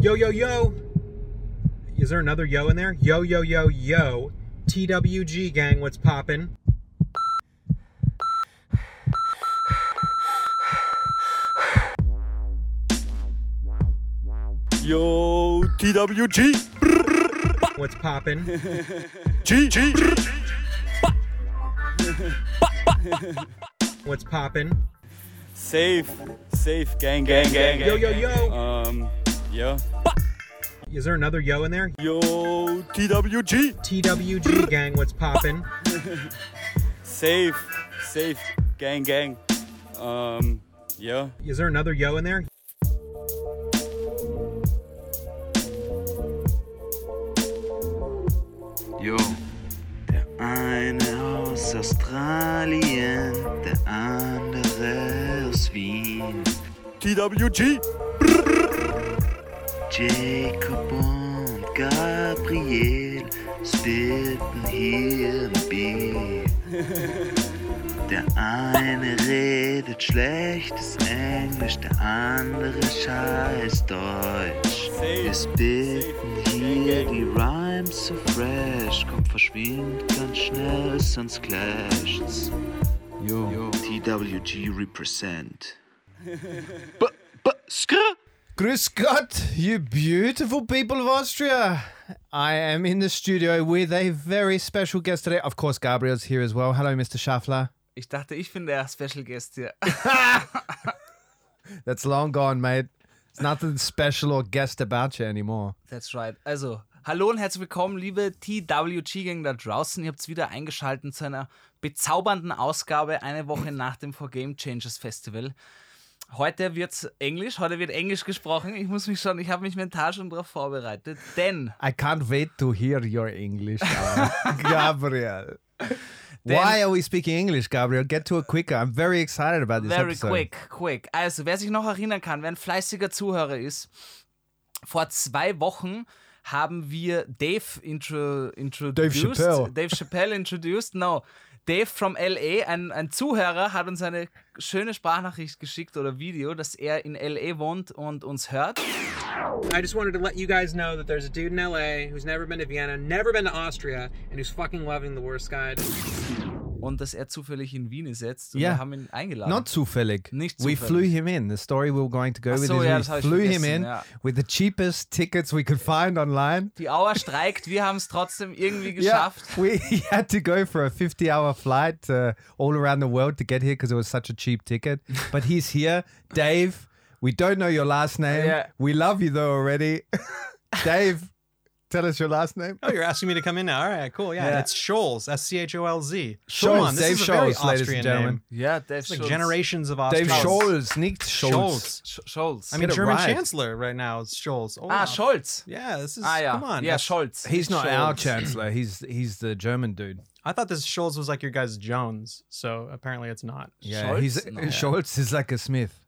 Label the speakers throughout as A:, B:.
A: Yo, yo, yo. Is there another yo in there? Yo, yo, yo, yo. TWG gang, what's poppin'?
B: Yo, TWG.
A: What's poppin'?
B: G, G.
A: What's poppin'?
B: Safe, safe, gang, gang, gang, gang.
A: Yo, yo, yo.
B: Um, yeah.
A: Is there another yo in there?
B: Yo, TWG.
A: TWG gang, what's poppin'?
B: Safe, safe, gang, gang. Um, yeah.
A: Is there another yo in there?
C: Jo. Der eine aus Australien, der andere aus Wien.
B: TWG.
C: Jacob und Gabriel splitten hier im Beat. Der eine redet schlechtes Englisch, der andere scheiß Deutsch. Wir spitten hier die Rhymes so fresh, kommt verschwind ganz schnell, sonst clasht's. Yo. TWG represent. B -b -skr
D: Grüß Gott, you beautiful people of Austria. I am in the studio with a very special guest today. Of course, Gabriel's here as well. Hello, Mr. Schaffler.
E: Ich dachte, ich bin der Special Guest hier.
D: That's long gone, mate. There's nothing special or guest about you anymore.
E: That's right. Also, hallo und herzlich willkommen, liebe TWG-Gang da draußen. Ihr habt's wieder eingeschaltet zu einer bezaubernden Ausgabe, eine Woche nach dem For Game Changers Festival. Heute wird's Englisch, heute wird Englisch gesprochen. Ich muss mich schon, ich habe mich mental schon darauf vorbereitet, denn
D: I can't wait to hear your English, uh, Gabriel. Why are we speaking English, Gabriel? Get to it quicker. I'm very excited about this
E: Very
D: episode.
E: quick, quick. Also, wer sich noch erinnern kann, wer ein fleißiger Zuhörer ist, vor zwei Wochen haben wir Dave intro, introduced.
D: Chappelle.
E: Dave Chappelle introduced. No. Dave from LA, ein, ein Zuhörer, hat uns eine schöne Sprachnachricht geschickt oder Video, dass er in LA wohnt und uns hört.
A: I just wanted to let you guys know that there's a dude in LA who's never been to Vienna, never been to Austria, and who's fucking loving the worst guide.
E: Und dass er zufällig in Wien ist jetzt. Und
D: Ja.
E: wir haben ihn eingeladen.
D: Not zufällig.
E: Nicht
D: We
E: zufällig. Ah,
D: flew him in. The story we were going to go
E: Ach
D: with
E: so,
D: is
E: ja,
D: we
E: das hab ich
D: flew him
E: vergessen,
D: in
E: ja.
D: with the cheapest tickets we could find online.
E: Die Auer streikt, wir haben es trotzdem irgendwie
D: Yeah,
E: geschafft.
D: we had to go for a 50 hour flight uh, all around the world to get here because it was such a cheap ticket. But he's here. Dave, we don't know your last name.
E: Yeah.
D: We love you though already. Dave, tell us your last name.
F: Oh, you're asking me to come in now. All right, cool. Yeah, it's Scholes, S C H O L Z.
D: Scholes,
F: Sean, this
D: Dave
F: is a very
D: Scholes, ladies and
F: Austrian
D: gentlemen.
F: name.
E: Ja, Dave
F: It's like
E: Schulz.
F: generations of
D: Dave
F: Austrians.
D: Scholz, nicht Scholz.
F: Scholz.
E: Sch Scholz.
F: I mean,
D: Get it
F: German
D: right.
F: chancellor right now is Scholz.
E: ah,
F: Olaf.
E: Scholz.
F: Yeah, this is.
E: Ah ja,
F: Come on.
E: ja,
F: that's-
E: Scholz.
D: He's not our
E: Scholz.
D: chancellor. He's he's the German dude.
F: I thought this Scholz was like your guy's Jones, so apparently it's not.
D: Yeah,
E: Scholz?
D: he's
E: No.
D: Scholz is like a Smith.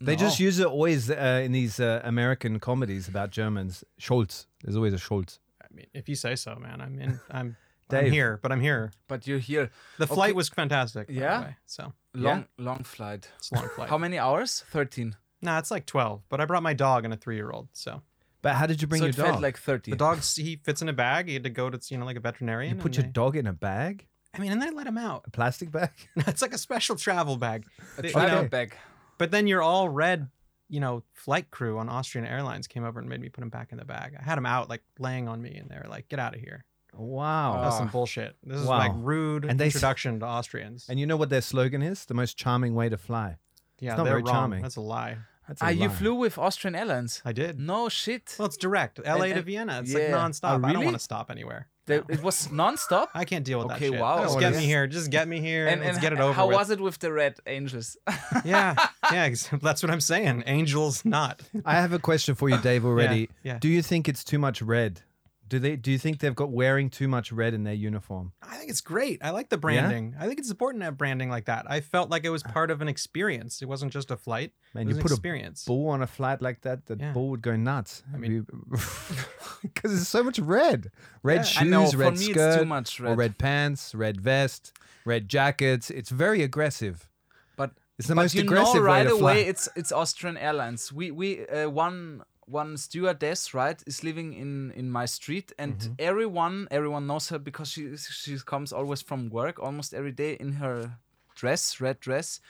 D: They just use it always uh, in these uh, American comedies about Germans. Scholz. There's always a Scholz.
F: I mean, if you say so, man. I'm in. I'm. I'm
D: Dave.
F: here, but I'm here.
E: But you're here.
F: The flight was fantastic. by the
E: Yeah?
F: way, so
E: Long, long flight.
F: it's a long flight.
E: How many hours? 13.
F: nah, it's like twelve. But I brought my dog and a three-year-old, so
D: But how did you bring
E: so
D: your
E: it felt
D: dog?
E: like 30.
F: the dog he fits in a bag. He had to go to you know like a veterinarian.
D: you put
F: and
D: your
F: they-
D: dog in a bag,
F: I mean, and they let him out.
D: a plastic bag.
F: It's like a special travel bag. They- you
E: Travel
F: know,
D: Okay.
E: bag.
F: but then your all red, you know, flight crew on Austrian Airlines came over and made me put him back in the bag. I had him out like laying on me, and they were like, "Get out of here."
D: Wow.
F: That's
E: Ah.
F: some bullshit. This is
D: Wow.
F: like rude
D: And they s-
F: introduction to Austrians.
D: And you know what their slogan is? The most charming way to fly.
F: yeah,
D: it's not
F: they're
D: very
F: wrong.
D: charming.
F: That's a lie.
D: That's a
E: Ah, you
D: lie.
E: flew with Austrian Airlines?
F: I did.
E: No shit.
F: Well, it's direct. LA to
E: Mm. and-
F: Vienna. It's
E: yeah.
F: like nonstop.
E: Oh,
F: I don't
E: really?
F: want to stop anywhere.
E: The- it was nonstop.
F: I can't deal with
E: Okay,
F: that shit.
E: wow.
F: Just
E: What
F: get
E: is-
F: me here. Just get me here.
E: And,
F: Let's
E: and
F: get it
E: ho-
F: over
E: how
F: with.
E: was it with the Red Angels?
F: yeah, yeah. ex- That's what I'm saying. Angels, not.
D: I have a question for you, Dave. Already.
F: yeah.
D: Do you think it's too much red? Do they? Do you think they've got wearing too much red in their uniform?
F: I think it's great. I like the branding. I think it's important to have branding like that. I felt like it was part of an experience. It wasn't just a flight.
D: Uh. Man,
F: it
D: you
F: was
D: put
F: an
D: a
F: experience.
D: Bull on a flight like that, the
F: Yeah.
D: bull would go nuts. I
F: mean-
D: because there's so much red. Red
F: Yeah.
D: shoes,
E: I know, for
D: red
E: me it's too
D: skirt,
E: much
D: or
E: red.
D: red pants, red vest, red jackets. It's very aggressive.
E: But
D: It's the
E: but
D: most
E: you
D: aggressive
E: know
D: way
E: right
D: to fly.
E: away it's it's Austrian Airlines. We we uh, one one stewardess, right, is living in in my street, and
D: Mm-hmm.
E: everyone everyone knows her because she she comes always from work almost every day in her dress, red dress,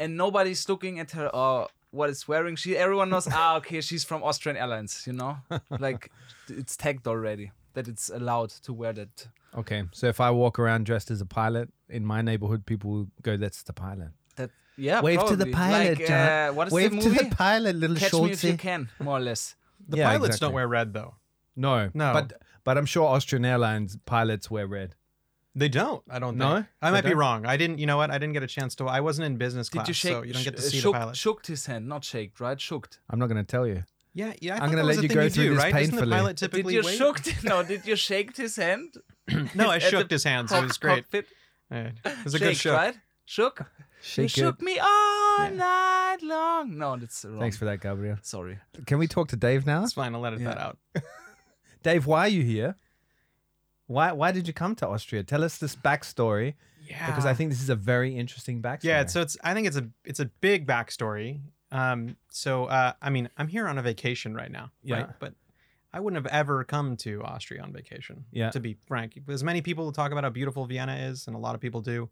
E: and nobody's looking at her or what it's wearing. She everyone knows. ah, okay, she's from Austrian Airlines. You know, like it's tagged already that it's allowed to wear that.
D: Okay, so if I walk around dressed as a pilot in my neighborhood, people will go, "That's the pilot."
E: That yeah,
D: Wave to the
E: Oh, probably.
D: pilot,
E: Like,
D: John.
E: uh, what is
D: Wave
E: the
D: to
E: movie?
D: the pilot, little
E: Catch me if you
D: Schultzy.
E: can, more or less.
F: The
D: Yeah,
F: pilots
D: exactly.
F: don't wear red though.
D: No,
F: No.
D: but but I'm sure Austrian Airlines pilots wear red.
F: They don't. I don't.
D: No?
F: think. I
D: They
F: might be
D: don't?
F: wrong. I didn't. You know what? I didn't get a chance to. I wasn't in business
E: Did
F: class,
E: you shake?
F: so you don't
D: uh,
F: get to
E: sh- uh,
F: see
E: shook,
F: the pilot.
E: Shook his hand, not shaked, right? Shooked.
D: I'm not going to tell you.
F: yeah, yeah. I
D: gonna
F: going to
D: let you go
F: you
D: through
F: do,
D: this
F: right? Isn't
D: painfully.
F: the pilot
E: Did
F: typically
E: you
F: wait?
E: shooked? No, did you shake his hand?
F: No, I
E: at
F: shook
E: the
F: his hand, so it
E: cock-
F: was great.
E: cockpit?
F: Yeah, It was a good
E: Shaked,
F: show.
E: right? Shook. you
D: Shake it.
E: shook me all
F: Yeah.
E: night long. No, that's wrong.
D: Thanks for that, Gabriel.
E: Sorry.
D: Can we talk to Dave now?
F: That's fine. I'll edit that out.
D: Dave, why are you here? Why why did you come to Austria? Tell us this backstory
F: Yeah.
D: because I think this is a very interesting backstory.
F: Yeah, so it's I think it's a it's a big backstory. Um, so uh, I mean, I'm here on a vacation right now,
D: Yeah.
F: right? But I wouldn't have ever come to Austria on vacation.
D: Yeah.
F: To be frank, as many people talk about how beautiful Vienna is, and a lot of people do,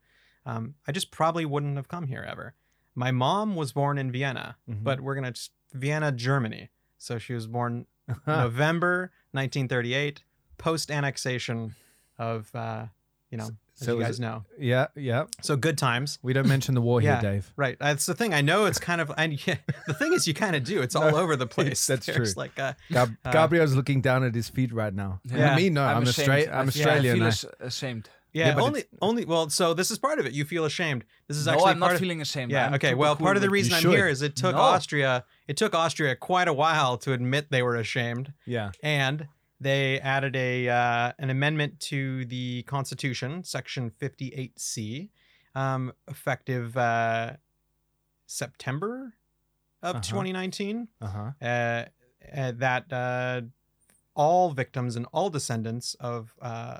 F: um, I just probably wouldn't have come here ever. My mom was born in Vienna,
D: Mhm.
F: but we're gonna just, Vienna, Germany. So she was born November 1938, post annexation of uh, you know, as
D: so
F: you
D: is
F: guys
D: it-
F: know.
D: yeah, yeah.
F: So good times.
D: We don't mention the war
F: Yeah.
D: here, Dave.
F: Right. That's the thing. I know it's kind of, and yeah, the thing is, you kind of do. It's all over the place.
D: that's true.
F: There's Like, uh,
D: Gab-
F: Uh,
D: Gabriel's looking down at his feet right now.
E: Yeah.
D: Me, no, I'm,
E: ashamed.
D: Austra-
E: I
D: I'm
E: feel- I
D: Australian.
E: feel
D: I-
E: ash- ashamed.
F: yeah,
D: Yeah, but
F: only, only. Well, so this is part of it. You feel ashamed. This is
E: No,
F: actually
E: I'm not
F: part of,
E: feeling ashamed.
F: Yeah.
E: I'm
F: okay.
E: super
F: Well,
E: cool
F: part of the
E: with-
F: reason I'm
D: should.
F: here is it took
E: No.
F: Austria. It took Austria quite a while to admit they were ashamed,
D: yeah.
F: and they added a uh, an amendment to the Constitution, Section 58C, um, effective uh, September of
D: Uh-huh.
F: 2019.
D: Uh-huh.
F: uh, uh, that uh, all victims and all descendants of uh,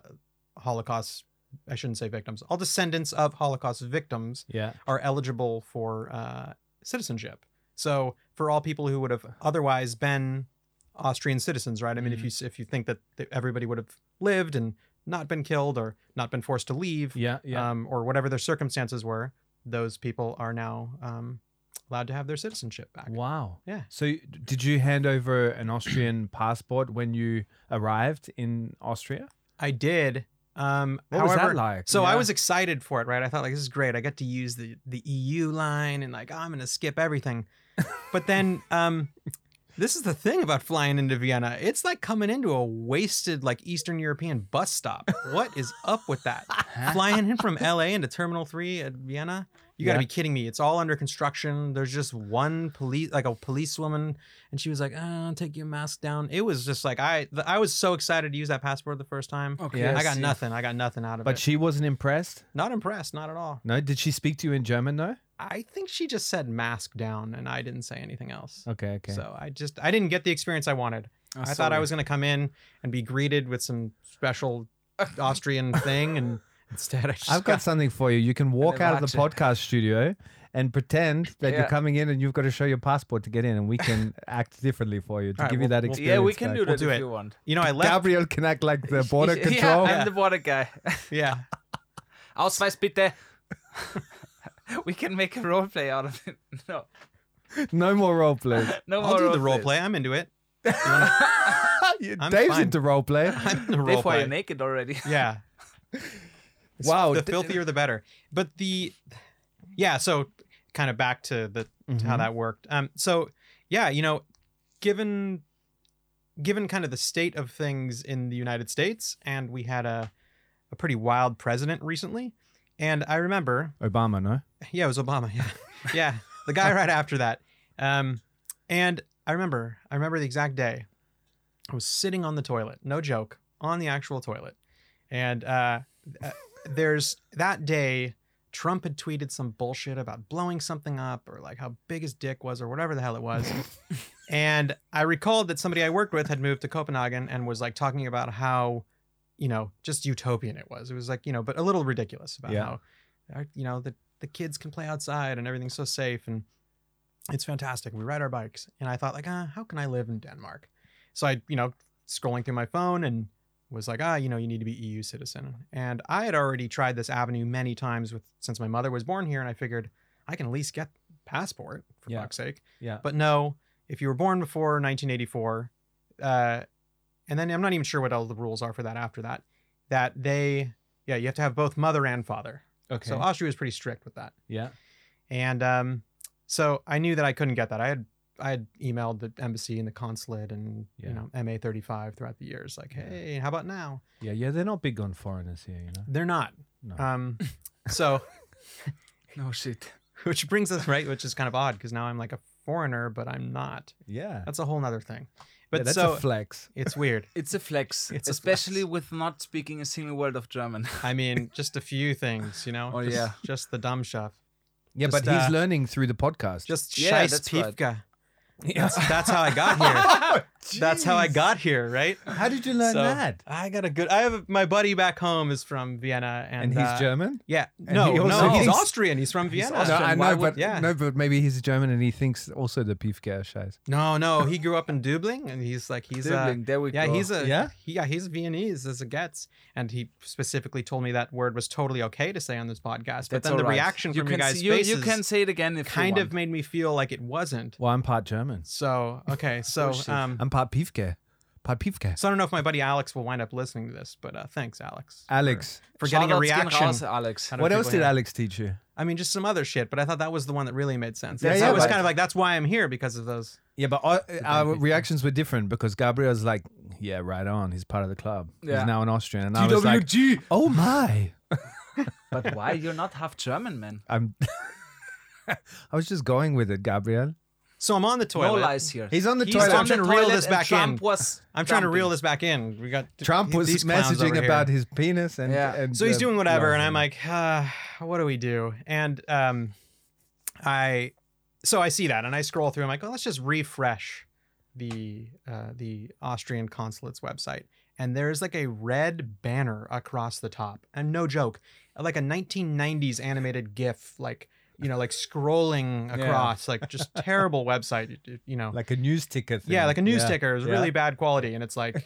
F: Holocaust, I shouldn't say victims, all descendants of Holocaust victims
D: Yeah.
F: are eligible for uh, citizenship. So for all people who would have otherwise been Austrian citizens, right? I mean, if you s- if you think that th- everybody would have lived and not been killed or not been forced to leave,
D: Yeah, yeah.
F: um, or whatever their circumstances were, those people are now um, allowed to have their citizenship back.
D: wow.
F: Yeah.
D: So y- did you hand over an Austrian passport when you arrived in Austria?
F: I did. Um,
D: What was
F: however,
D: that like?
F: so I
D: Yeah.
F: was excited for it, right? I thought like this is great. I get to use the the EU line and like oh, I'm gonna skip everything. but then um, this is the thing about flying into Vienna. It's like coming into a wasted like Eastern European bus stop. what is up with that? flying in from LA into Terminal Three at Vienna. You gotta
D: Yeah.
F: be kidding me. It's all under construction. There's just one police, like a policewoman, and she was like, oh, take your mask down. It was just like, I th- I was so excited to use that passport the first time.
E: Okay,
D: Yeah.
E: I
F: I got
E: see.
F: nothing. I got nothing out of
D: But
F: it.
D: she wasn't impressed?
F: not impressed, not at all.
D: No, did she speak to you in German though?
F: I think she just said mask down and I didn't say anything else.
D: Okay, okay.
F: So I just I didn't get the experience I wanted.
E: Oh,
F: I thought I
E: sorry.
F: was gonna come in and be greeted with some special Austrian thing and instead I just
D: I've got something for you. You can walk out of the
E: Arrivederci.
D: podcast studio and pretend that you're
E: Yeah.
D: coming in and you've got to show your passport to get in, and we can act differently for you to
F: All right,
D: give you
F: we'll-
D: that
F: we'll-
D: experience.
E: Yeah, we can do
D: back.
E: that
F: do
E: if
F: it.
E: you want.
F: you know, I left
D: Gabriel can act like the border control.
E: Yeah, I'm the border guy.
F: yeah.
E: Ausweis bitte. we can make a role play out of it. No,
D: No more role play.
E: no
F: I'll
E: more
F: do the role
E: roleplays.
F: play. I'm into it. I'm
D: Dave's
F: fine.
D: into role play.
F: I'm into role
E: Therefore,
F: play.
E: you're naked already.
F: Yeah.
D: Wow,
F: The
D: d-
F: filthier the better. But the yeah, so kind of back to the
D: Mm-hmm.
F: how that worked. Um so yeah, you know, given given kind of the state of things in the United States and we had a a pretty wild president recently and I remember
D: Obama, no?
F: yeah, it was Obama. Yeah. Yeah. The guy right after that. Um, and I remember, I remember the exact day. I was sitting on the toilet, no joke, on the actual toilet. And uh, uh, there's that day, Trump had tweeted some bullshit about blowing something up or like how big his dick was or whatever the hell it was. and I recalled that somebody I worked with had moved to Copenhagen and was like talking about how, you know, just utopian it was. It was like, you know, but a little ridiculous about
D: Yeah.
F: how, uh, you know, the, the kids can play outside and everything's so safe. And It's fantastic. We ride our bikes. And I thought, like, ah, how can I live in Denmark? So I, you know, scrolling through my phone and was like, ah, you know, you need to be EU citizen. And I had already tried this avenue many times with since my mother was born here, and I figured I can at least get passport for
E: Yeah.
F: fuck's sake.
E: Yeah.
F: But no, if you were born before 1984, uh, and then I'm not even sure what all the rules are for that after that, that they, yeah, you have to have both mother and father.
E: Okay.
F: So Austria was pretty strict with that.
E: yeah.
F: And um, so I knew that I couldn't get that. I had I had emailed the embassy and the consulate and
D: Yeah.
F: you know MA thirty five throughout the years, like,
D: Yeah.
F: hey, how about now?
D: Yeah, yeah, they're not big on foreigners here, you know.
F: They're not.
D: No.
F: Um, so
E: No shit.
F: which brings us right, which is kind of odd because now I'm like a foreigner, but I'm not.
D: yeah.
F: That's a whole nother thing.
D: But
F: But
D: that's
F: so
D: a flex.
F: it's weird.
E: It's a flex,
F: It's a
E: especially
F: flex.
E: with not speaking a single word of German.
F: I mean, just a few things, you know.
E: Oh,
F: just,
E: yeah.
F: just the dumb stuff.
D: Yeah,
F: Just,
D: but he's
F: uh,
D: learning through the podcast.
F: Just
E: Yeah,
F: yeah,
E: that's right.
F: That's, that's how I got here. that's how I got here, right?
D: How did you learn
F: So,
D: that?
F: I got a good. I have a, my buddy back home is from Vienna, and,
D: And he's
F: uh,
D: German.
F: Yeah,
D: and
F: no,
D: he also
F: no, he's
D: thinks-
F: Austrian. He's from Vienna.
D: No, I know,
F: would-
D: but
F: yeah.
D: no, but maybe he's German and he thinks also the Piefke shows.
F: no, no, he grew up in Dubling, and he's like he's uh,
E: Dribbling, there we
F: yeah,
E: go.
F: he's a
D: Yeah?
F: yeah, he, yeah, he's Viennese as it gets, and he specifically told me that word was totally okay to say on this podcast. but
E: That's
F: then the
E: all right.
F: reaction from
E: can
F: you guys'
E: see- you,
F: faces
E: you can say it again if
F: kind
E: you
F: of made me feel like it wasn't.
D: Well, I'm part German.
F: So okay, so
E: shit.
F: um,
D: I'm part Piefke. Part Piefke.
F: so I don't know if my buddy Alex will wind up listening to this, but uh, thanks, Alex,
D: Alex,
F: for getting a reaction.
E: Raus, Alex.
F: I don't
D: what
F: know if
D: else
F: people
D: did
F: hear-
D: Alex teach you?
F: I mean, just some other shit, but I thought that was the one that really made sense.
D: Yeah,
F: Yeah,
D: yeah,
F: I was
D: but-
F: kind of like, that's why I'm here because of those.
D: Yeah, but our, our
F: Piefke.
D: reactions were different because Gabriel's like, "Yeah, right on. He's part of the club.
E: Yeah.
D: He's now an Austrian." And I was like, "Oh my!"
E: but why? You're not half German, man.
D: I'm. I was just going with it, Gabriel.
F: So I'm on the toilet.
E: No lies here.
D: He's on the
E: He's
D: toilet.
E: on
F: I'm trying
E: the
F: to reel
E: toilet
F: this
E: and
F: back
E: Trump
F: in.
E: Was
F: I'm trying to reel
E: dumping.
F: this back in. We got
D: Trump was
F: these clowns over
D: messaging
F: here.
D: about his penis and
E: Yeah.
D: and,
F: So he's
D: uh,
F: doing whatever, and I'm
D: laughing.
F: like, uh, what do we do? And um, I, so I see that, and I scroll through. I'm like, oh, let's just refresh the uh, the Austrian consulate's website, and there's like a red banner across the top, and no joke, like a 1990s animated GIF, like you know, like scrolling across, like just terrible website, you- you know,
D: like a news ticker. Thing.
F: yeah, like a news
D: Yeah.
F: ticker is
D: Yeah.
F: really bad quality, and it's like,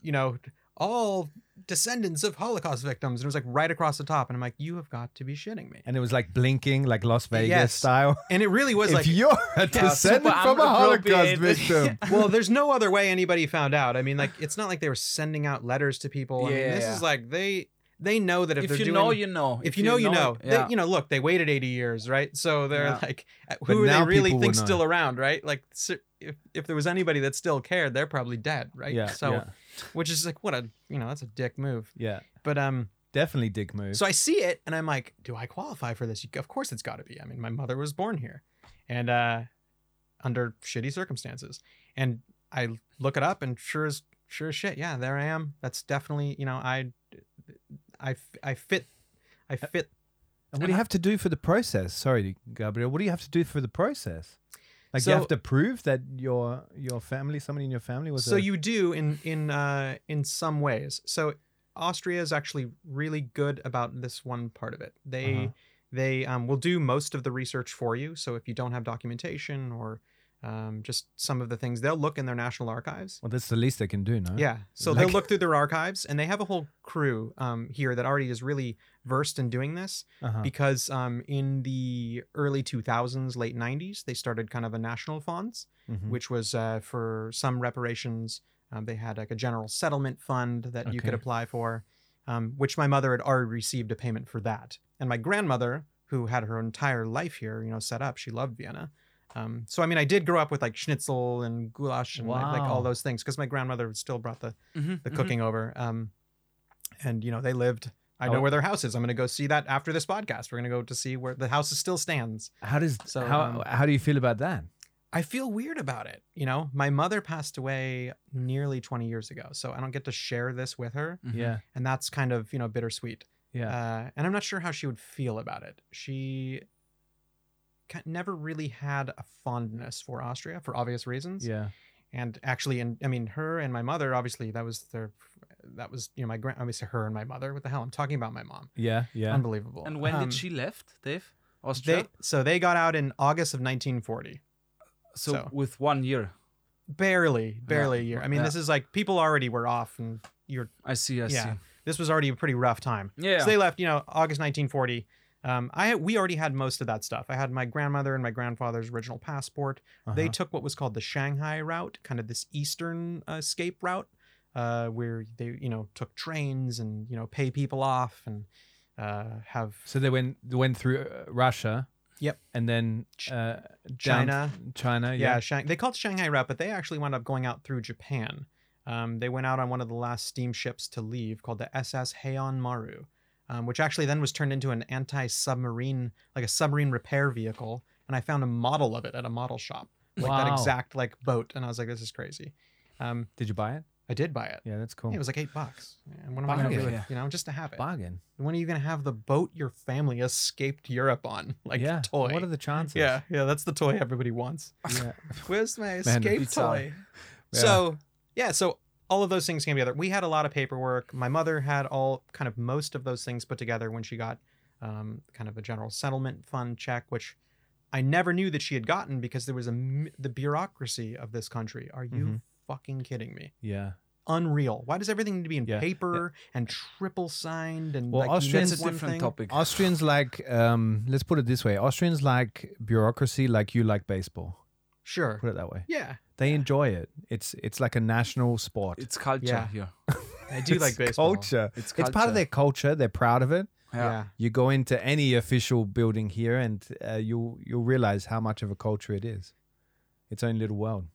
F: you know, all descendants of Holocaust victims, and it was like right across the top, and I'm like, you have got to be shitting me,
D: and it was like blinking, like Las Vegas
F: Yes.
D: style.
F: and it really was
D: if
F: like,
D: you're a
E: super
D: descendant from a Holocaust
E: unappropriate.
D: victim,
F: well, there's no other way anybody found out. I mean, like, it's not like they were sending out letters to people. I mean,
E: Yeah,
F: this
E: yeah.
F: is like they they know that if,
E: If
F: they're
E: you
F: doing.
E: know, you know.
F: if you know, you know.
E: it-
F: They-
E: Yeah.
F: you know, look, they waited 80 years, right? So they're
E: Yeah.
F: like, uh,
D: But
F: who do they
D: now
F: really
D: people will
F: think
D: know.
F: still around, right? Like, so if, if there was anybody that still cared, they're probably dead, right?
D: yeah,
F: So
D: yeah,
F: which is like what a you know that's a dick move
D: yeah,
F: but um
D: definitely dick move.
F: so i see it and i'm like do i qualify for this of course it's got to be i mean my mother was born here and uh under shitty circumstances and i look it up and sure as sure as shit yeah there i am that's definitely you know i i i fit i
D: Uh,
F: fit
D: And what do you have to do for the process? Sorry, Gabriel. What do you have to do for the process? Like you
F: So-
D: have to prove that your your family, somebody in your family was.
F: so
D: a-
F: you do in in uh in some ways so austria is actually really good about this one part of it they
D: Uh-huh.
F: they um, will do most of the research for you so if you don't have documentation or um, just some of the things they'll look in their national archives
D: Well, that's the least they can do, no?
F: yeah so
D: Like-
F: they'll look through their archives and they have a whole crew um, here that already is really versed in doing this
D: Uh-huh.
F: because um, in the early 2000s late 90s they started kind of a national funds
D: Mhm.
F: which was uh, for some reparations. Um, they had like a general settlement fund that you could
D: Okay.
F: apply for, um, which my mother had already received a payment for that. And my grandmother, who had her entire life here, you know, set up, she loved Vienna. Um, so I mean, I did grow up with like schnitzel and goulash and like, like all
D: Wow. Mm-hmm.
F: those things because my grandmother still brought the
E: Mhm,
F: the
E: mhm.
F: cooking over. Um, and you know, they lived. I
D: Oh.
F: know where their house is. I'm gonna go see that after this podcast. We're gonna go to see where the house is still stands.
D: How does
F: So,
D: how
F: um,
D: how do you feel about that?
F: I feel weird about it. You know, my mother passed away nearly 20 years ago, so I don't get to share this with her.
E: Mhm.
D: Yeah,
F: And that's kind of, you know, bittersweet.
D: yeah.
F: Uh, and I'm not sure how she would feel about it. She ca- never really had a fondness for Austria for obvious reasons.
D: yeah.
F: And actually, and I mean, her and my mother, obviously, that was their, that was, you know, my grand, obviously, her and my mother. What the hell? I'm talking about my mom.
D: Yeah, yeah.
F: Unbelievable.
E: And when
F: Um,
E: did she left, Dave? Austria.
F: They so they got out in August of 1940.
E: so,
F: so.
E: with one year,
F: Barely, barely a year. I mean,
E: yeah.
F: this is like people already were off, and you're
E: I see. I
F: yeah.
E: see.
F: This was already a pretty rough time.
E: Yeah.
F: So they left, you know, August 1940. Um, I we already had most of that stuff. I had my grandmother and my grandfather's original passport. They
D: Uh-huh.
F: took what was called the Shanghai route, kind of this eastern uh, escape route, uh, where they you know took trains and you know pay people off and uh, have
D: So they went they went through uh, Russia.
F: Yep.
D: And then
F: Ch-
D: uh, down-
F: China.
D: China.
F: yeah,
D: Yeah.
F: Shang- they called it Shanghai route, but they actually wound up going out through Japan. Um, they went out on one of the last steamships to leave, called the SS Heian Maru, um, which actually then was turned into an anti-submarine, like a submarine repair vehicle. And I found a model of it at a model shop, like that
D: Wow.
F: exact like boat. And I was like, this is crazy. Um,
D: Did you buy it?
F: I did buy it.
D: Yeah, that's cool.
F: It was like eight bucks. And what am I gonna
D: Bargain.
F: do with
E: Yeah.
F: it? You know, just to have it.
D: bargain.
F: When are you gonna have the boat your family escaped Europe on, like
D: yeah.
F: toy?
D: What are the chances?
F: yeah, yeah, that's the toy everybody wants.
D: Yeah.
F: Where's my
D: escape
E: Pizza. toy?
D: Yeah.
F: So yeah, so all of those things came together. We had a lot of paperwork. My mother had all kind of most of those things put together when she got um, kind of a general settlement fund check, which I never knew that she had gotten because there was a m- the bureaucracy of this country. Are you
D: Mhm.
F: fucking kidding me?
D: yeah.
F: Unreal. Why does everything need to be in
D: Yeah.
F: paper and triple signed and
D: Well,
F: like
D: Austrians-
E: That's
F: that's
E: a
F: one
E: different
F: thing?
E: topic.
D: Austrians like um let's put it this way. Austrians like bureaucracy like you like baseball.
F: Sure.
D: Put it that way.
F: Yeah,
D: They enjoy it. It's it's like a national sport.
E: It's culture
F: Yeah.
E: here.
F: I do
D: It's
F: like baseball.
D: Culture.
E: It's
D: It's part
E: culture.
D: of their culture. They're proud of it.
F: Yeah.
D: You go into any official building here, and uh, you'll you'll realize how much of a culture it is. Its own little world.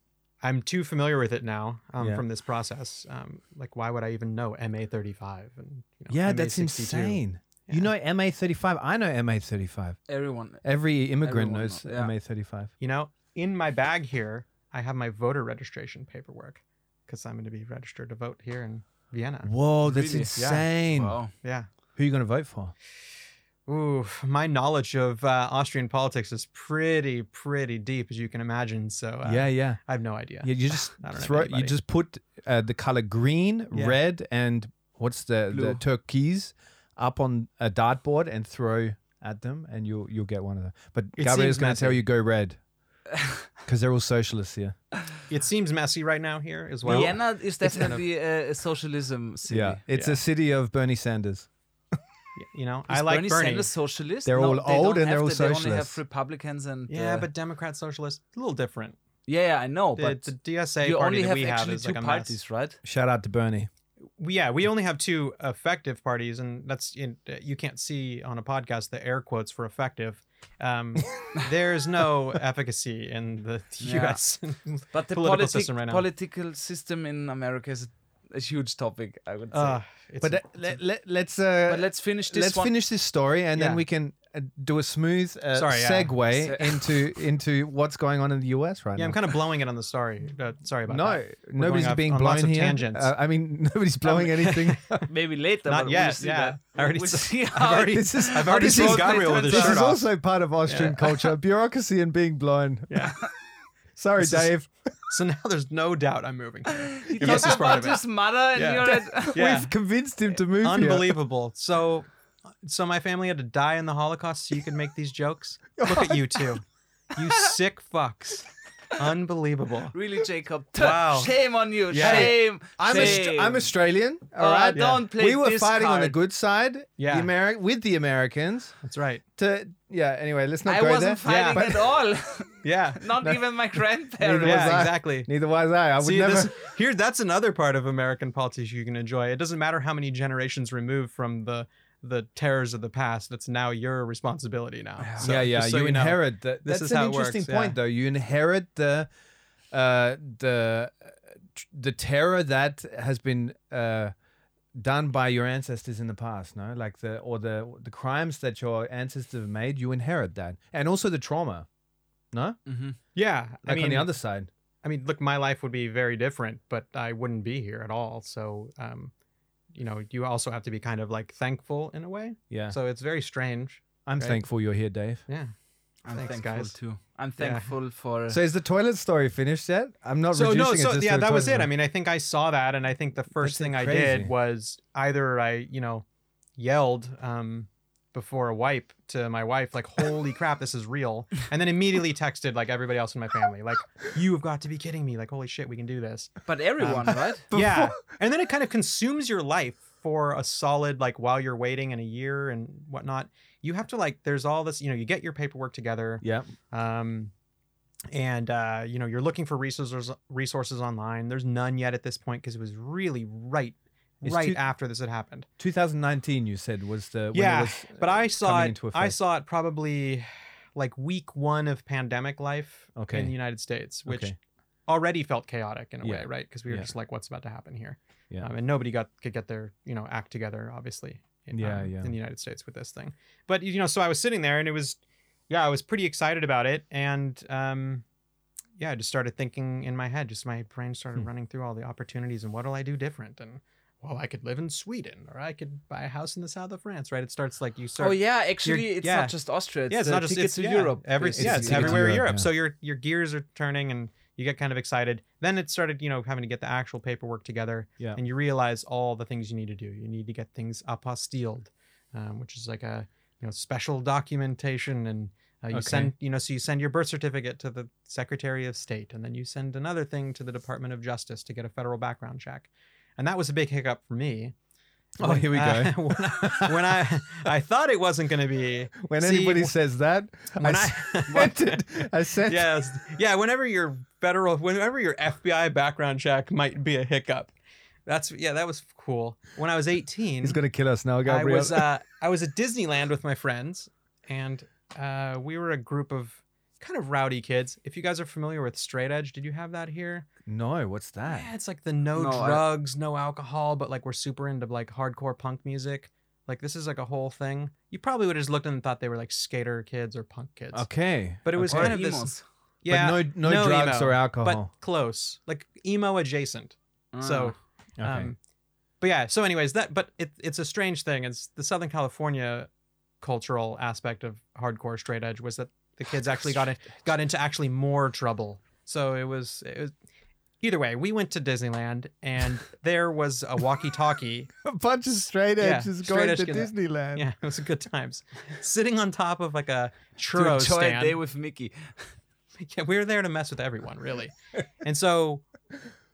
F: I'm too familiar with it now um,
D: Yeah.
F: from this process. Um, like, why would I even know MA35 and you know,
D: Yeah, that's
F: MA62?
D: insane.
F: Yeah.
D: You know MA35. I know MA35.
E: Everyone.
D: Every immigrant
E: Everyone
D: knows
E: knows, yeah.
D: MA35.
F: You know, in my bag here, I have my voter registration paperwork because I'm going to be registered to vote here in Vienna.
D: Whoa, that's
E: Really? Yeah.
D: insane.
E: Wow.
F: Yeah.
D: Who are you going to vote for?
F: Ooh, my knowledge of uh, Austrian politics is pretty, pretty deep, as you can imagine. So uh,
D: yeah, yeah,
F: I have no idea.
D: yeah. You just
F: I don't know
D: throw. You
F: anybody.
D: just put uh, the color green,
F: Yeah.
D: red, and what's the
E: Blue.
D: the turquoise up on a dartboard and throw at them, and you'll you'll get one of them. But
F: It
D: Gabriel's
F: seems
D: going to tell
F: messy.
D: you go red because they're all socialists here.
F: It seems messy right now here as well.
E: Vienna is
F: kind of-
E: definitely a, a socialism city.
D: Yeah, it's
F: Yeah.
D: a city of Bernie Sanders.
F: You know,
E: Is
F: I like
E: Bernie,
F: Bernie.
E: Sanders socialist.
D: They're
E: No,
D: all
E: they
D: old
E: don't
D: and they're
E: have
D: all
E: that. They only have
D: socialists.
E: Republicans and
F: Yeah,
E: uh,
F: but Democrat Socialist, a little different.
E: yeah, yeah, I know,
F: The,
E: but
F: the DSA
E: you
F: party
E: only
F: that
E: have
F: we have
E: actually
F: is
E: two
F: like a mess.
E: parties, right?
D: Shout out to Bernie.
F: we- yeah we only have two effective parties and that's in, you can't see on a podcast the air quotes for effective um, there's no efficacy in the
E: Yeah.
F: us
E: But the
F: political
E: politic-
F: system right now
E: political system in America is a, a huge topic, I would say.
F: Ugh, it's
D: But
F: a-
D: uh, let, let, let's uh,
E: but let's finish this
D: let's
E: one.
D: finish this story and
F: Yeah.
D: then we can uh, do a smooth uh,
F: Sorry, yeah.
D: segue
E: Se-
D: into into what's going on in the US right
F: yeah i'm
D: now.
F: kind of blowing it on the story uh, sorry about
D: no,
F: that
D: nobody's
F: going off
D: being
F: on
D: blown
F: lots of
D: here.
F: tangents. Um,
D: Uh, I mean, nobody's blowing anything.
E: Maybe later.
F: Not
E: but
F: yet,
E: We'll see
F: yeah.
E: that.
F: I already
E: we'll
F: said-
E: see
F: I've
E: how
F: already-
E: it-
D: this is
F: I've already
E: This
F: seen
E: is-
F: Gabriel with his
D: this
E: Turns
F: shirt
D: is
F: off.
D: also part of Austrian culture, bureaucracy and being blown.
F: Yeah.
D: Sorry,
F: This is-
D: Dave.
F: So now there's no doubt I'm moving.
E: He
F: Unless
E: talks
F: it's part
E: about
F: of it.
E: his mother, and
F: Yeah.
E: you're at,
F: Yeah.
D: We've convinced him to move here.
F: Unbelievable. So, so my family had to die in the Holocaust so you could make these jokes. Look at you two, you sick fucks. Unbelievable.
E: really, Jacob.
F: Wow.
E: Shame on you.
F: Yeah.
E: Shame.
D: I'm,
E: shame.
D: Aust- I'm Australian. All
E: Oh,
D: right.
E: don't play
D: we were
E: this
D: fighting on the
E: card.
D: good side.
F: Yeah.
D: The Ameri- with the Americans.
F: That's right.
D: To yeah. Anyway, let's not
E: I
D: go
E: wasn't
D: there.
E: fighting
D: But-
E: at all.
F: Yeah.
E: Not even my grandparents.
D: was
F: yeah,
D: I.
F: exactly.
D: Neither was I. I would
F: See,
D: never.
F: this, here, that's another part of American politics you can enjoy. It doesn't matter how many generations removed from the the terrors of the past. It's now your responsibility now. So,
D: yeah, yeah.
F: just so
D: you,
F: you know.
D: inherit that.
F: This
D: That's
F: is
D: an
F: how it
D: interesting
F: works,
D: point,
F: yeah.
D: though. You inherit the, uh, the, uh, tr- the terror that has been uh, done by your ancestors in the past. No, like the or the the crimes that your ancestors have made. You inherit that, and also the trauma. No,
E: Mhm.
F: Yeah, I
D: like
F: mean,
D: on the other side.
F: I mean, look, my life would be very different, but I wouldn't be here at all. So, um, you know, you also have to be kind of like thankful in a way.
D: Yeah,
F: So it's very strange.
D: I'm
F: right.
D: thankful you're here, Dave.
F: Yeah.
E: I'm
F: Thanks,
E: thankful
F: guys.
E: too. I'm thankful for.
D: So is the toilet story finished yet? I'm not.
F: so
D: reducing
F: no
D: it
F: so
D: just
F: yeah
D: to a
F: that was
D: toilet
F: it i
D: story.
F: mean i think i saw that and i think the first
D: That's
F: thing i
D: crazy.
F: did was either i you know yelled um before a wipe to my wife, like, holy crap, this is real. And then immediately texted like everybody else in my family, like, you have got to be kidding me. Like, holy shit, we can do this.
E: But everyone, right?
F: Yeah. And then it kind of consumes your life for a solid, like, while you're waiting in a year and whatnot. You have to, like, there's all this, you know, you get your paperwork together.
D: Yeah.
F: Um, and uh, you know you're looking for resources resources online. There's none yet at this point because it was really right
D: It's
F: right
D: too-
F: after this had happened.
D: 2019, you said was the when
F: yeah,
D: It was,
F: but I saw
D: Uh, coming
F: it.
D: into
F: I
D: effect.
F: saw it probably like week one of pandemic life
D: Okay.
F: in the United States, which
D: Okay.
F: already felt chaotic in a
D: Yeah.
F: way, right? Because we were
D: Yeah.
F: just like, what's about to happen here?
D: Yeah.
F: Um, and nobody got could get their you know act together, obviously. In,
D: Yeah,
F: um,
D: yeah.
F: In the United States with this thing, but you know, so I was sitting there and it was, yeah, I was pretty excited about it, and um, yeah, I just started thinking in my head, just my brain started
D: Hmm.
F: running through all the opportunities and what'll I do different and. Well, I could live in Sweden, or I could buy a house in the south of France, right? It starts like you start
E: oh yeah, actually,
F: You're-
E: it's
F: yeah.
E: not just Austria. It's
F: yeah, it's
E: the
F: not just
E: ticket
F: it's
E: to
F: yeah,
E: Europe.
F: Every,
E: basically.
F: yeah,
D: It's
F: it's,
D: ticket to
F: everywhere in
D: Europe,
F: Europe.
D: yeah.
F: So your your gears are turning, and you get kind of excited. Then it started, you know, having to get the actual paperwork together,
D: Yeah.
F: and you realize all the things you need to do. You need to get things apostilled, um, which is like a you know special documentation, and uh, you
D: Okay.
F: send you know so you send your birth certificate to the Secretary of State, and then you send another thing to the Department of Justice to get a federal background check, and that was a big hiccup for me.
D: Oh, here we
F: uh,
D: go.
F: when I, when I I thought it wasn't going to be
D: when
F: See,
D: anybody
F: wh-
D: says that,
F: when
D: I,
F: I-
D: sent it. I sent
F: yes. Yeah, whenever your federal whenever your FBI background check might be a hiccup. That's yeah, that was cool. When I was 18,
D: He's gonna kill us now,
F: I
D: Gabriel.
F: was uh, I was at Disneyland with my friends and uh, we were a group of kind of rowdy kids. If you guys are familiar with straight edge, did you have that here?
D: no, what's that?
F: Yeah, it's like the no,
E: No, I-
F: drugs, no alcohol, but like we're super into like hardcore punk music. Like this is like a whole thing. You probably would have just looked at them and thought they were like skater kids or punk kids.
D: Okay,
F: But it was
E: Or
F: kind of this
E: emos.
F: yeah,
D: but no, no,
F: no
D: drugs
F: emo,
D: or
F: but
D: alcohol.
F: close, like emo adjacent.
E: Ah,
F: So,
D: okay.
F: um, but yeah. So, anyways, that but it, it's a strange thing. It's the Southern California cultural aspect of hardcore straight edge was that the kids actually got it got into actually more trouble. So it was it was. Either way, we went to Disneyland and there was a walkie-talkie.
D: a bunch of straight
F: yeah,
D: edges
F: straight
D: going
F: edge
D: to
F: kids.
D: Disneyland.
F: yeah, it was good times. Sitting on top of like a
E: to enjoy
F: churro stand.
E: a day with Mickey.
F: yeah, we were there to mess with everyone, really. and so,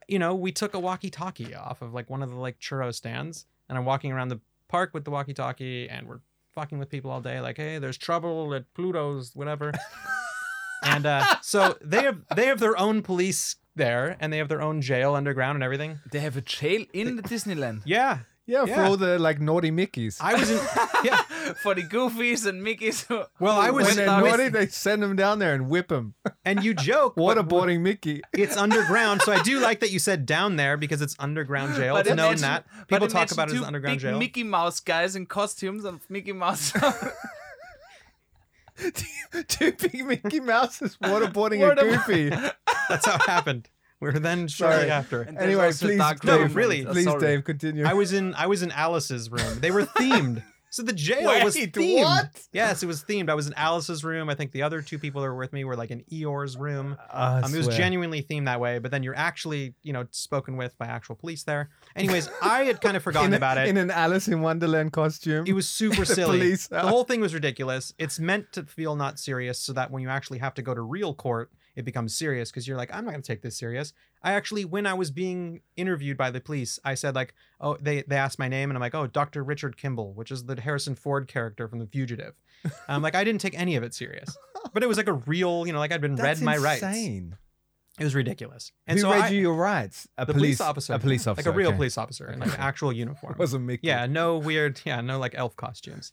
F: you know, we took a walkie-talkie off of like one of the like churro stands, and I'm walking around the park with the walkie-talkie, and we're fucking with people all day, like, hey, there's trouble at Pluto's, whatever. and uh, so they have they have their own police there, and they have their own jail underground and everything.
E: They have a jail in the Disneyland
F: Yeah,
D: Yeah, for
F: Yeah.
D: all the like naughty Mickeys.
F: I was in. yeah,
E: for the Goofies and Mickeys.
F: Well, I was-
D: when they're
F: I was-
D: naughty, they send them down there and whip them.
F: and you joke but
D: Waterboarding Mickey.
F: It's underground, so I do like that you said down there because it's underground jail.
E: But
F: it's known
E: imagine-
F: that
E: but
F: people talk
E: imagine
F: about it as
E: two
F: underground
E: big
F: jail.
E: Mickey Mouse guys in costumes of Mickey Mouse.
D: Two big Mickey Mouses waterboarding
E: What
D: a
E: a-
D: goofy.
F: That's how it happened. We were then shortly
D: Sorry.
F: after.
E: And there's
D: anyway,
E: also
D: please,
E: Dark
D: Dave,
E: Romans.
F: really,
E: Oh,
D: please,
E: sorry.
D: Dave, continue.
F: I was in I was in Alice's room. They were themed. So the jail was
D: Wait,
F: themed.
D: what?
F: Yes, it was themed. I was in Alice's room. I think the other two people that were with me were like in Eeyore's room.
D: Uh, I
F: Um, it was
D: swear.
F: genuinely themed that way, but then you're actually, you know, spoken with by actual police there. Anyways, I had kind of forgotten
D: in a-
F: about it.
D: in an Alice in Wonderland costume.
F: It was super silly.
D: police.
F: The whole thing was ridiculous. It's meant to feel not serious so that when you actually have to go to real court, it becomes serious because you're like, I'm not going to take this serious. I actually, when I was being interviewed by the police, I said, like, oh, they, they asked my name and I'm like, oh, Dr. Richard Kimball, which is the Harrison Ford character from The Fugitive. I'm like, I didn't take any of it serious. But it was like a real, you know, like I'd been
D: That's
F: read my rights.
D: insane.
F: It was ridiculous.
D: And
F: And
D: Who
F: so
D: read
F: I,
D: you your rights? A
F: the
D: police,
F: police, officer,
D: A police officer.
F: like a real
D: okay.
F: police officer in like
D: Okay.
F: actual uniform.
D: It wasn't Mickey.
F: Yeah, no weird. Yeah, no like elf costumes.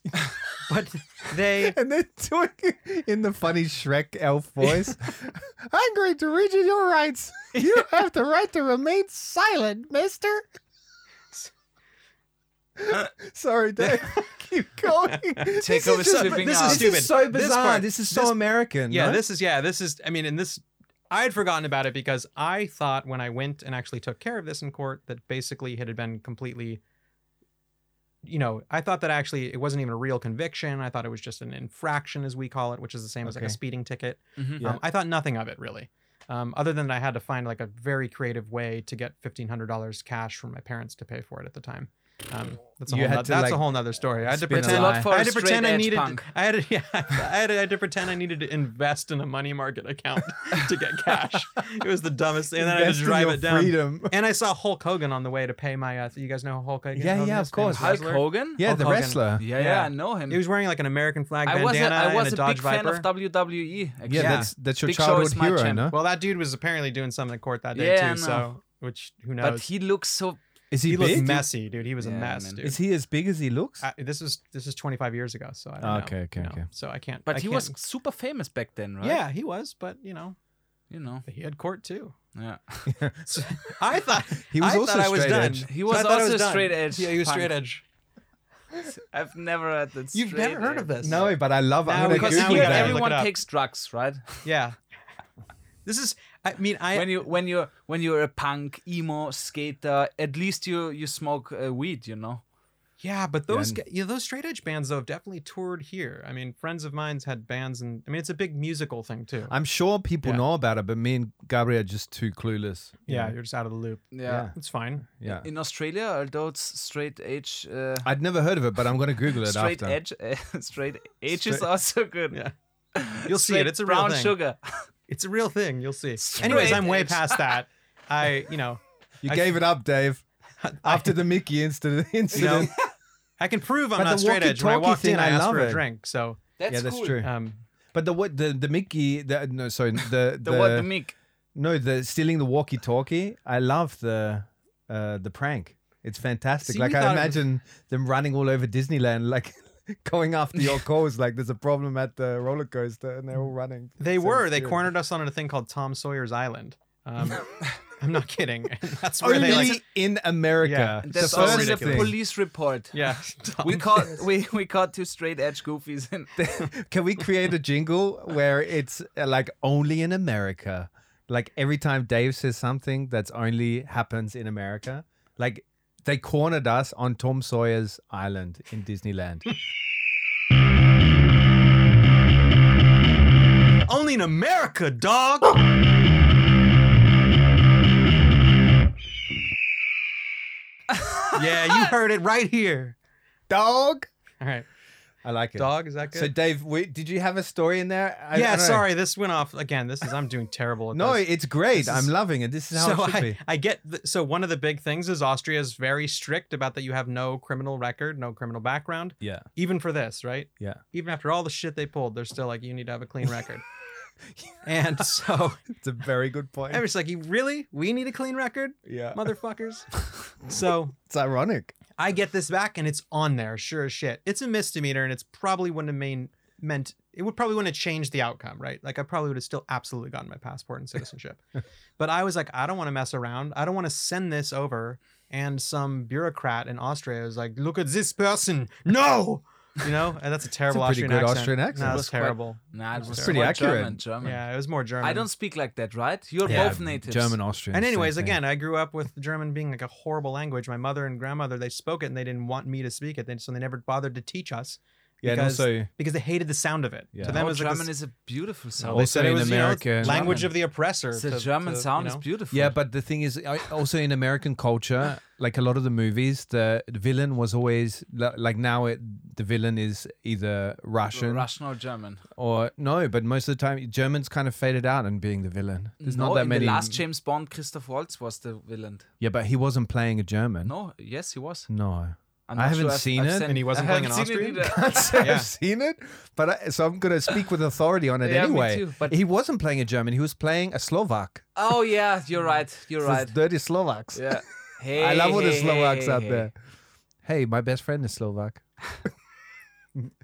F: but they.
D: And then doing it in the funny Shrek elf voice. I'm going to read you your rights. You have the right to remain silent, mister. Sorry, Dave. Keep going. Take
E: Take over sweeping
F: this
E: up.
F: is stupid.
D: so
F: This
D: bizarre.
F: part-
D: This is so
F: this-
D: American.
F: Yeah,
D: no?
F: this is. Yeah, this is. I mean, and this. I had forgotten about it because I thought when I went and actually took care of this in court that basically it had been completely. You know, I thought that actually it wasn't even a real conviction. I thought it was just an infraction, as we call it, which is the same as like a
D: Okay.
F: speeding ticket.
E: Mhm.
D: Yeah.
F: Um, I thought nothing of it really, um, other than I had to find like a very creative way to get fifteen hundred dollars cash from my parents to pay for it at the time. Um, that's a
D: You
F: whole
D: had
F: noth-
D: to,
F: that's
D: like,
F: a whole nother story. I had to
D: spin a
F: pretend.
D: lie. It's a
E: for
D: lot
F: I had
E: a
F: to pretend
E: straight
F: I
E: edge
F: needed.
E: punk.
F: I had, to, yeah, I had, to, I had to pretend I needed to invest in a money market account to get cash. it was the dumbest, and then I had to
D: Invest in
F: drive
D: your
F: it down.
D: freedom.
F: And I saw Hulk Hogan on the way to pay my. Uh, you guys know who Hulk Hogan?
D: Yeah,
F: Hogan
D: yeah,
F: is?
D: of course.
F: Famous
E: Hulk
F: wrestler?
E: Hogan?
D: Yeah, the
F: Hulk Hogan.
D: wrestler.
E: Yeah, yeah,
F: Yeah.
E: I know him.
F: He was wearing like an American flag
E: I
F: bandana
E: was a, I was a
F: and a Dodge
E: big fan
F: Viper.
E: of WWE. Actually.
D: Yeah,
F: Yeah.
D: that's that's your
E: Big Show
D: childhood
E: is my
D: hero,
E: champ.
D: no?
F: well, that dude was apparently doing something at court that day
E: Yeah, I
F: too.
E: know.
F: So, which who knows?
E: but he looks so.
D: is
F: he
D: he,
F: looked
D: big?
F: messy, dude. He was a
E: Yeah,
F: mess,
E: man.
F: dude.
D: Is he as big as he looks?
F: I, this was this is 25 years ago, so I don't know.
D: Okay, okay,
F: you know,
D: okay.
F: So I can't.
E: But
F: I
E: he
F: can't-
E: was super famous back then, right?
F: Yeah, he was, but you know,
E: you know.
F: he had court too.
E: Yeah,
F: So I thought
D: He was
F: I
D: also
F: thought I was
D: straight
F: done.
D: edge.
E: He
F: So
E: was
F: I thought I
E: also
F: done.
E: straight edge
F: Yeah, he was
E: punk.
F: straight edge.
E: I've never had that.
F: You've
E: straight
F: never heard of
E: edge.
F: this?
D: no, but I love.
F: Now
D: I'm gonna
F: we-
E: Because
F: Now
D: Google
F: we
E: here
F: gotta
D: that.
F: look
E: everyone
F: it up.
E: takes drugs, right?
F: Yeah. This is. I mean, I
E: when you when you when you're a punk, emo, skater, at least you you smoke uh, weed, you know.
F: yeah, but those
D: Yeah.
F: ga- you know, those straight edge bands though have definitely toured here. I mean, friends of mine's had bands, and I mean, it's a big musical thing too.
D: I'm sure people
F: Yeah.
D: know about it, but me and Gabriel are just too clueless. you
F: yeah,
D: know?
F: you're just out of the loop.
D: Yeah.
F: It's fine.
D: yeah.
E: In Australia, although it's straight edge, uh,
D: I'd never heard of it, but I'm gonna Google it
E: straight
D: after.
E: edge, eh, straight edge is
D: Straight-
E: also good.
F: Yeah. You'll see it.
E: Straight
F: It's a real
E: brown
F: thing.
E: sugar.
F: It's a real thing. You'll see.
E: Straight
F: Anyways, I'm way
E: edge.
F: past that. I, you know,
D: You
F: I-
D: gave it up, Dave, after the Mickey incident. incident.
F: I can prove I'm
D: But the
F: not straight edge. When I
D: walkie-talkie
F: walked
D: thing,
F: in, I,
D: I
F: asked
D: love
F: for
D: it.
F: a drink. So,
E: That's
D: yeah, that's
E: cool.
D: true.
F: um,
D: But the what the the Mickey the no sorry the
E: The, what the mic?
D: no the stealing the walkie talkie. I love the uh the prank. It's fantastic.
F: See,
D: like
F: we
D: I
F: thought it was-
D: imagine them running all over Disneyland, like going after your cars. Like there's a problem at the roller coaster, and they're all running.
F: they
D: So
F: were. They
D: scary.
F: cornered us on a thing called Tom Sawyer's Island. Um, I'm not kidding. That's where
D: Only
F: they like.
D: Oh, in America.
F: Yeah.
D: The
E: That's
D: first
E: also the
D: thing.
E: police report.
F: Yeah.
E: We
F: Tom-
E: caught we, we caught two straight edge goofies in
D: Can we create a jingle where it's uh, like only in America? Like every time Dave says something that's only happens in America, like they cornered us on Tom Sawyer's Island in Disneyland.
F: only in America, dog. yeah, you heard it right here.
D: Dog.
F: All right,
D: I like it.
F: dog. Is that good?
D: So Dave, we, did you have a story in there? I- I
F: yeah,
D: don't know.
F: sorry, this went off again. This is I'm doing terrible. At
D: No,
F: this.
D: it's great.
F: This
D: I'm
F: is-
D: loving it. This is how
F: so
D: it should
F: I,
D: be.
F: I get th- so one of the big things is Austria is very strict about that you have no criminal record, no criminal background,
D: Yeah,
F: even for this, right?
D: yeah.
F: Even after all the shit they pulled, they're still like you need to have a clean record. and so
D: It's a very good point.
F: I'm just like, "You- really? We need a clean record,
D: yeah,
F: motherfuckers. so
D: it's ironic.
F: I get this back and it's on there, sure as shit. It's a misdemeanor and it's probably wouldn't have main, meant it would probably wouldn't have changed the outcome, right? Like I probably would have still absolutely gotten my passport and citizenship. but I was like, I don't want to mess around. I don't want to send this over. And some bureaucrat in Austria was like, look at this person. No. You know, and that's a terrible
D: pretty
F: Austrian
D: good
F: accent.
D: Austrian accent.
F: No,
D: It
F: it's
D: was quite-
F: terrible.
E: Nah, it was
D: pretty
E: more
D: accurate.
E: German, German.
F: Yeah, it was more German.
E: I don't speak like that, right? You're both natives.
D: German, Austrian.
F: And
D: same
F: anyways,
D: thing.
F: again, I grew up with German being like a horrible language. My mother and grandmother they spoke it and they didn't want me to speak it, then- so they never bothered to teach us.
D: yeah, and
F: because-
D: also
F: because they hated the sound of it.
D: Yeah.
F: To
E: Oh,
F: them, it was
E: German
F: like this,
E: is a beautiful sound.
D: No, Also
F: it
D: in
F: was, you know,
D: America-
F: language
E: German.
F: of the oppressor.
E: the
F: to-
E: German
F: to,
E: sound
F: you
E: is
F: know.
E: beautiful.
D: Yeah, but the thing is, I, also in American culture, like a lot of the movies, the villain was always li- like now it, the villain is either Russian,
E: Russian or German.
D: or no, but most of the time Germans kind of faded out and being the villain. There's
E: no,
D: not that
E: in
D: many.
E: The last James Bond, Christoph Waltz was the villain.
D: yeah, but he wasn't playing a German.
E: No, yes, he was.
D: No.
E: I'm
D: I
E: not
D: haven't
E: sure I've-
D: seen
E: I've
D: it.
E: seen-
F: And he wasn't
E: I haven't
F: playing an
E: seen it either.
F: Austrian?
D: I'd say
F: Yeah.
D: I've seen it, but I, so I'm going to speak with authority on it
E: Yeah, me
D: anyway.
E: too, but-
D: he wasn't playing a German; he was playing a Slovak.
E: oh yeah, you're
D: Mm.
E: right. You're
D: Those
E: right.
D: dirty Slovaks.
E: Yeah. Hey,
D: I love all the
E: hey, hey,
D: Slovaks
E: hey,
D: out
E: hey.
D: there. Hey, my best friend is Slovak.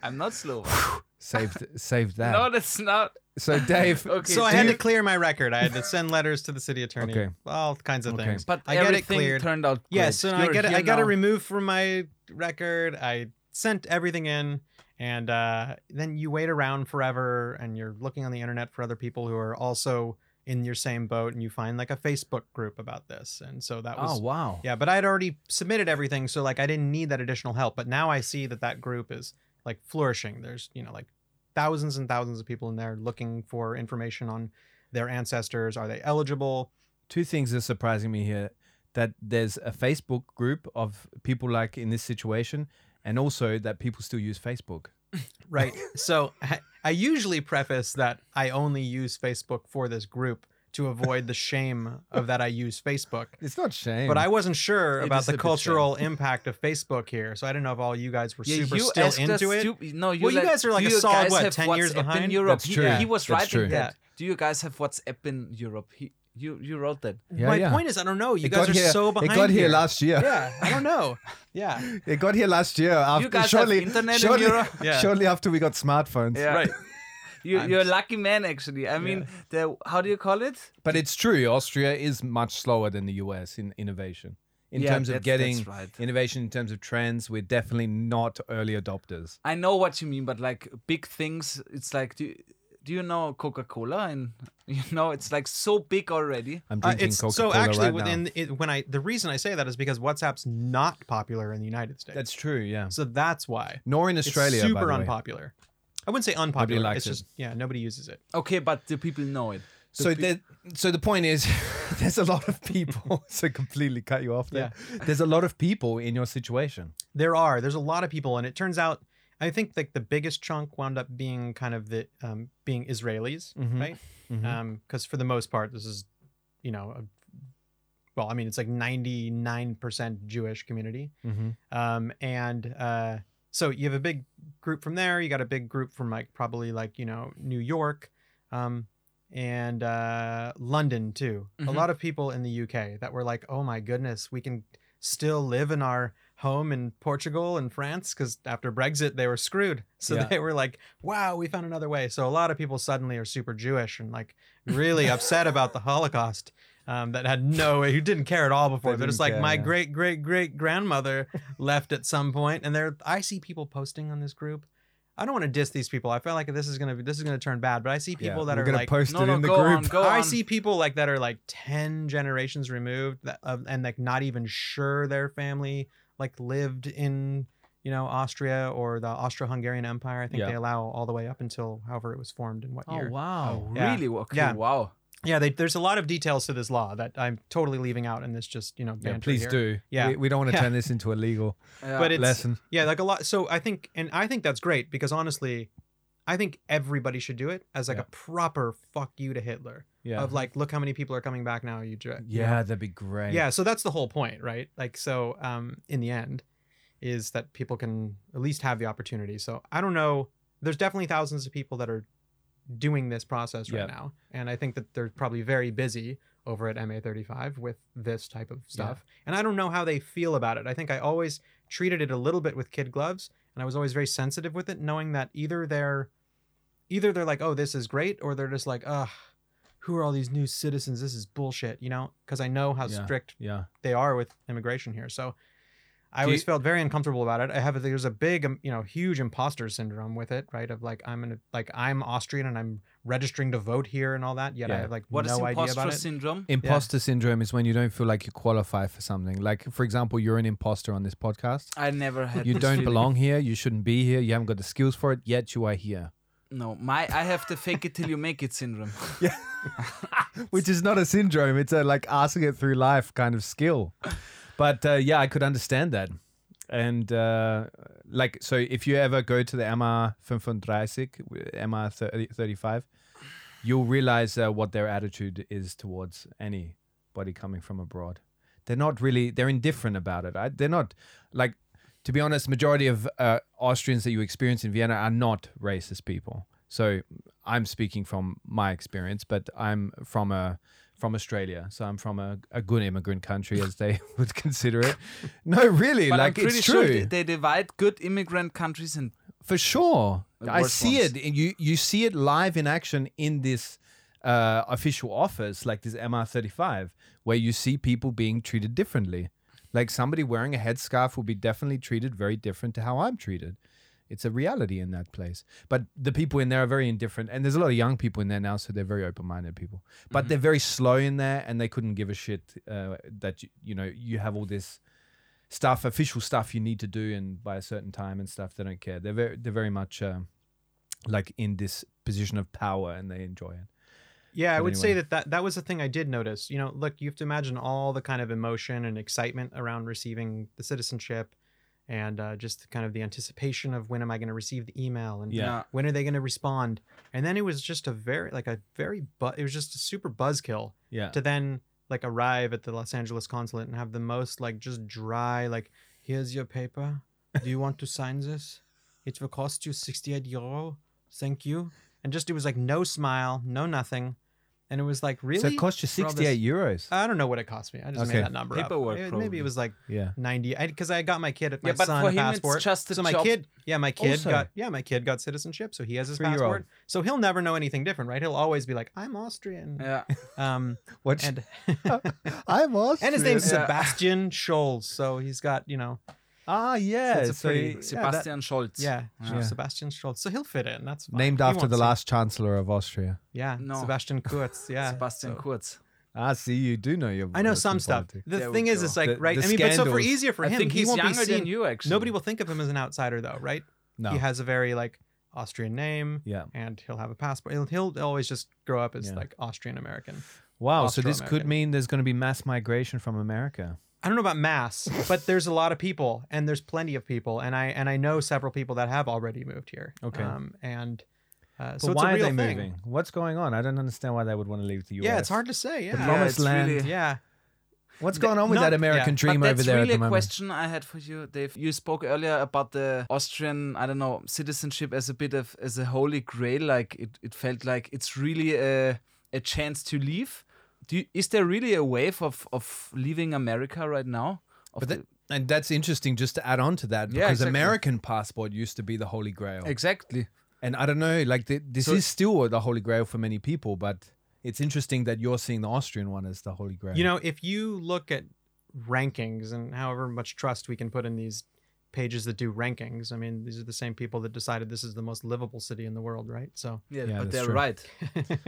E: I'm not Slovak.
D: Saved, saved that.
E: no, that's not.
D: So Dave,
E: Okay.
F: So I
E: do
F: had
E: you-
F: to clear my record. I had to send letters to the city attorney.
D: Okay.
F: All kinds of
D: Okay.
F: things.
E: But
F: I get it
E: everything
F: cleared.
E: turned out. Great.
F: Yes, and I
E: You're
F: got it.
E: here
F: I got it
E: now.
F: removed from my record. I sent everything in, and uh, then you wait around forever, and you're looking on the internet for other people who are also in your same boat, and you find like a Facebook group about this, and so that was
D: oh wow,
F: Yeah, but I had already submitted everything, so like I didn't need that additional help. But now I see that that group is like flourishing. There's you know like thousands and thousands of people in there looking for information on their ancestors. Are they eligible?
D: two things are surprising me here. that there's a Facebook group of people like in this situation, and also that people still use Facebook.
F: Right. So I, I usually preface that I only use Facebook for this group to avoid the shame of that I use Facebook.
D: It's not shame,
F: But I wasn't sure
D: It
F: about
D: is a
F: the
D: bit
F: cultural impact of Facebook here, so I didn't know if all you guys were
E: Yeah,
F: super
E: you
F: still
E: asked us
F: into it.
E: to- no, you
F: Well, you
E: like-
F: guys are
E: do
F: like a
E: you
F: solid,
E: guys
F: what,
E: have
F: 10 years
E: WhatsApp In
F: behind?
E: Europe,
D: That's
E: he,
D: true.
E: he was
D: That's
E: writing
D: true.
E: that.
F: Yeah.
E: Do you guys have WhatsApp in Europe? He, you you wrote that.
D: Yeah,
F: My
D: yeah.
F: point is, I don't know. You
D: It got
F: guys are
D: here-
F: so
D: It
F: behind.
D: got here, last year.
F: Yeah, I don't know. Yeah,
D: It got here last year. After,
E: guys have
D: shortly,
E: internet in
D: shortly,
E: Europe?
F: Yeah.
D: shortly after we got smartphones.
E: Right. You, you're a lucky man, actually. I mean, the how do you call it?
D: But it's true. Austria is much slower than the US in innovation. In
E: Yeah,
D: terms of
E: that's-
D: getting
E: that's right.
D: innovation, in terms of trends, we're definitely not early adopters.
E: I know what you mean, but like big things, it's like do do you know Coca Cola and you know it's like so big already.
D: I'm
F: Uh,
D: drinking
F: it's
D: Coca Cola
F: so actually
D: right
F: within
D: now.
F: it, when I the reason I say that is because WhatsApp's not popular in the United States.
D: That's true. Yeah.
F: so that's why
D: Nor in
F: It's
D: Australia. by
F: super
D: the way.
F: unpopular. I wouldn't say unpopular.
D: likes
F: it's
D: it.
F: just yeah, nobody uses it.
E: Okay, but the people know it.
D: So there, so the point is, there's a lot of people. so completely cut you off there. There's a lot of people in your situation.
F: There are. There's a lot of people, and it turns out I think like the biggest chunk wound up being kind of the um, being Israelis,
D: Mhm.
F: right?
D: Mhm.
F: Because for the most part, this is you know, a, well, I mean, it's like 99% Jewish community,
D: Mm-hmm.
F: um, and uh, so you have a big group from there. You got a big group from like probably like you know New York, um, and uh, London too. A
E: Mhm.
D: Mm-hmm.
F: lot of people in the UK that were like, oh my goodness, we can still live in our home in Portugal and France because after Brexit they were screwed. So
D: Yeah.
F: they were like, wow, we found another way. So a lot of people suddenly are super Jewish and like really upset about the Holocaust. Um, that had no, who didn't care at all before.
D: They
F: They're just
D: didn't
F: like
D: care,
F: my
D: yeah.
F: great great great grandmother left at some point, and there I see people posting on this group. I don't want to diss these people. I feel like this is gonna be this is gonna turn bad, but I see people that
D: we're
F: are
D: gonna
F: like oh,
D: post
E: No,
D: it
E: no,
D: in the
E: go
D: group.
E: on, go on.
F: I see people like that are like ten generations removed that, of and like not even sure their family like lived in you know Austria or the Austro-Hungarian Empire. I think
D: Yeah.
F: they allow all the way up until however it was formed and what year.
E: wow!
F: Oh, Yeah.
E: Oh, Really? Okay.
F: Yeah.
E: Wow.
F: Yeah, they, there's a lot of details to this law that I'm totally leaving out, and this just you know
D: Yeah,
F: banter
D: please
F: here.
D: do.
F: Yeah.
D: we, we don't want to
F: Yeah.
D: turn this into a legal
E: Yeah.
F: But it's
D: lesson.
F: Yeah, like a lot. So I think, and I think that's great because honestly, I think everybody should do it as like
D: Yeah.
F: a proper fuck you to Hitler
D: Yeah,
F: of like, look how many people are coming back now. You, Jew- you
D: yeah,
F: know?
D: that'd be great.
F: yeah. So that's the whole point, right? Like, so um, in the end, is that people can at least have the opportunity. So I don't know. There's definitely thousands of people that are doing this process right
D: Yeah.
F: now, and I think that they're probably very busy over at MA35 with this type of stuff. And I don't know how they feel about it. I think I always treated it a little bit with kid gloves, and I was always very sensitive with it, knowing that either they're either they're like, "Oh, this is great," or they're just like, "Ugh, who are all these new citizens? This is bullshit," you know? Because I know how
D: Yeah.
F: strict
D: yeah.
F: they are with immigration here. So I
D: Do
F: always
D: you-
F: felt very uncomfortable about it. I have a, there's a big um, you know huge imposter syndrome with it, right? Of like I'm an like I'm Austrian and I'm registering to vote here and all that. Yet I
D: Yeah.
F: have like
E: What is
F: no idea
E: imposter
F: about it.
E: syndrome?
D: Imposter syndrome is when you don't feel like you qualify for something. Like, for example, you're an imposter on this podcast.
E: I never had.
D: You
E: this
D: don't
E: feeling.
D: belong here. You shouldn't be here. You haven't got the skills for it yet. You are here,
E: No, my I have the fake it till you make it syndrome.
D: which is not a syndrome. It's a like asking it through life kind of skill. But uh, yeah, I could understand that. And uh, like, so if you ever go to the MR 35, MR 30, 35, you'll realize uh, what their attitude is towards anybody coming from abroad. They're not really, they're indifferent about it. I, they're not, like, to be honest, majority of uh, Austrians that you experience in Vienna are not racist people. So I'm speaking from my experience, but I'm from a from Australia, so I'm from a, a good immigrant country, as they would consider it. No, really,
E: But I'm
D: like
E: pretty
D: it's
E: sure
D: true
E: they- they divide good immigrant countries and
D: for sure.
E: The
D: I
E: worst
D: see
E: ones.
D: it. You you see it live in action in this uh, official office, like this MR35, where you see people being treated differently. Like somebody wearing a headscarf will be definitely treated very different to how I'm treated. It's a reality in that place. But the people in there are very indifferent, and there's a lot of young people in there now, so they're very open-minded people. But
E: Mm-hmm.
D: they're very slow in there, and they couldn't give a shit uh, that you, you know you have all this stuff, official stuff you need to do, and by a certain time and stuff, they don't care. uh, They're very, they're very much um like in this position of power, and they enjoy it.
F: Yeah, I
D: But
F: would say
D: anyway.
F: that, that that was the thing I did notice. You know, look, you have to imagine all the kind of emotion and excitement around receiving the citizenship and uh, just kind of the anticipation of when am I going to receive the email and
D: Yeah.
F: when are they going to respond. And then it was just a very, like a very, bu- it was just a super buzzkill
D: Yeah.
F: to then like arrive at the Los Angeles consulate and have the most like just dry, like, here's your paper. Do you want to sign this? It will cost you 68 euro. Thank you. And just it was like no smile, no nothing. And it was like, really? Ah.
D: So it cost you
F: For all this-
D: 68 euros.
F: I don't know what it cost me. I just
D: Okay.
F: made that number
E: Paperwork,
F: up. It- Maybe
E: probably.
F: it was like
D: yeah.
F: 90 because I, got my kid at my
E: Yeah, but
F: son
E: for
F: a
E: him, it's
F: passport.
E: just a
F: so my
E: job.
F: kid, yeah, my kid
D: Also.
F: got yeah, my kid got citizenship, so he has his
D: Three-year-old.
F: passport. So he'll never know anything different, right? He'll always be like, "I'm Austrian."
E: Yeah.
F: Um
D: What?
F: and
D: I'm Austrian.
F: and his name's
E: Yeah.
F: Sebastian Scholz, so he's got, you know,
D: Ah, yeah.
F: That's a
D: so
F: pretty-
D: he-
E: Sebastian Scholz.
F: yeah,
E: Yeah.
F: Sebastian Scholz. So he'll fit in. That's fine.
D: named
F: He
D: after
F: won't
D: the
F: see-
D: last chancellor of Austria.
F: Yeah,
E: No.
F: Sebastian Kurz, yeah.
E: Sebastian Kurz.
D: Ah, see, you do know your.
F: I know
D: Russian
F: some stuff.
D: politics.
F: The
E: There we
F: thing is,
E: go.
F: it's like
D: The-
F: right.
D: the
F: I mean, but so for
D: scandals.
F: easier for
E: I
F: him,
E: think
F: he
E: he's
F: won't be
E: younger
F: seen.
E: than you, actually.
F: Nobody will think of him as an outsider, though, right?
D: No.
F: He has a very like Austrian name,
D: yeah.
F: and he'll have a passport. He'll, he'll always just grow up as
D: Yeah.
F: like Austrian American.
D: Wow. So this could
F: Austro-American.
D: mean there's going to be mass migration from America.
F: I don't know about mass, but there's a lot of people, and there's plenty of people, and I and I know several people that have already moved here.
D: Okay.
F: um, and uh,
D: But
F: so it's a
D: why are
F: real
D: they
F: thing.
D: moving? What's going on? I don't understand why they would want to leave the U.S.
F: Yeah, it's hard to say. Yeah,
D: The promised
E: it's
D: land.
E: really-
F: yeah.
D: What's going on with
F: No,
D: that American
F: yeah.
D: dream
E: but
D: over
E: that's
D: there
E: really
D: at the
E: a
D: moment?
E: question I had for you, Dave. You spoke earlier about the Austrian, I don't know, citizenship as a bit of as a holy grail. Like it, it felt like it's really a a chance to leave. Do you, is there really a wave of of leaving America right now? Of
D: But that, and that's interesting just to add on to that because
E: Yeah, exactly.
D: American passport used to be the holy grail.
E: the- exactly.
D: and I don't know, like the, this
E: So-
D: is still the holy grail for many people, but it's interesting that you're seeing the Austrian one as the holy grail.
F: You know, if you look at rankings and however much trust we can put in these pages that do rankings, I mean, these are the same people that decided this is the most livable city in the world, right? So,
E: Yeah,
D: Yeah,
E: but
D: that's
E: they're
D: true.
E: right.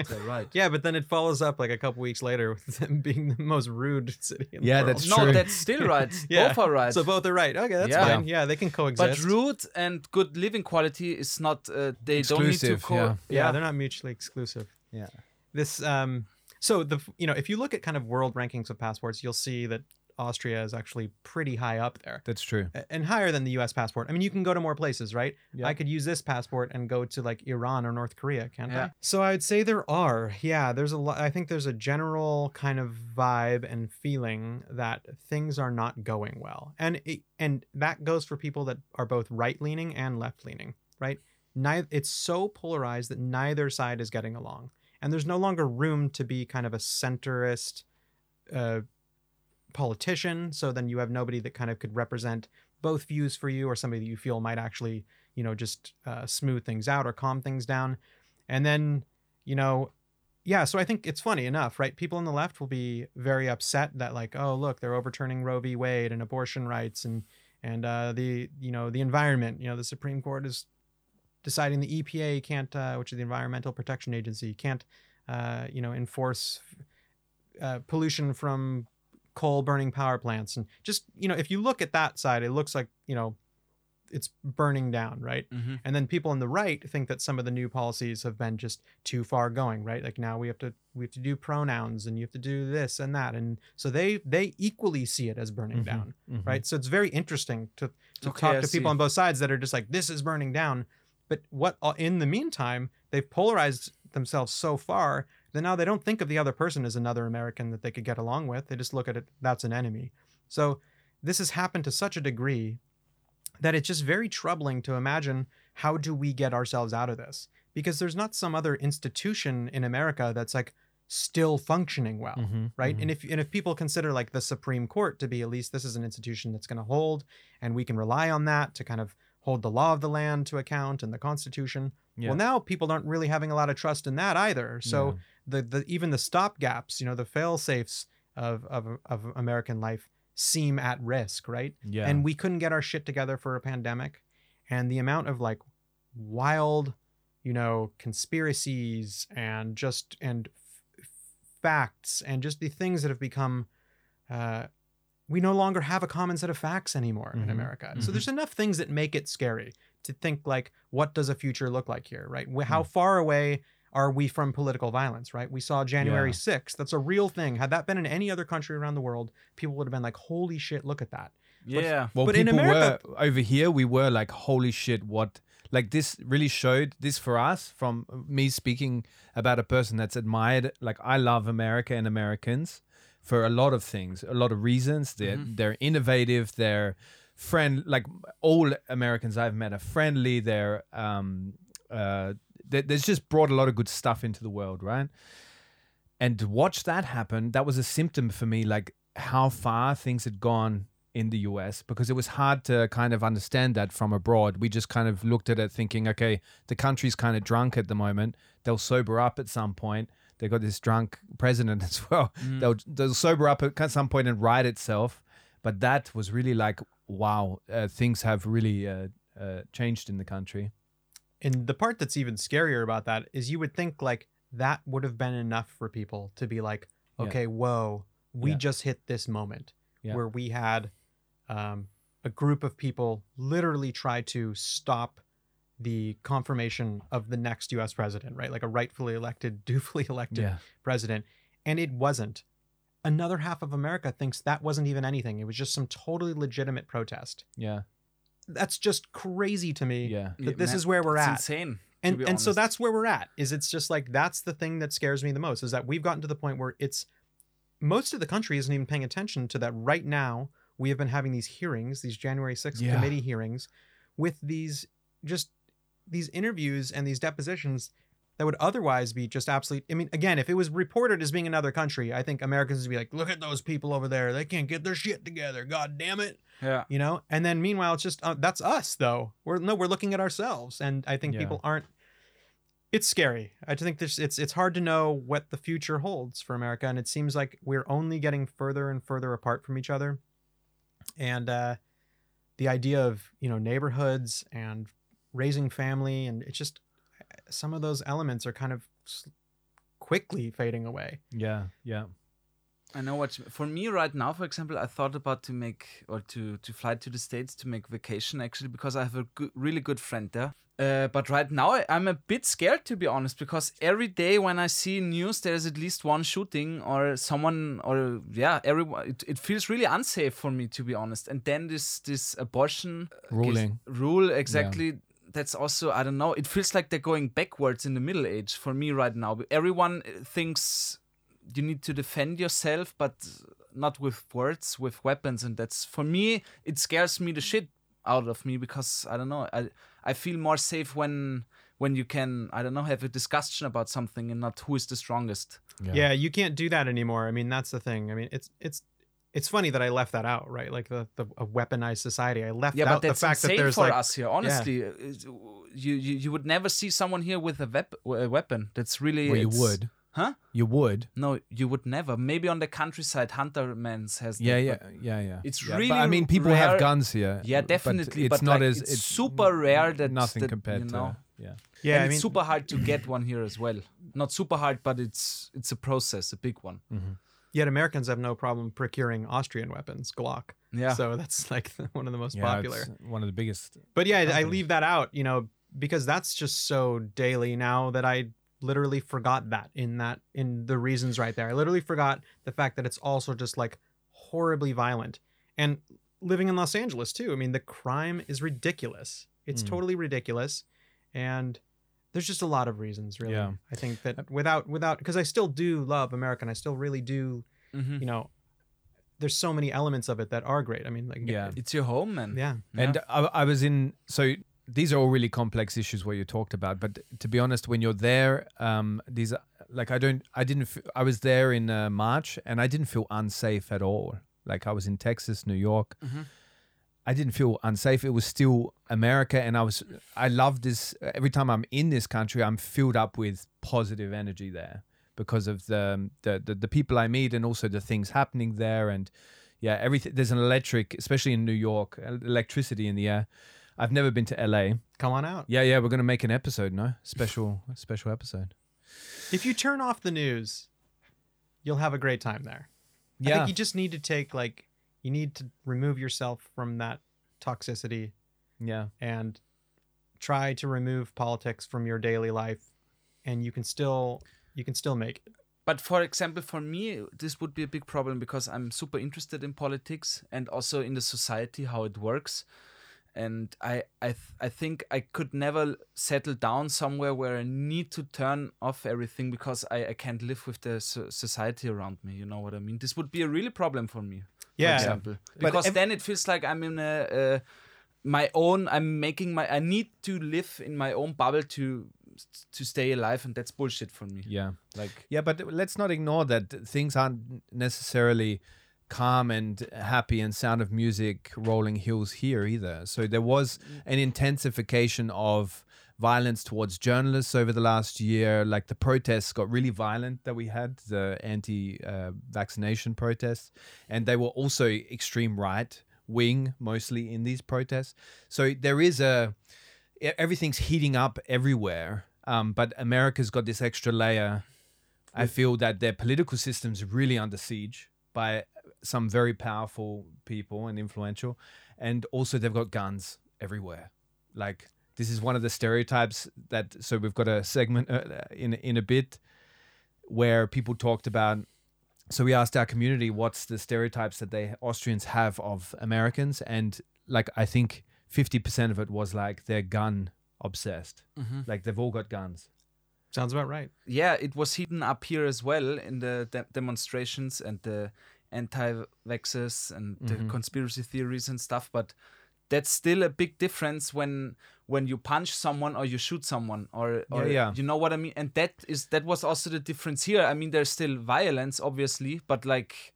E: They're right.
F: yeah, but then it follows up like a couple weeks later with them being the most rude city in
D: Yeah,
F: the world.
D: that's
E: no,
D: true.
E: that's still right.
F: Yeah.
E: Both are right.
F: So both are right. Okay, that's
E: Yeah.
F: fine. Yeah, they can
E: but
F: coexist.
E: rude and good living quality is not. Uh, they don't need
D: Exclusive,
E: to. Co-
D: yeah.
F: yeah, they're not mutually exclusive.
D: Yeah.
F: This um so the you know, if you look at kind of world rankings of passports, you'll see that Austria is actually pretty high up there.
D: that's true.
F: a- and higher than the U.S. passport. I mean, you can go to more places, right?
D: Yeah.
F: I could use this passport and go to like Iran or North Korea, can't
E: Yeah.
F: I? So I'd say there are, yeah, there's a lot. I think there's a general kind of vibe and feeling that things are not going well, and it, and that goes for people that are both right leaning and left leaning, right? Neither it's so polarized that neither side is getting along, and there's no longer room to be kind of a centrist. Uh, politician so then you have nobody that kind of could represent both views for you or somebody that you feel might actually you know just uh, smooth things out or calm things down and then you know yeah so i think it's funny enough right people on the left will be very upset that like oh look they're overturning roe v wade and abortion rights and and uh, the you know the environment you know the supreme court is deciding the epa can't uh, which is the environmental protection agency can't uh, you know enforce uh, pollution from coal burning power plants and just you know if you look at that side it looks like you know it's burning down right
E: Mhm.
F: and then people on the right think that some of the new policies have been just too far going, right? Like now we have to we have to do pronouns and you have to do this and that, and so they they equally see it as burning
D: Mhm,
F: down,
D: mhm.
F: right? So it's very interesting to to
E: Mm-hmm. Okay,
F: talk
E: I
F: to
E: see.
F: people on both sides that are just like this is burning down, but what in the meantime they've polarized themselves so far that now they don't think of the other person as another American that they could get along with. They just look at it that's an enemy. So this has happened to such a degree that it's just very troubling to imagine how do we get ourselves out of this because there's not some other institution in America that's like still functioning well
E: Mm-hmm.
D: Mhm,
F: right
D: mhm.
F: and if and if people consider like the Supreme Court to be at least this is an institution that's going to hold and we can rely on that to kind of hold the law of the land to account and the constitution
D: Yeah.
F: well now people aren't really having a lot of trust in that either so
D: No.
F: the, the even the stop gaps you know the fail safes of, of of American life seem at risk right
D: yeah.
F: and we couldn't get our shit together for a pandemic and the amount of like wild you know conspiracies and just and f- facts and just the things that have become uh we no longer have a common set of facts anymore in
D: Mhm.
F: america so there's enough things that make it scary to think like what does a future look like here right Wh- how far away are we from political violence, right? We saw January 6th. That's a real thing. Had that been in any other country around the world, people would have been like, holy shit, look at that.
E: Yeah.
D: Well,
F: But in
D: people
F: America-
D: were over here. We were like, "Holy shit! What?" Like this really showed this for us from me speaking about a person that's admired. Like I love America and Americans for a lot of things, a lot of reasons. They're
F: Mm-hmm.
D: they're innovative. They're friend. Like all Americans I've met are friendly. They're um uh they, they've just brought a lot of good stuff into the world, right? and to watch that happen that was a symptom for me like how far things had gone in the US because it was hard to kind of understand that from abroad we just kind of looked at it thinking okay the country's kind of drunk at the moment they'll sober up at some point they got this drunk president as well
E: Hmm. Mm-hmm.
D: they'll they'll sober up at some point and right itself but that was really like wow uh, things have really uh, uh, changed in the country
F: And the part that's even scarier about that is you would think like that would have been enough for people to be like,
D: Yeah.
F: okay, whoa, we
D: Yeah.
F: just hit this moment
D: Yeah.
F: where we had um, a group of people literally try to stop the confirmation of the next US president, right? Like a rightfully elected, dutifully elected president. And it wasn't. Another half of America thinks that wasn't even anything. It was just some totally legitimate protest.
D: yeah
F: That's just crazy to me
D: yeah
E: Yeah,
F: that this
E: man,
F: is where we're
E: it's
F: at
E: insane. to
F: and
E: be
F: and so
E: honest.
F: that's where we're at is it's just like that's the thing that scares me the most is that we've gotten to the point where it's most of the country isn't even paying attention to that right now we have been having these hearings these january 6th
D: Yeah.
F: committee hearings with these just these interviews and these depositions that would otherwise be just absolute i mean again if it was reported as being another country i think americans would be like look at those people over there they can't get their shit together god damn it
E: Yeah.
F: you know and then meanwhile it's just uh, that's us though we're no we're looking at ourselves and i think
D: Yeah.
F: people aren't it's scary i just think this it's it's hard to know what the future holds for america and it seems like we're only getting further and further apart from each other and uh the idea of you know neighborhoods and raising family and it's just some of those elements are kind of s- quickly fading away
D: yeah yeah
E: I know what you, for me right now, for example, I thought about to make or to to fly to the states to make vacation actually because I have a good, really good friend there. Uh, but right now I, I'm a bit scared to be honest because every day when I see news there is at least one shooting or someone or yeah everyone it, it feels really unsafe for me to be honest. And then this this abortion uh,
D: Ruling.
E: rule exactly. That's also I don't know. It feels like they're going backwards in the middle age for me right now. Everyone uh, thinks you need to defend yourself, but not with words, with weapons, and that's for me. It scares me the shit out of me because I don't know. I I feel more safe when when you can I don't know have a discussion about something and not who is the strongest.
F: yeah you can't do that anymore i mean that's the thing i mean it's it's it's funny that i left that out right like the, the a weaponized society i left
E: Yeah,
F: out
E: but that's
F: the fact
E: insane
F: that there's
E: for
F: like
E: us here. Honestly, It's- you, you you would never see someone here with a, wep- a weapon. That's really
D: well you
E: it's-
D: would
E: huh?
D: you would
E: No, you would never. Maybe on the countryside, hunter man's has.
D: Yeah,
E: that,
D: yeah,
E: but-
D: yeah, yeah.
E: it's
D: yeah, but
E: really
D: I mean, people
E: rare-
D: have guns here.
E: Yeah,
D: but
E: definitely,
D: it's
E: but,
D: not
E: like,
D: as
E: it's super rare that-
D: nothing
E: that,
D: compared
E: you know.
D: to. Yeah,
F: yeah
E: and
F: i
E: it's
F: mean
E: super hard to get one here as well. Not super hard, but it's it's a process, a big one.
F: yet americans have no problem procuring austrian weapons glock
E: Yeah.
F: so that's like one of the most
D: yeah,
F: popular
D: it's one of the biggest.
F: but yeah I- i
D: companies.
F: leave that out you know because that's just so daily now that i literally forgot that in that in the reasons right there i literally forgot the fact that it's also just like horribly violent and living in los angeles too i mean the crime is ridiculous it's
D: Mm.
F: totally ridiculous and there's just a lot of reasons really
D: Yeah.
F: i think that without without because i still do love america and i still really do
E: Mhm.
D: Hmm.
F: you know there's so many elements of it that are great i mean like
D: Yeah,
E: It's your home, man.
F: yeah
D: and I, I was in. So these are all really complex issues what you talked about. But to be honest, when you're there, um, these are- like I don't, I didn't, f- I was there in uh, March and I didn't feel unsafe at all. Like I was in Texas, New York. I didn't feel unsafe. It was still America, and I was. I love this. Every time I'm in this country, I'm filled up with positive energy there because of the um, the the, the people I meet and also the things happening there. And yeah, everything. There's an electric, especially in New York, el- electricity in the air. I've never been to LA.
F: come on out
D: Yeah, yeah, we're gonna make an episode, no special special episode.
F: if you turn off the news, you'll have a great time there. I
D: Yeah,
F: think you just need to take like you need to remove yourself from that toxicity
D: yeah,
F: and try to remove politics from your daily life and you can still you can still make it.
E: But for example, for me, this would be a big problem because I'm super interested in politics and also in the society how it works. And I, I, th- I think I could never settle down somewhere where I need to turn off everything because I, I can't live with the so- society around me. You know what I mean? This would be a really problem for me.
F: Yeah.
E: For example,
F: But
E: because
F: ev-
E: then it feels like I'm in a, a my own. I'm making my. I need to live in my own bubble to to stay alive, and that's bullshit for me.
D: Yeah.
E: Like
D: Yeah, but let's not ignore that th- things aren't necessarily calm and happy and sound of music rolling hills here either. So there was
E: Mm.
D: an intensification of violence towards journalists over the last year. Like the protests got really violent that we had, the anti uh, vaccination protests, and they were also extreme right wing mostly in these protests. So there is a e- everything's heating up everywhere. Um, but America's got this extra layer. I feel that their political system's really under siege by some very powerful people and influential, and also they've got guns everywhere. Like this is one of the stereotypes that. So we've got a segment uh, in in a bit where people talked about. So we asked our community what's the stereotypes that they Austrians have of Americans, and like I think fifty percent of it was like they're gun obsessed. Like they've all got guns.
F: Sounds about right.
E: yeah, it was hidden up here as well in the de- demonstrations and the anti-vaxxers and
D: Mm-hmm.
E: the conspiracy theories and stuff. But that's still a big difference when when you punch someone or you shoot someone or, or
D: yeah.
E: you know what I mean. And that is that was also the difference here. I mean, there's still violence, obviously, but like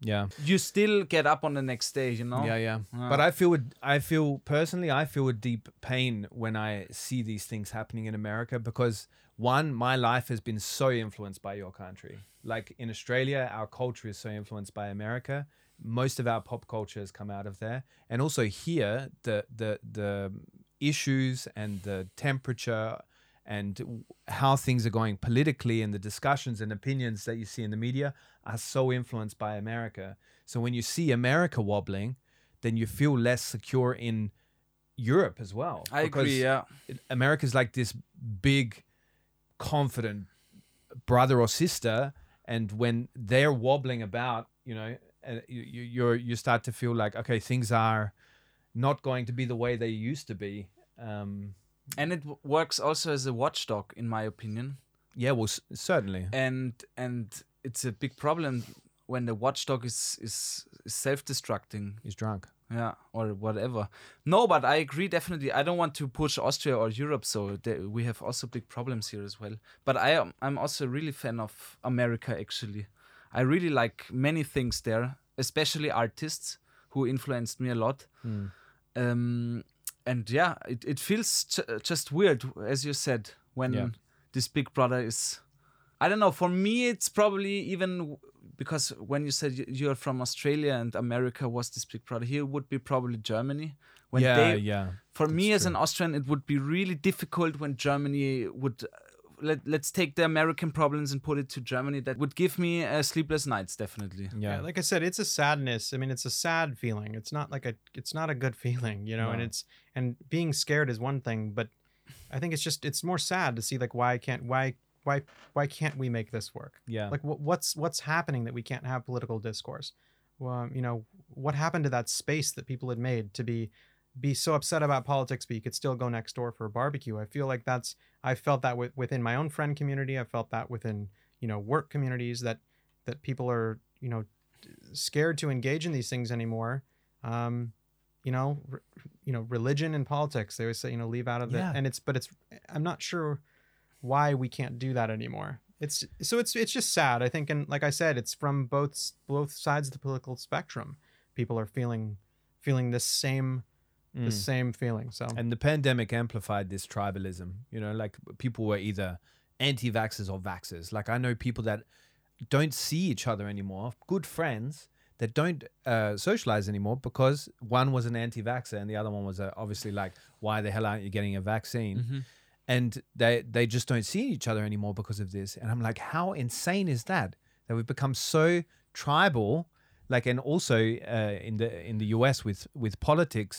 D: Yeah.
E: you still get up on the next day, you know.
D: Yeah, yeah. But I feel it- I feel personally I feel a deep pain when I see these things happening in America because one, my life has been so influenced by your country. Like in Australia, our culture is so influenced by America. Most of our pop culture has come out of there. And also here, the the the issues and the temperature and w- how things are going politically and the discussions and opinions that you see in the media are so influenced by America. So when you see America wobbling, then you feel less secure in Europe as well.
E: I agree.
D: because
E: Yeah.
D: it- America's like this big, confident brother or sister, and when they're wobbling about, you know, and you you you're, you start to feel like okay, things are not going to be the way they used to be. Um,
E: And it w- works also as a watchdog, in my opinion.
D: yeah, well, s- certainly.
E: and and it's a big problem when the watchdog is is, is self-destructing
D: He's drunk.
E: yeah or whatever no but i agree definitely i don't want to push austria or europe so the- we have also big problems here as well but i am i'm also a really fan of america actually i really like many things there especially artists who influenced me a lot um and yeah it, it feels ju- just weird as you said when
D: Yeah.
E: this big brother is I don't know. For me, it's probably even w- because when you said y- you're from Australia and America was this big brother, here would be probably Germany. When
D: yeah,
E: they,
D: yeah.
E: For me, as an Austrian, it would be really difficult when Germany would. uh, Let, let's take the American problems and put it to Germany. That would give me uh, sleepless nights, definitely.
D: Yeah.
F: Yeah, like I said, it's a sadness. I mean, it's a sad feeling. It's not like a it's not a good feeling, you know, and
D: No.
F: it's and being scared is one thing, but I think it's just it's more sad to see like why can't why why why can't we make this work?
D: yeah.
F: Like what what's what's happening that we can't have political discourse? Well, you know, what happened to that space that people had made to be be so upset about politics but you could still go next door for a barbecue. I feel like that's I felt that with, within my own friend community. I felt that within, you know, work communities that that people are, you know, scared to engage in these things anymore. Um, you know, re, you know, religion and politics. They always say, you know, leave out of it.
D: Yeah.
F: And it's, but it's, I'm not sure why we can't do that anymore. It's so it's it's just sad. I think, and like I said, it's from both s- both sides of the political spectrum. People are feeling feeling this same the
D: Mm.
F: same feeling. So
D: And the pandemic amplified this tribalism. You know, like people were either anti vaxxers or vaxxers. Like I know people that don't see each other anymore, good friends that don't uh, socialize anymore because one was an anti vaxxer and the other one was uh, obviously like, why the hell aren't you getting a vaccine? And they, they just don't see each other anymore because of this. And I'm like, how insane is that? That we've become so tribal. Like and also uh, in the in the U.S. with with politics,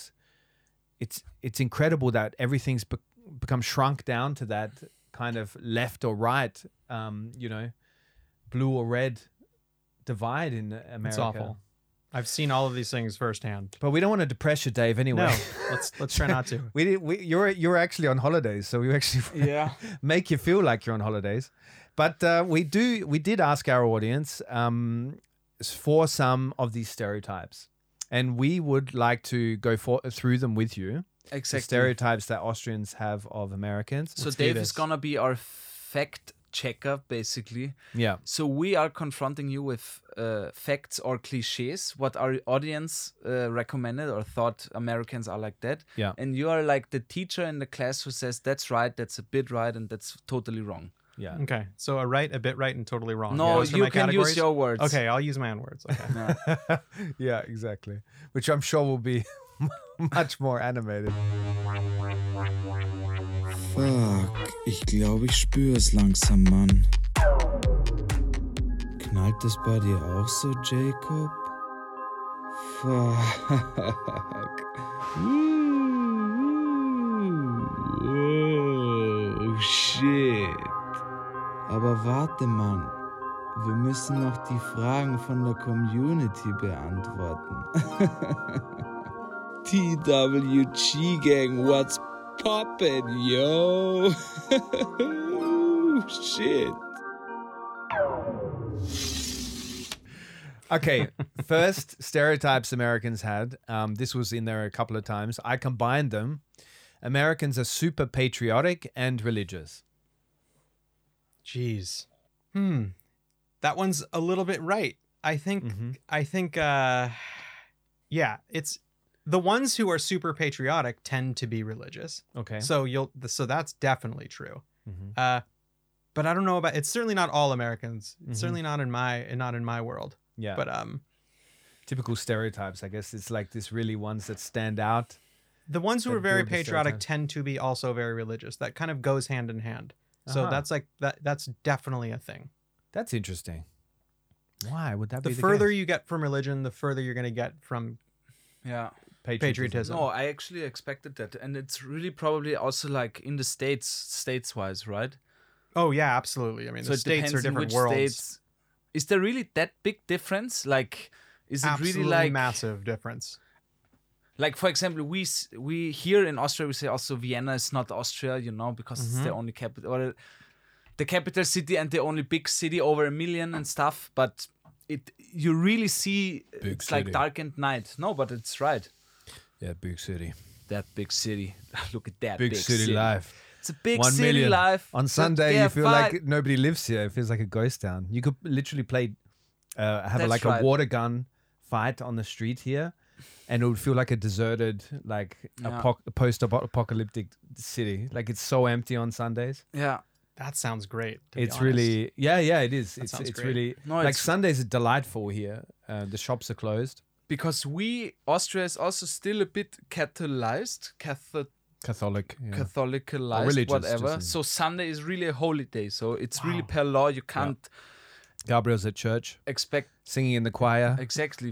D: it's it's incredible that everything's be- become shrunk down to that kind of left or right, um, you know, blue or red divide in America.
F: It's awful. I've seen all of these things firsthand.
D: But we don't want to depress you, Dave. Anyway,
F: No, let's let's try not to.
D: we did. We, you're you're actually on holidays, so we actually
E: Yeah.
D: make you feel like you're on holidays. But uh, we do we did ask our audience um, s- for some of these stereotypes, and we would like to go for, through them with you. The
E: Exactly.
D: stereotypes that Austrians have of Americans.
E: So
F: Let's do
E: Dave is
F: this.
E: gonna be our fact checker, basically.
D: yeah,
E: So we are confronting you with uh, facts or cliches, what our audience uh, recommended or thought Americans are like that.
D: Yeah.
E: And you are like the teacher in the class who says that's right, that's a bit right, and that's totally wrong.
D: yeah.
F: Okay, so a right, a bit right, and totally wrong.
E: no,
F: Those are
E: you
F: my
E: can
F: categories?
E: use your words.
F: Okay, I'll use my own words. Okay.
D: yeah, exactly. Which I'm sure will be much more animated.
G: Fuck, ich glaube, ich spüre es langsam, Mann. Knallt es bei dir auch so, Jacob? Fuck. Oh, shit. Aber warte, Mann. Wir müssen noch die Fragen von der Community beantworten. TWG Gang, what's poppin', yo? Shit.
D: Okay, first stereotypes Americans had. Um, this was in there a couple of times. I combined them. Americans are super patriotic and religious.
F: Jeez. Hmm. That one's a little bit right. I think
D: Mhm.
F: I think uh yeah, it's the ones who are super patriotic tend to be religious.
D: Okay.
F: So you'll so that's definitely true.
D: Mhm.
F: Uh but I don't know about it's certainly not all Americans. It's
D: Mhm.
F: certainly not in my not in my world.
D: Yeah.
F: But um
D: typical stereotypes. I guess it's like this really ones that stand out.
F: the ones who
D: That
F: are very
D: group is
F: patriotic
D: sometimes-
F: tend to be also very religious. That kind of goes hand in hand. So
D: Uh-huh.
F: that's like that that's definitely a thing.
D: That's interesting. Why would that
F: The,
D: be?
F: further
D: case?
F: you get from religion, the further you're going to get from
E: Yeah.
F: patriotism.
E: No, Oh, I actually expected that. And it's really probably also like in the States, states wise, right?
F: Oh yeah, absolutely. I mean, the
E: it
F: states
E: depends
F: are
E: on
F: different
E: which
F: worlds.
E: States. Is there really that big difference? Like, is it
F: absolutely
E: really like
F: massive difference.
E: Like for example, we s- we here in Austria we say also Vienna is not Austria, you know, because it's
F: Mm-hmm.
E: the only capital or the capital city and the only big city over a million and stuff. But it you really see it's like
D: city.
E: dark and night. No, but it's right.
D: yeah, big city,
E: That big city. Look at that
D: big, city, life.
E: It's a big
D: One
E: city
D: million.
E: life.
D: On
E: But
D: Sunday,
E: yeah,
D: you feel
E: fuck.
D: like nobody lives here. It feels like a ghost town. You could literally play, uh, have
E: That's
D: like
E: right.
D: a water gun fight on the street here, and it would feel like a deserted, like
E: Yeah.
D: apoc- post-apocalyptic city. Like it's so empty on Sundays.
E: yeah.
F: That sounds great. to be
D: It's
F: honest.
D: really, yeah, yeah, it is. it's
F: sounds
D: it's
F: great.
D: really
E: No,
D: like
E: it's-
D: Sundays are delightful here. Uh, the shops are closed.
E: Because we Austria is also still a bit catalyzed, catholic
D: Catholic. yeah. Or
E: Catholicized,
D: religious,
E: whatever.
D: just in-
E: So Sunday is really a holy day. So it's really per law. You can't
D: Gabriel's at church
E: expect
D: singing in the choir.
E: exactly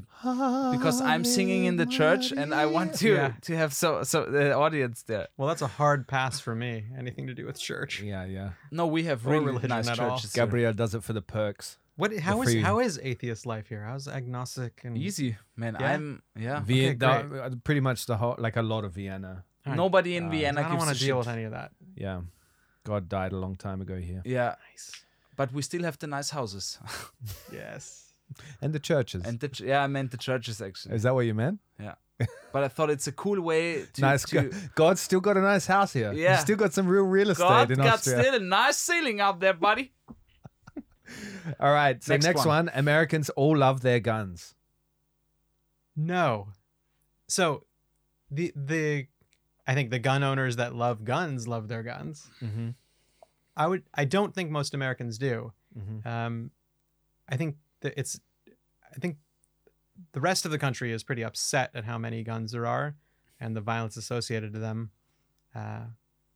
E: because I'm singing in the church and I want to
F: Yeah.
E: to have so so the audience there.
F: Well, that's a hard pass for me. Anything to do with church?
D: Yeah, yeah.
E: No, we have
F: Or
E: really
F: religion
E: nice
F: at all.
E: churches. here.
D: Gabriel does it for the perks.
F: What? How is
D: free-
F: how is atheist life here? How's agnostic and
E: Easy, man.
F: Yeah?
E: I'm yeah.
D: Vien-
F: great.
D: no, uh, pretty much the whole, like a lot of Vienna.
F: All right.
E: Nobody in
D: Uh,
E: Vienna
F: I don't
E: gives
F: want
E: a
F: to deal
E: shit.
F: with any of that.
D: Yeah. God died a long time ago here.
E: yeah,
F: Nice.
E: but we still have the nice houses
F: Yes.
D: And the churches.
E: and the ch- yeah. I meant the churches actually,
D: Is that what you meant?
E: but I thought it's a cool way to
D: nice.
E: to,
D: go- God's still got a nice house here. He's
E: Yeah.
D: still got some real real estate
E: God
D: in
E: got
D: Austria.
E: still a nice ceiling up there, buddy.
D: All right. So
E: Next
D: next,
E: one.
D: one. Americans all love their guns.
F: No. So, the the, I think the gun owners that love guns love their guns.
D: Mm-hmm.
F: I would. I don't think most Americans do.
D: Mm-hmm.
F: Um, I think that it's, I think the rest of the country is pretty upset at how many guns there are and the violence associated to them. Uh,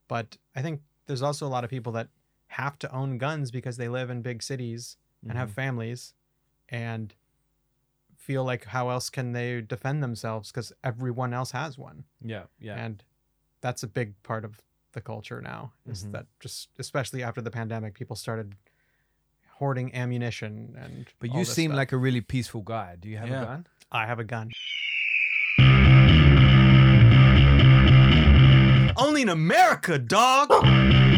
F: but I think there's also a lot of people that have to own guns because they live in big cities and
D: Mm-hmm.
F: have families and feel like how else can they defend themselves because everyone else has one.
D: Mm-hmm. Yeah. Yeah.
F: And that's a big part of the culture now. Is
D: Mhm.
F: that just especially after the pandemic, people started hoarding ammunition and.
D: But
F: all
D: you
F: this
D: seem
F: stuff.
D: like a really peaceful guy. Do you have
E: Yeah.
D: a gun?
F: I have a gun. Only in America, dog.
E: Yeah.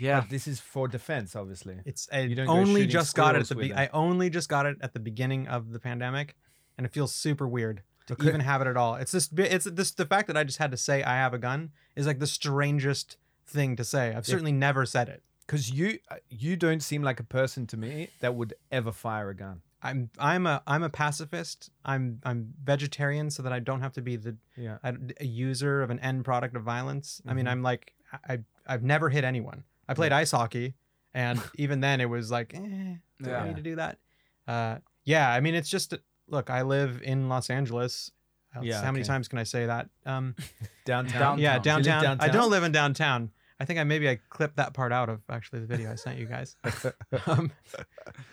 D: But this is for defense, obviously.
F: It's I
D: You don't go
F: only
D: shooting
F: just got it at
D: squirrels
F: the
D: with
F: be-
D: it.
F: I only just got it at the beginning of the pandemic, and it feels super weird to
D: Okay.
F: even have it at all. It's this. bi- It's this. The fact that I just had to say I have a gun is like the strangest thing to say. I've certainly never said it.
D: Because you uh, you don't seem like a person to me that would ever fire a gun.
F: I'm I'm a I'm a pacifist. I'm I'm vegetarian so that I don't have to be the
D: Yeah.
F: a, a user of an end product of violence. I mean,
D: Mhm.
F: I'm like I I've never hit anyone. I played ice hockey, and even then it was like, eh, do I
E: Yeah.
F: need to do that? Uh, yeah. I mean, it's just look. I live in Los Angeles. That's-
D: Yeah,
F: How many
D: okay.
F: times can I say that? Um,
D: Downtown.
E: Downtown.
D: You
F: yeah,
D: live
F: downtown. I
D: downtown?
F: don't live in downtown. I think I maybe I clipped that part out of actually the video I sent you guys. um,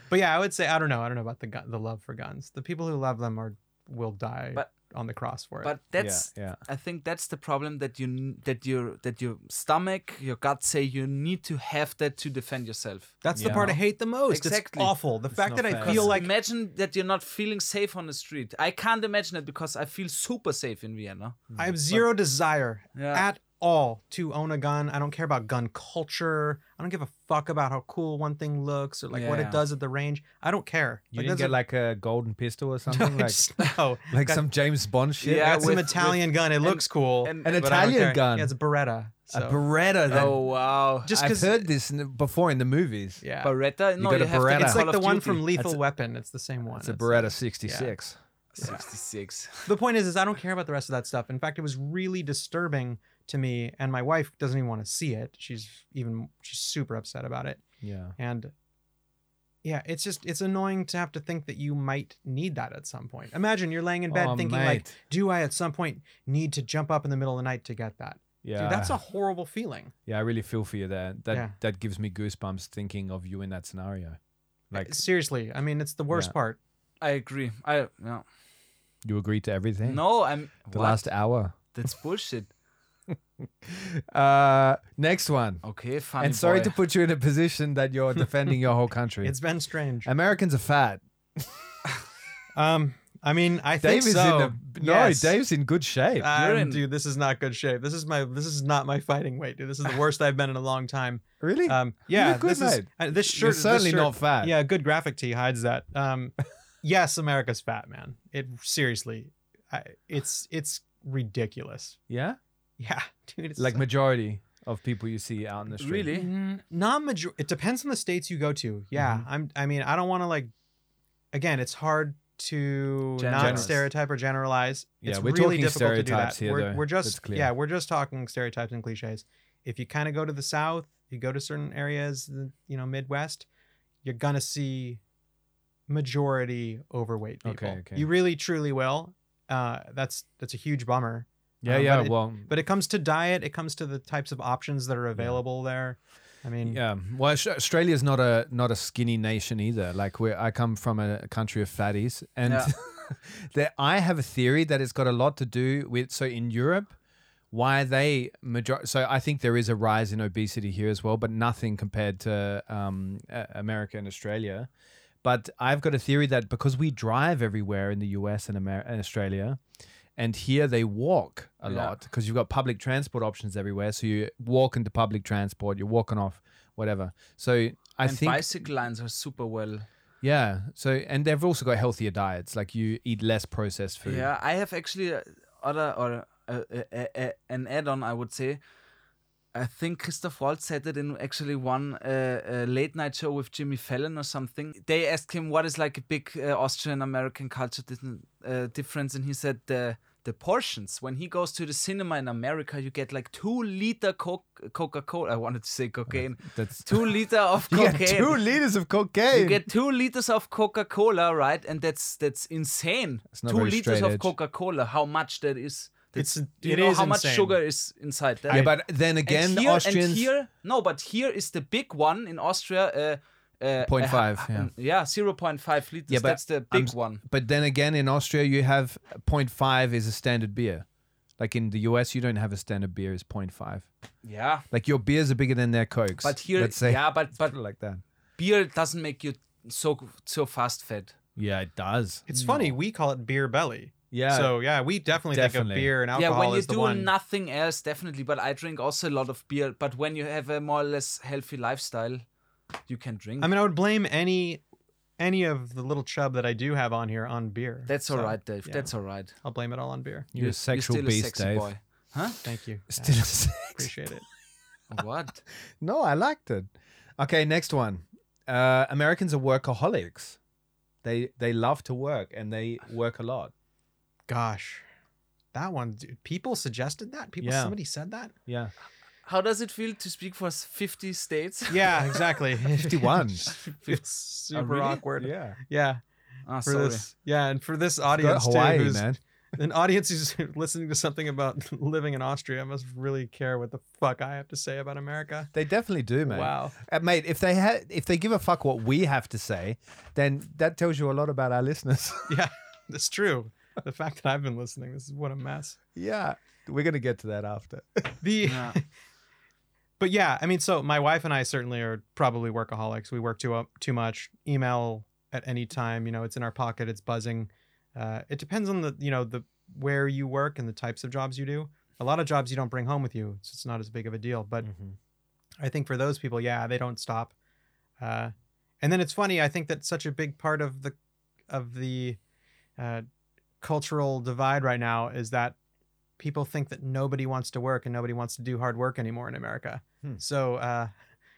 F: but yeah, I would say I don't know. I don't know about the gun, the love for guns. The people who love them are will die
E: But-
F: on the cross for it.
E: But that's
D: yeah, yeah.
E: I think that's the problem that you n- that your that your stomach, your gut say you need to have that to defend yourself.
F: That's
D: Yeah.
F: the part I hate the most.
E: Exactly.
F: It's awful. The fact
D: not
F: that
D: fair.
F: I
E: 'Cause
F: feel like
E: imagine that you're not feeling safe on the street. I can't imagine it because I feel super safe in Vienna.
F: I have zero desire
E: Yeah.
F: at all to own a gun. I don't care about gun culture. I don't give a fuck about how cool one thing looks or like what
E: Yeah.
F: it does at the range. I don't care.
D: You didn't get like a golden pistol or something like
F: like no.
D: like
F: got-
D: some James Bond shit.
E: Yeah,
F: I got some
E: with-
F: Italian gun. It looks cool.
E: and-
D: An
F: but I don't
D: Italian
F: care.
D: gun?
F: Yeah, it's a Beretta.
D: a
F: so-
D: Beretta. That,
E: Oh wow.
F: just
D: I've
F: because
D: heard this in the- before in the movies.
F: yeah,
E: Beretta? No,
D: got
E: you
D: a
E: have to
D: Beretta.
E: get
F: it's like
E: Call
F: the
E: of
F: one
E: Duty.
F: from Lethal
D: That's a-
F: Weapon. It's the same one.
D: It's a Beretta 66.
F: Yeah.
E: 66.
F: the point is is i don't care about the rest of that stuff in fact it was really disturbing to me and my wife doesn't even want to see it she's even she's super upset about it
D: Yeah.
F: and yeah it's just it's annoying to have to think that you might need that at some point imagine you're laying in bed
D: Oh,
F: thinking like
D: mate.
F: do i at some point need to jump up in the middle of the night to get that
D: yeah,
F: Dude, that's a horrible feeling
D: yeah. I really feel for you there. That
F: Yeah.
D: that gives me goosebumps thinking of you in that scenario. Like
F: Uh, seriously i mean it's the worst
D: Yeah.
F: part
E: I agree. I no.
D: you agree to everything.
E: No, I'm
D: The
E: what?
D: last hour.
E: That's bullshit.
D: Uh, next one.
E: Okay, funny
D: and sorry
E: boy.
D: to put you in a position that you're defending your whole country.
F: it's been strange
D: Americans are fat.
F: um i mean i
D: Dave
F: think
D: is
F: so.
D: in a, no.
F: Yes.
D: Dave's in good shape.
F: Um,
E: in-
F: dude, this is not good shape. This is my this is not my fighting weight, dude. This is the worst I've been in a long time.
D: really?
F: Um, yeah,
D: look good,
F: this is
D: mate.
F: uh, this
D: You're
F: shirt. this
D: certainly
F: shirt-
D: not fat.
F: Yeah, good graphic tee hides that. Um, yes, America's fat, man. It seriously, I, it's it's ridiculous.
D: Yeah.
F: Yeah, dude. It's
D: Like majority of people you see out in the street.
E: Really?
F: Mm, not major. It depends on the states you go to. Yeah, I'm. I mean, I don't want to like. Again, it's hard to not
E: Generalize.
F: stereotype or generalize.
D: Yeah,
F: it's
D: we're
F: really
D: talking
F: difficult to do that.
D: stereotypes here,
F: we're,
D: though.
F: we're
D: That's
F: just
D: clear.
F: yeah, we're just talking stereotypes and cliches. If you kind of go to the south, you go to certain areas, the- you know, Midwest, you're gonna see majority overweight people.
D: Okay, okay.
F: You really truly will. Uh, that's that's a huge bummer.
D: Yeah.
F: Um,
D: yeah.
F: but it-
D: well.
F: But it comes to diet, it comes to the types of options that are available there. I mean,
D: yeah. Well, Aus- Australia's not a not a skinny nation either. Like where I come from a country of fatties, and
E: Yeah.
D: there, I have a theory that it's got a lot to do with. So in Europe, why they major. So I think there is a rise in obesity here as well, but nothing compared to um, A- America and Australia. But I've got a theory that because we drive everywhere in the US and, Amer- and Australia, and here they walk a
E: Yeah.
D: lot because you've got public transport options everywhere. So you walk into public transport, you're walking off, whatever. So I
E: and
D: think,
E: bicycle lines are super well.
D: yeah. So and they've also got healthier diets, like you eat less processed food.
E: Yeah, I have actually uh, other or uh, uh, uh, uh, an add-on. I would say. I think Christoph Waltz said it in actually one uh, uh, late night show with Jimmy Fallon or something. They asked him what is like a big uh, Austrian American culture dis- uh, difference, and he said the the portions. When he goes to the cinema in America, you get like two liter co- Coca Cola. I wanted to say cocaine.
D: That's
E: two liter of
D: You
E: cocaine.
D: get two liters of cocaine.
E: You get two liters of Coca Cola, right? And that's that's insane.
D: It's not
E: two
D: very
E: liters
D: straight
E: of
D: edge.
E: Coca Cola. How much that is? That's,
F: It's-
E: do you
F: it
E: know
F: is
E: how much
F: insane.
E: sugar is inside that?
D: yeah, but then
E: And
D: again,
E: here,
D: the Austrians.
E: And here, no, but here is the big one in Austria. Uh, uh,
D: 0.5,
E: uh,
D: yeah.
E: yeah, zero point five liters.
D: Yeah, but
E: that's the
D: I'm
E: big
D: s-
E: one.
D: uh, But then again, in Austria, you have 0.5 is a standard beer. Like in the US, you don't have a standard beer is 0.5.
E: Yeah,
D: Like your beers are bigger than their cokes.
E: but here,
D: let's say,
E: yeah, but but
D: Put it like that.
E: beer doesn't make you so so fast fed.
D: Yeah, it does.
F: It's funny. We call it beer belly.
D: Yeah.
F: So yeah, we definitely, think
D: Definitely.
F: of beer and
E: Yeah,
F: alcohol
E: when you
F: as the
E: do
F: one.
E: nothing else, definitely. But I drink also a lot of beer. But when you have a more or less healthy lifestyle, you can drink.
F: I mean, I would blame any any of the little chub that I do have on here on beer.
E: that's all
F: So,
E: right, Dave.
F: yeah.
E: That's all right.
F: I'll blame it all on beer.
D: you're a sexual
E: You're still
D: beast,
E: a sexy
D: Dave.
E: boy. Huh?
F: Thank you. I
D: Still a sex.
F: appreciate it.
E: What?
D: No, I liked it. Okay, next one. Uh, Americans are workaholics. They they love to work and they work a lot.
F: Gosh, that one. Dude, people suggested that. People.
D: Yeah.
F: Somebody said that.
D: Yeah.
E: How does it feel to speak for s- 50 states?
F: Yeah, exactly. Fifty-one.
D: 51.
F: it's
D: Oh,
F: super
E: really?
F: awkward. Yeah.
D: Yeah.
E: Ah,
F: for
E: sorry.
F: this, yeah, and for this
D: Go
F: audience too,
D: Hawaii,
F: who's-
D: man.
F: an audience who's listening to something about living in Austria must really care what the fuck I have to say about America.
D: They definitely do, man.
F: Wow.
D: Uh, mate, if they had if they give a fuck what we have to say, then that tells you a lot about our listeners.
F: Yeah, that's true. The fact that I've been listening, this is what a mess.
D: yeah. We're gonna get to that after.
F: The
E: Yeah.
F: but yeah, I mean, so my wife and I certainly are probably workaholics. We work too up too much. Email at any time, you know, it's in our pocket, it's buzzing. Uh, it depends on the you know the where you work and the types of jobs you do. A lot of jobs you don't bring home with you, so it's not as big of a deal. But
D: Mm-hmm.
F: I think for those people, yeah, they don't stop. Uh, and then it's funny. I think that such a big part of the of the uh, cultural divide right now is that people think that nobody wants to work and nobody wants to do hard work anymore in America.
D: Hmm.
F: So uh,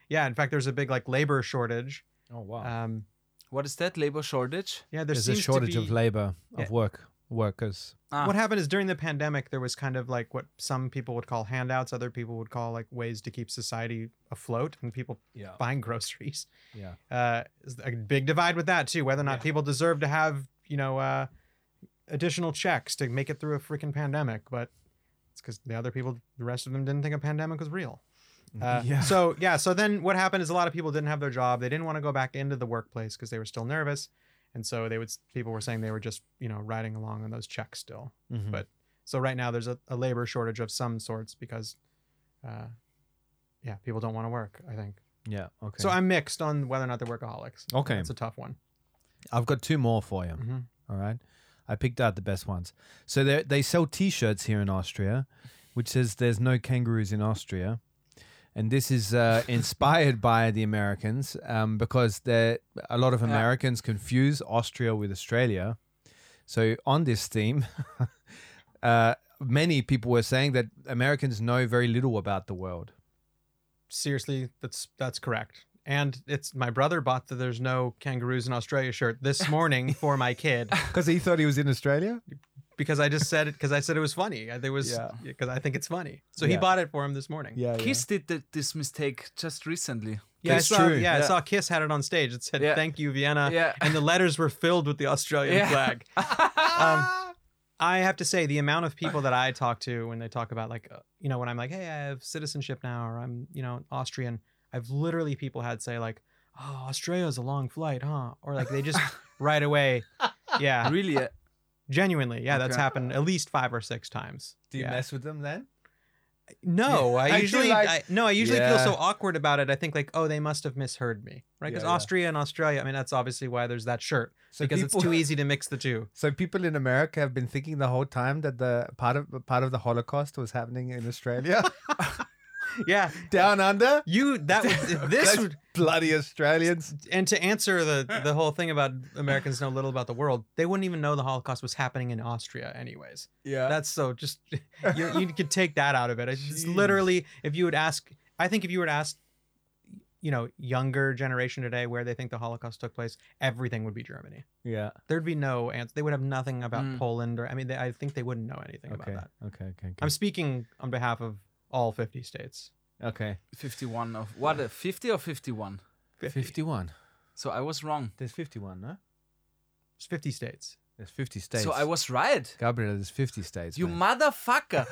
F: yeah, in fact, there's a big like labor shortage.
D: Oh
E: Uh,
D: wow.
F: Um,
E: What is that? Labor shortage?
F: yeah, there
D: There's a
F: seems
D: shortage
F: to be,
D: of labor,
F: Yeah.
D: of work, workers.
E: Ah,
F: What happened is during the pandemic, there was kind of like what some people would call handouts, other people would call like ways to keep society afloat, and people
D: Yeah.
F: buying groceries.
D: Yeah.
F: uh, is a big divide with that too. Whether or not people deserve to have you know uh, additional checks to make it through a freaking pandemic, but it's because the other people, the rest of them, didn't think a pandemic was real. Uh,
D: Mm, Yeah.
F: So yeah. So then what happened is a lot of people didn't have their job. They didn't want to go back into the workplace because they were still nervous, and so they would people were saying they were just you know riding along on those checks still.
D: Mhm.
F: But so right now there's a, a labor shortage of some sorts because. Uh, yeah, people don't want to work. I think
D: Yeah. Okay.
F: so. I'm mixed on whether or not they're workaholics.
D: Okay.
F: That's a tough one.
D: I've got two more for you.
F: Mhm.
D: All right. I picked out the best ones. So they they sell T-shirts here in Austria, which says "There's no kangaroos in Austria," and this is uh, inspired by the Americans um, because they a lot of Americans confuse Austria with Australia. So on this theme, uh, many people were saying that Americans know very little about the world.
F: Seriously, that's that's correct. And it's my brother bought the "There's no kangaroos in Australia" shirt this morning for my kid
D: Because he thought he was in Australia.
F: because I just said it because I said it was funny. I- There was
D: Yeah.
F: because I think it's funny, so he
D: Yeah.
F: bought it for him this morning.
D: Yeah.
E: Kiss did th- this mistake just recently.
F: yeah, I
D: That's
F: saw,
D: true.
F: Yeah, I
E: Yeah.
F: saw Kiss had it on stage. It said
E: Yeah.
F: "Thank you, Vienna,"
E: Yeah.
F: and the letters were filled with the Australian
E: Yeah.
F: flag. Um, I have to say, the amount of people that I talk to when they talk about, like, uh, you know, when I'm like, hey, I have citizenship now, or I'm, you know, Austrian, I've literally people had say, like, oh, Australia's a long flight, huh? Or like they just right away, yeah,
E: really? uh,
F: genuinely, yeah, that's
E: Okay.
F: happened at least five or six times.
D: Do you
F: Yeah.
D: mess with them then?
F: No,
D: I
F: I
D: feel
F: usually,
D: like-
F: I, no, I usually feel
D: Yeah.
F: so awkward about it. I think like, oh, they must have misheard me, right?
D: Yeah,
F: Because
D: yeah.
F: Austria and Australia, I mean, that's obviously why there's that shirt
D: So
F: because
D: people-
F: it's too easy to mix the two.
D: So people in America have been thinking the whole time that the part of part of the Holocaust was happening in Australia,
F: Yeah,
D: down under.
F: you that would this
D: That's
F: would
D: bloody Australians.
F: and to answer the the whole thing about Americans know little about the world, they wouldn't even know the Holocaust was happening in Austria, anyways.
D: Yeah.
F: That's so just you, you could take that out of it. It's just
D: Jeez.
F: literally if you would ask, I think if you were to ask, you know, younger generation today where they think the Holocaust took place, everything would be Germany.
D: yeah.
F: There'd be no answer. They would have nothing about
E: Mm.
F: Poland or I mean, they, I think they wouldn't know anything
D: Okay.
F: about that.
D: Okay. Okay. Okay.
F: I'm speaking on behalf of all 50 states.
D: okay.
E: 51 of what? uh, 50 or 51?
D: Fifty-one.
E: So I was wrong.
D: There's fifty-one, no?
F: It's 50 states.
D: There's fifty states.
E: So I was right.
D: Gabriel, there's fifty states.
E: You
D: mate.
E: motherfucker!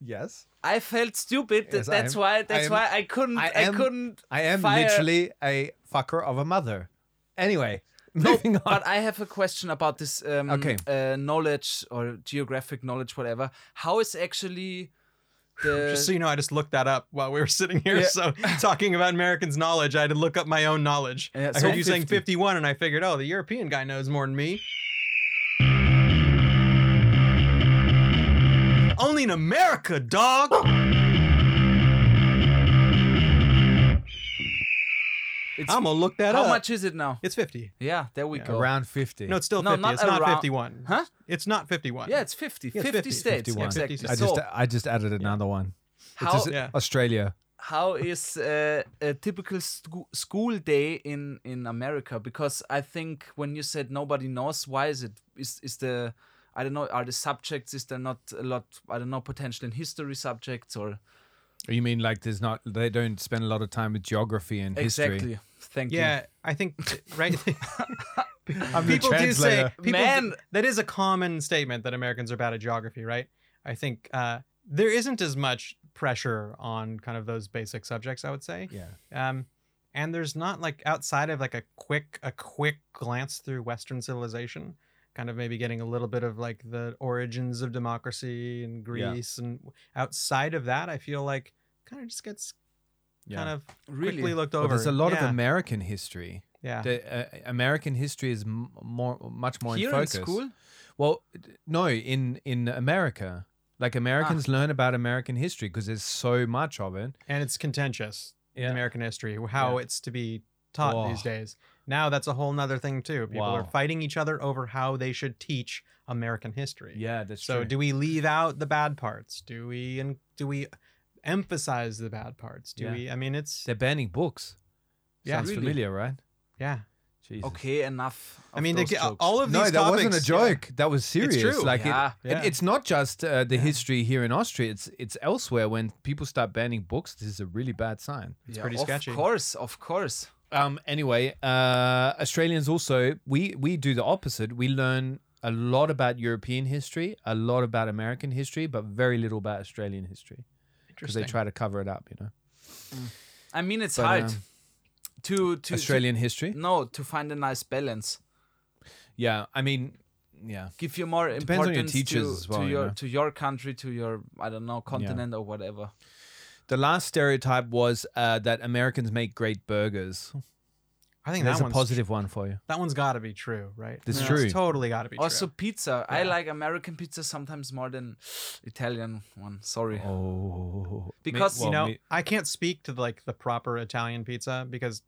D: yes.
E: I felt stupid.
D: Yes, I
E: that's
D: am-
E: why.
D: I
E: That's
D: am-
E: why I couldn't. I,
D: I am-
E: couldn't.
D: I am
E: fire-
D: literally a fucker of a mother. Anyway, Moving on.
E: But I have a question about this um,
D: Okay.
E: uh, knowledge or geographic knowledge, whatever. How is actually the
F: Just so you know, I just looked that up while we were sitting here.
E: Uh, Yeah.
F: So talking about Americans' knowledge, I had to look up my own knowledge.
E: Yeah,
F: I
E: so
F: heard you saying
E: 50.
F: 51, and I figured, oh, the European guy knows more than me. Only in America, dog.
E: it's-
F: I'm gonna look that
E: how
F: up.
E: much is it now?
F: It's 50.
E: Yeah, there we go.
D: Around 50.
F: No, it's still
E: No,
F: 50.
E: not
F: it's not
E: around-
F: 51.
E: Huh?
F: It's not 51.
E: yeah, it's 50.
F: Yeah, it's
E: 50,
F: 50,
E: states.
D: 51.
E: Exactly.
D: I
E: so
D: just I just added another one.
E: how,
D: It's just
F: Yeah.
D: Australia.
E: how is uh, a typical sco- school day in in America? Because I think when you said nobody knows, why is it? Is is the I don't know. Are the subjects? Is there not a lot? I don't know. Potential in history subjects or
D: You mean like there's not they don't spend a lot of time with geography and history.
E: exactly. Thank you.
F: Yeah, I think right.
D: I'm
F: people do say people,
E: Man.
F: that is a common statement that Americans are bad at geography, right? I think uh, there isn't as much pressure on kind of those basic subjects. I would say,
D: Yeah.
F: um, and there's not like outside of like a quick a quick glance through Western civilization, kind of maybe getting a little bit of like the origins of democracy and Greece, and outside of that, I feel like kind of just gets
D: Yeah.
F: kind of
E: Really?
F: quickly looked over.
D: Well, there's a lot
F: yeah,
D: of American history.
F: yeah.
D: The, uh, American history is m- more much more
E: Here
D: in focus.
E: in school,
D: Well, d- no, in in America, like
F: Ah.
D: Americans learn about American history because there's so much of it.
F: and it's contentious in American history how
D: Yeah.
F: it's to be taught
D: Oh.
F: these days. Now that's a whole nother thing too. People are
D: Wow.
F: fighting each other over how they should teach American history.
D: Yeah, that's
F: So
D: true.
F: do we leave out the bad parts? Do we and do we emphasize the bad parts? Do
D: Yeah.
F: we? I mean, it's
D: They're banning books.
F: Yeah.
D: Sounds
E: Really?
D: familiar, right?
F: yeah.
D: Jesus.
E: okay, enough.
F: I mean,
E: those
F: they,
E: jokes.
F: all of these.
D: No, that wasn't a
F: topics- yeah.
D: joke. That was serious.
F: true.
D: Like it-
E: Yeah.
D: it,
F: Yeah.
D: it's not just uh, the
F: Yeah.
D: history here in Austria. It's it's elsewhere when people start banning books. This is a really bad sign.
E: it's
F: pretty
E: of
F: sketchy.
E: Of course, of course.
D: Um. Anyway, uh, Australians also we we do the opposite. We learn a lot about European history, a lot about American history, but very little about Australian history because
F: Interesting.
D: they try to cover it up. You know,
E: I mean, it's
D: But,
E: hard
D: um,
E: to to
D: Australian history.
F: Mm.
E: To, no, to find a nice balance.
D: Yeah, I mean, yeah,
E: Give you more
D: Depends on your
E: importance
D: teachers
E: to,
D: as well,
E: to
D: you
E: your
D: know.
E: to your country, to your I don't know continent or whatever.
D: the last stereotype was uh, that Americans make great burgers.
F: I think
D: There's
F: that
D: a
F: one's,
D: positive one for you.
F: That one's got to be true, right?
D: It's
F: That's
D: true.
F: totally got to be true.
E: Also, pizza. I like American pizza sometimes more than Italian one. Sorry.
D: Oh,
E: Because,
F: you
E: Well,
F: know, I can't speak to like the proper Italian pizza because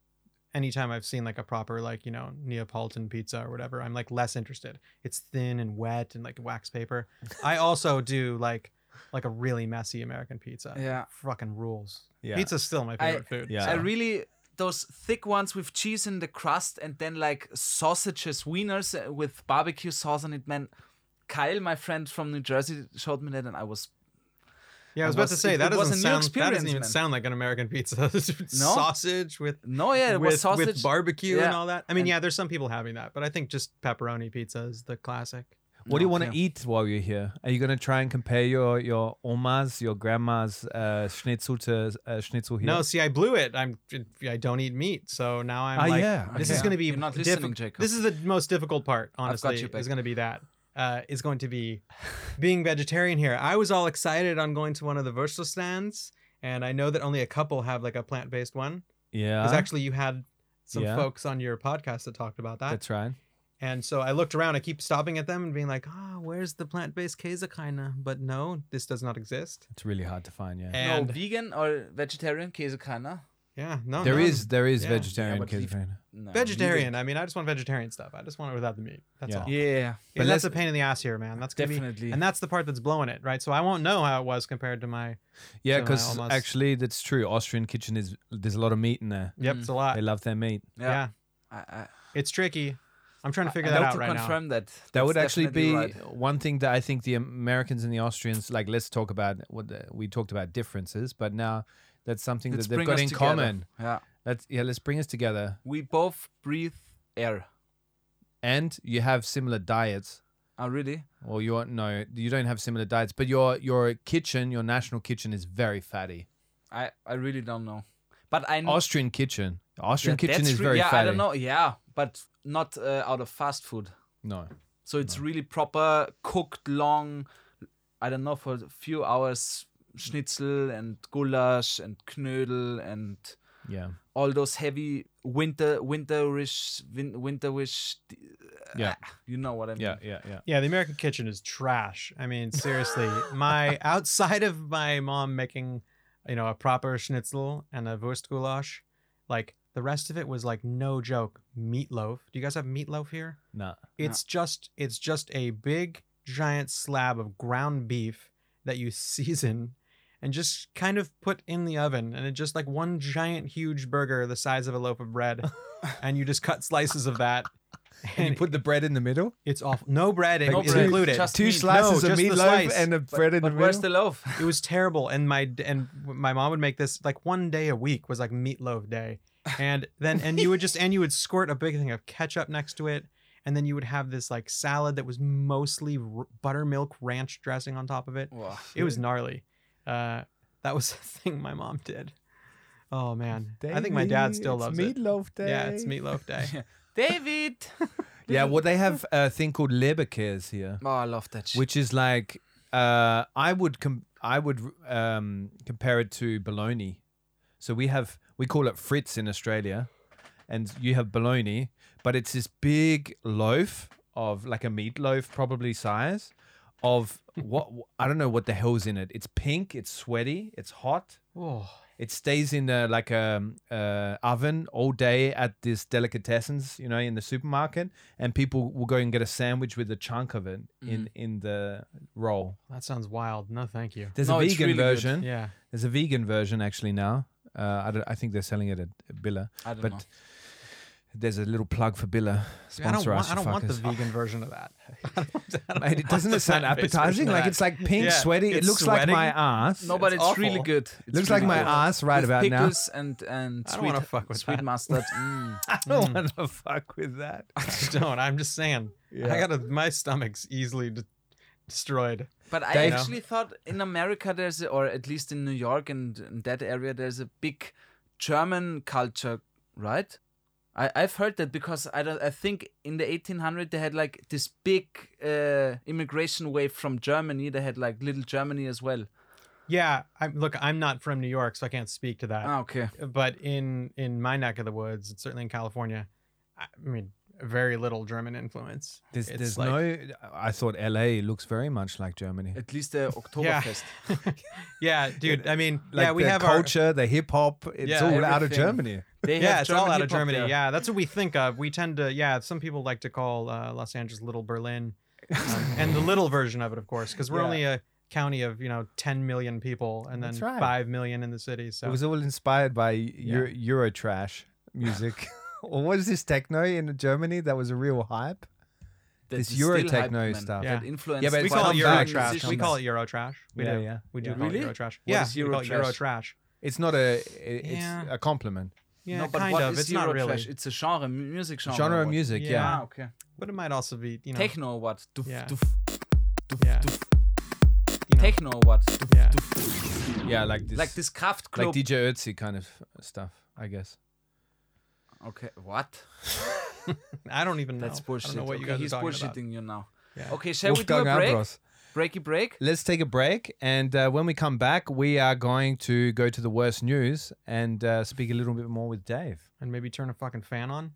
F: anytime I've seen like a proper like you know Neapolitan pizza or whatever, I'm like less interested. It's thin and wet and like wax paper. I also do like like a really messy American pizza.
E: Yeah.
F: fucking rules.
D: Yeah.
F: Pizza's still my favorite food.
D: Yeah.
E: I
F: so.
E: really those thick ones with cheese in the crust and then like sausages, wieners uh, with barbecue sauce on it. Man, Kyle, my friend from New Jersey, showed me that, and I was
F: yeah. I was
E: It
F: about to
E: was-
F: say
E: it-
F: that
E: it was
F: doesn't
E: a new
F: sound that doesn't
E: experience,
F: even
E: man.
F: sound like an American pizza. Sausage with
E: no, yeah, it
F: with,
E: was sausage.
F: with barbecue and
E: Yeah.
F: all that. I mean,
E: And-
F: yeah, there's some people having that, but I think just pepperoni pizza is the classic.
D: What do you want to
E: Okay.
D: eat while you're here? Are you going to try and compare your your oma's, your grandma's uh, schnitzel to uh, schnitzel here?
F: No, see, I blew it. I'm I don't eat meat, so now I'm
D: Ah,
F: like,
D: yeah,
F: this
E: okay.
F: is going to be
E: You're not
F: diffi-
E: listening, Jacob.
F: This is the most difficult part,
E: got
F: honestly.
E: you back.
F: Is going to be that uh, is going to be being vegetarian here. I was all excited on going to one of the versal stands, and I know that only a couple have like a plant based one
D: yeah,
F: because actually you had some
D: Uh-huh. Yeah.
F: folks on your podcast that talked about that.
D: that's right.
F: And so I looked around, I keep stopping at them and being like, ah, where's the plant based quesadilla? But no, this does not exist.
D: It's really hard to find. Yeah,
E: no,
F: And
E: vegan or vegetarian Käsekana?
F: yeah, no,
D: there
F: none.
D: is there is
F: Yeah.
D: vegetarian
F: Yeah, but leave-
D: vegetarian.
E: No,
F: vegetarian. I mean, I just want vegetarian stuff. I just want it without the meat. That's
D: Yeah.
F: all.
E: vegan. Yeah,
D: But
F: and that's a
D: let's-
F: pain in the ass here, man. That's gonna
E: Definitely.
F: Be, and that's the part that's blowing it, right? So I won't know how it was compared to my.
D: Yeah,
F: So I
D: because
F: almost-
D: actually that's true. Austrian kitchen is there's a lot of meat in there.
F: Yep,
E: Mm.
F: it's a lot.
D: They love their meat.
F: yeah.
E: yeah. I, I,
F: it's tricky. I'm trying to figure
E: I
F: that
E: have
F: out
E: to
F: right now.
E: confirm that.
D: That
E: That's
D: would actually
E: definitely
D: be
E: right.
D: one thing that I think the Americans and the Austrians like. Let's talk about what the, we talked about differences, but now that's something
E: Let's
D: that they've
E: bring us
D: got in
E: together.
D: common.
E: Yeah,
D: Let's yeah, let's bring us together.
E: we both breathe air.
D: And you have similar diets.
E: Oh, really?
D: Well, you aren't, no, you don't have similar diets, but your your kitchen, your national kitchen is very fatty.
E: I, I really don't know, but I know.
F: Mm.
D: Austrian kitchen, Austrian
E: Yeah,
D: kitchen
E: that's
D: is
E: re-
D: very
E: yeah,
D: fatty.
E: I don't know. Yeah, but not uh, out of fast food.
D: No.
E: So it's really proper cooked long, I don't know, for a few hours schnitzel and goulash and knödel and
D: Yeah.
E: all those heavy winter winterish win, winterish
D: Yeah.
F: Uh,
E: you know what I mean.
D: Yeah. Yeah. Yeah.
F: Yeah, the American kitchen is trash. I mean, seriously, my outside of my mom making, you know, a proper schnitzel and a Wurstgulasch, like the rest of it was like no joke meatloaf. Do you guys have meatloaf here?
D: No.
F: It's just it's just a big giant slab of ground beef that you season and just kind of put in the oven and it just like one giant huge burger the size of a loaf of bread and you just cut slices of that
D: And you put the bread in the middle.
F: it's awful. No bread
D: Like
F: is
D: two-
F: included.
E: just-
D: Two
E: meat.
D: slices
F: No,
D: of
F: just the
D: meatloaf
F: slice.
D: and a bread in
E: But
D: the
E: where's
D: middle.
E: the loaf?
F: it was terrible, and my and my mom would make this like one day a week was like meatloaf day, and then and you would just and you would squirt a big thing of ketchup next to it, and then you would have this like salad that was mostly r- buttermilk ranch dressing on top of it.
E: Wow.
F: It was gnarly. Uh, that was a thing my mom did. Oh man, I think my dad still loves it.
D: Meatloaf day.
F: Yeah, it's meatloaf day.
E: David.
D: Yeah, well, they have a thing called Leberkäse here,
E: Oh, I love that shit.
D: which is like uh, I would com- I would um, compare it to bologna. So we have we call it Fritz in Australia, and you have bologna, but it's this big loaf of like a meatloaf, probably size, of what I don't know what the hell's in it. It's pink, it's sweaty, it's hot.
F: Oh,
D: It stays in a, like a, um, uh, oven all day at this delicatessens, you know, in the supermarket, and people will go and get a sandwich with a chunk of it in in the roll.
F: that sounds wild. No, thank you.
D: There's
E: No,
D: a
E: it's
D: vegan
E: really good.
D: version.
F: Yeah,
D: There's a vegan version actually now. Uh, I, don't, I think they're selling it at Billa,
E: I don't
D: but
E: know.
D: there's a little plug for Billa.
F: I don't
D: Sponsor
F: want.
D: us,
F: I
D: you
F: don't want the
D: fuckers.
F: vegan version of that.
D: Mate, it- doesn't it sound
F: plant-based
D: appetizing?
F: version of
D: Like
F: that.
D: it's like pink,
F: Yeah,
D: sweaty. It
F: it's
D: looks
F: sweating.
D: like my ass.
E: No, but it's,
F: awful.
E: really good. It
D: Looks like my ass right about now.
E: pickles and and
F: I don't
E: sweet,
F: wanna fuck with
E: sweet
F: that.
E: mustard. Mm.
D: I don't want to fuck with that.
F: I just don't. I'm just saying. I gotta. My stomach's easily de- destroyed.
E: But I
D: Dave-
E: actually thought in America there's, a, or at least in New York and in that area, there's a big German culture, right? I, I've heard that because I don't. I think in the 1800 they had like this big uh, immigration wave from Germany. They had like little Germany as well.
F: Yeah. I, look, I'm not from New York, so I can't speak to that.
E: Ah, okay.
D: Oh.
F: But in in my neck of the woods, and certainly in California, I I mean, very little German influence.
D: There's,
F: It's
D: there's
F: like-
D: no. I thought LA looks very much like Germany.
E: At least the Oktoberfest.
F: Yeah, dude. I mean,
D: Like
F: yeah, we
D: the
F: have our.
D: culture, the hip hop. It's
F: Yeah,
D: all out of
E: everything.
D: Germany.
E: They
F: Yeah,
E: have
F: it's all
E: German
F: out of
E: hip-hop
F: Germany.
E: there.
F: Yeah, that's what we think of. We tend to, yeah, some people like to call uh, Los Angeles Little Berlin, um, and the little version of it, of course, because we're
D: Yeah.
F: only a county of you know 10 million people, and then
D: That's right.
F: five million in the city. So
D: It was all inspired by Euro, Eurotrash music. or was this techno in Germany that was a real hype?
E: That
D: This
E: is still
D: Euro techno
E: hype, man.
D: stuff.
F: Yeah.
E: That influenced.
D: Yeah, but
F: we
D: it's
E: by
F: call it
D: come
F: Euro
D: back,
F: trash.
D: it's
F: We
D: come
F: call
D: back.
F: it Euro trash. We
D: Yeah,
F: do.
D: yeah.
F: We do
D: Yeah.
F: call
E: Really?
F: it Euro trash.
E: What
F: yeah,
E: is
F: we call it
E: Eurotrash?
F: Euro trash.
D: It's not a. i- It's
F: Yeah.
D: a compliment.
F: Yeah,
E: no, but
F: kind
E: what
F: of.
E: is
F: It's not
E: Eurotrash?
F: really.
E: It's a genre, mu- music genre.
D: Genre
E: or
D: of
E: what?
D: music. Yeah.
F: Yeah.
E: Ah, okay.
F: But it might also be you know
E: Techno or what? Duf,
F: Yeah.
E: duf, duf,
F: Yeah.
E: duf.
F: You know.
E: Techno or what? Duf,
F: Yeah.
E: duf.
D: Yeah, like this.
E: Like this
D: like
E: Kraftklub.
D: DJ Ötzi kind of stuff, I guess.
E: okay, what?
F: I don't even know.
E: That's bullshit.
F: I don't know what
E: okay,
F: you guys
E: he's
F: are talking
E: bullshitting
F: about.
E: you now.
F: Yeah.
E: Okay, shall we do a
D: Wolfgang
E: break?
D: Ambros.
E: Breaky break.
D: Let's take a break, and uh, when we come back, we are going to go to the worst news and uh, speak a little bit more with Dave.
F: And maybe turn a fucking fan on.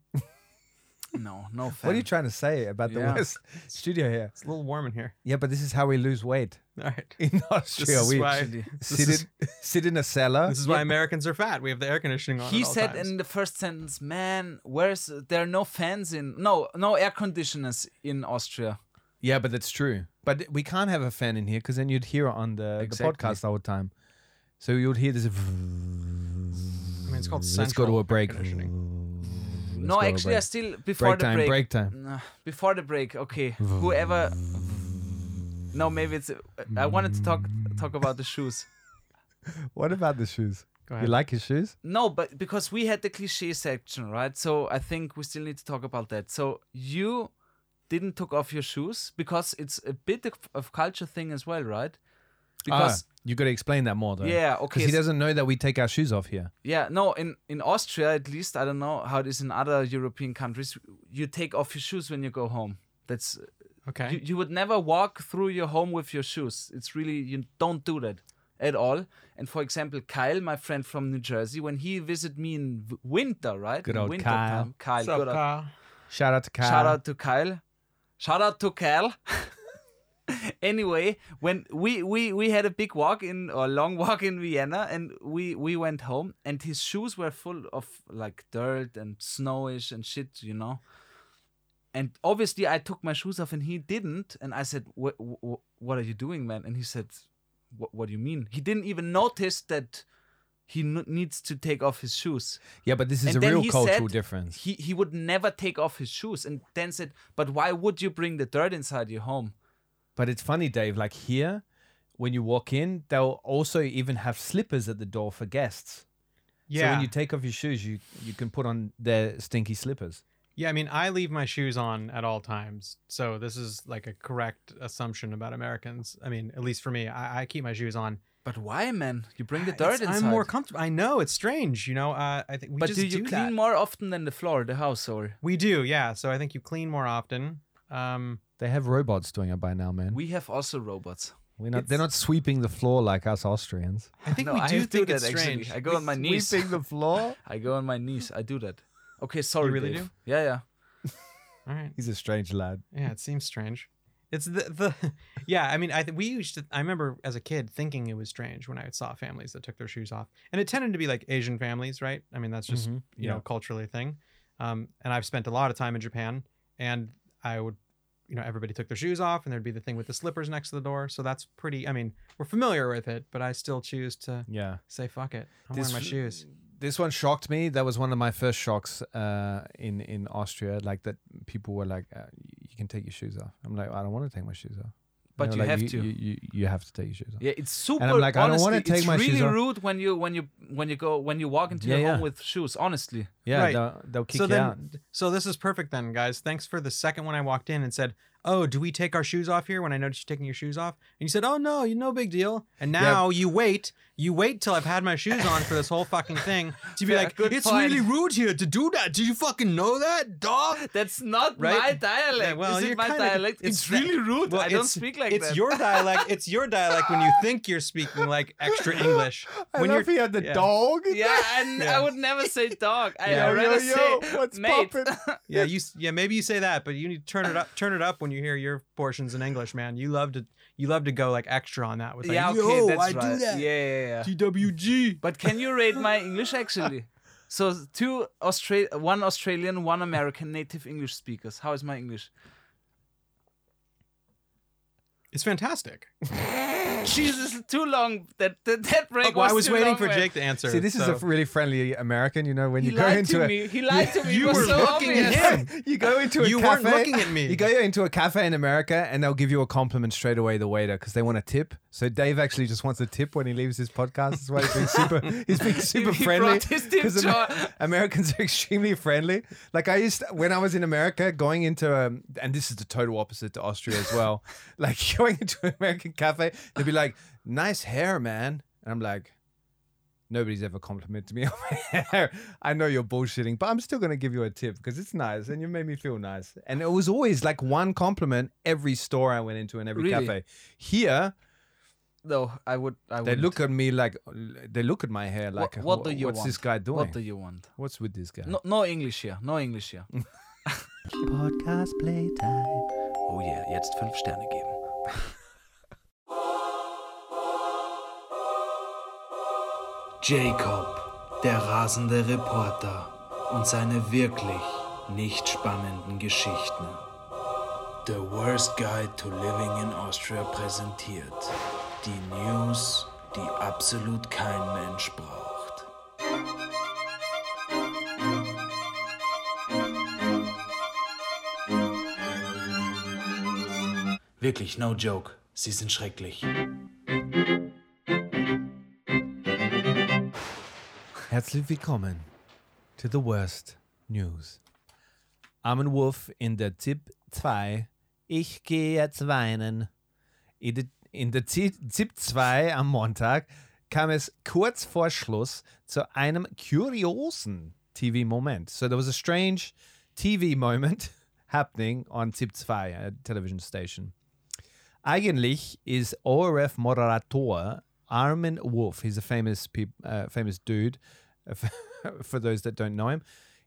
E: No, no. Fan.
D: What are you trying to say about the
E: Yeah.
D: worst studio here?
F: It's a little warm in here.
D: Yeah, but this is how we lose weight
F: All right.
D: in Austria.
F: is
D: we
F: why-
D: sit,
F: this is-
D: in, sit in a cellar.
F: This is why Americans are fat. We have the air conditioning on.
E: He
F: at all
E: said
F: times.
E: in the first sentence, "Man, where's there are no fans in? No, no air conditioners in Austria."
D: yeah, but that's true. But we can't have a fan in here because then you'd hear it on the,
E: Exactly.
D: the podcast all the time. So you'd hear this.
F: I mean, it's called
D: Let's go
F: central
D: to a
F: air
D: break.
F: conditioning.
D: Let's go
E: no,
D: to a
E: actually, I
D: break.
E: still before
D: break
E: the
D: time,
E: break.
D: break time.
E: Nah, before the break, okay. Whoever. No, maybe it's. I wanted to talk talk about the shoes.
D: What about the shoes? You
F: ahead.
D: like his shoes?
E: No, but because we had the cliche section, right? So I think we still need to talk about that. So you didn't took off your shoes because it's a bit of, of culture thing as well, right?
D: Ah,
E: because
D: you got to explain that more, though.
E: yeah, okay,
D: Because he
E: so-
D: doesn't know that we take our shoes off here.
E: Yeah, no, in, in Austria, at least, I don't know how it is in other European countries. You take off your shoes when you go home. That's
F: Okay.
E: you, you would never walk through your home with your shoes. It's really you don't do that at all. And for example, Kyle, my friend from New Jersey, when he visited me in w- winter, right?
D: Good
E: in
D: old
E: winter
D: Kyle.
E: time. Kyle,
F: Sup,
E: good old-
F: Kyle?
D: Shout out to Kyle.
E: Shout out to Kyle. Shout out to Kyle. anyway, when we, we we had a big walk in or long walk in Vienna and we we went home and his shoes were full of like dirt and snowish and shit, you know. And obviously I took my shoes off and he didn't and I said "Wha- wha- what are you doing, man? And he said what what do you mean? He didn't even notice that he n- needs to take off his shoes.
D: Yeah, but this is
E: And
D: a
E: then
D: real
E: he
D: cultural
E: said
D: difference.
E: He he would never take off his shoes and then said, But why would you bring the dirt inside your home?
D: But it's funny, Dave. Like here, when you walk in, they'll also even have slippers at the door for guests. So
F: Yeah.
D: when you take off your shoes, you you can put on their stinky slippers.
F: yeah. I mean, I leave my shoes on at all times, so this is like a correct assumption about Americans. I mean, at least for me, I, I keep my shoes on.
E: But why, man? You bring the
F: It's-
E: dirt inside.
F: I'm more comfortable. I know it's strange, you know. Uh, I think we
E: But
F: just
E: do you clean
F: that.
E: more often than the floor, the house, or
F: We do, yeah. So I think you clean more often. Um,
D: They have robots doing it by now, man.
E: we have also robots.
D: We're not, they're not sweeping the floor like us Austrians.
F: I think
E: No,
F: we
E: I
F: do
E: do
F: think
E: that
F: it's
E: actually.
F: strange.
E: I go on my knees.
D: Sweeping the floor?
E: I go on my knees. I do that. Okay, sorry.
F: really
E: Dave.
F: do?
E: Yeah, yeah.
F: All right.
D: He's a strange lad.
F: Yeah, it seems strange. It's the the yeah. I mean, I th- we used to. I remember as a kid thinking it was strange when I saw families that took their shoes off, and it tended to be like Asian families, right? I mean, that's just
D: Mhm,
F: you
D: yeah.
F: know culturally a thing. Um, and I've spent a lot of time in Japan, and I would, you know, everybody took their shoes off, and there'd be the thing with the slippers next to the door. So that's pretty. I mean, we're familiar with it, but I still choose to
D: Yeah.
F: say fuck it. I'm
D: This-
F: wearing my shoes.
D: This one shocked me. That was one of my first shocks uh, in in Austria. Like that, people were like, uh, "You can take your shoes off." I'm like, "I don't want to take my shoes off."
E: But
D: They
E: you
D: were like,
E: have to.
D: You, you you have to take your shoes off.
E: Yeah, it's super.
D: I'm like, I don't wanna
E: honestly,
D: take
E: it's
D: my
E: really
D: shoes off.
E: rude when you when you when you go when you walk into
D: Yeah,
E: your home
D: yeah.
E: with shoes. Honestly,
D: Yeah,
F: Right.
D: they'll, they'll kick
F: so
D: you
F: then,
D: out.
F: so this is perfect then, guys. Thanks for the second one. I walked in and said, "Oh, do we take our shoes off here?" When I noticed you taking your shoes off, and you said, "Oh no, you no big deal." And now you wait, you wait till I've had my shoes on for this whole fucking thing to be
E: Fair,
F: like,
E: good
F: "It's
E: point.
F: really rude here to do that." Do you fucking know that, dog?
E: that's not
F: Right?
E: my dialect.
F: Yeah, well,
E: is
F: you're
E: it my
F: kinda-
E: dialect?
F: it's
E: It's, really rude.
F: Well,
E: I don't
F: it's-
E: speak like
F: it's
E: that.
F: your dialect. It's your dialect when you think you're speaking like extra English.
D: I
F: when
D: love
F: you're
D: he had the
F: yeah.
D: dog.
E: Yeah, and
F: Yeah.
E: I would never say dog. I
F: Yeah.
E: would
D: Yo, yo,
E: rather
D: yo,
E: say
D: what's
E: mate.
D: poppin'?
F: Yeah, you s- yeah, maybe you say that, but you need to turn it up turn it up when you hear your portions in English, man. You love to you love to go like extra on that with like,
E: yeah, okay,
F: yo,
E: that's
F: I
E: right.
F: do that.
E: Yeah, yeah, yeah.
F: TWG.
E: But can you rate my English actually? So two Austra- one Australian, one American native English speakers. How is my English?
F: It's fantastic.
E: Jesus, too long. That that, that break
F: Look, Oh, well, I was
E: too
F: waiting
E: long,
F: for
E: man.
F: Jake to answer.
D: See, this is
F: so-
D: a really friendly American. You know, when
E: He
D: you go
E: lied
D: into
E: to
D: a,
E: me. He lied to me.
F: You
E: it was
F: were
E: so
F: looking at
E: obvious.
F: him.
D: you go into a
F: You weren't
D: cafe.
F: looking at me.
D: You go into a cafe in America, and they'll give you a compliment straight away. The waiter, because they want a tip. So Dave actually just wants a tip when he leaves his podcast. That's why he's being super. He's being super
E: he
D: friendly.
E: brought his tip
D: Because Amer-
E: jar.
D: Americans are extremely friendly. Like I used when I was in America, going into um, and this is the total opposite to Austria as well. like going into an American cafe, they'd be like, "Nice hair, man," and I'm like. Nobody's ever complimented me on my hair. I know you're bullshitting, but I'm still going to give you a tip because it's nice and you made me feel nice. And it was always like one compliment every store I went into and every
E: Really?
D: cafe. Here,
E: No, I would. I
D: they
E: wouldn't.
D: look at me like, they look at my hair like,
E: what, what do you
D: what's
E: want?
D: this guy doing?
E: What do you want?
D: What's with this guy?
E: No, no English here. No English here.
D: Mm. Podcast Playtime.
E: Oh yeah, jetzt fünf Sterne geben.
H: Jacob, der rasende Reporter und seine wirklich nicht spannenden Geschichten. The Worst Guide to Living in Austria präsentiert die News, die absolut kein Mensch braucht. Wirklich, no joke, sie sind schrecklich.
D: Herzlich willkommen to the worst news. Armin Wolf in der Tipp 2. Ich gehe jetzt weinen. In der, In der ZI- ZIP 2 am Montag kam es kurz vor Schluss zu einem kuriosen TV-Moment. So there was a strange TV-Moment happening on ZIP 2, a television station. Eigentlich is ORF Moderator Armin Wolf. He's a famous peop- uh, famous dude. For those that don't know him,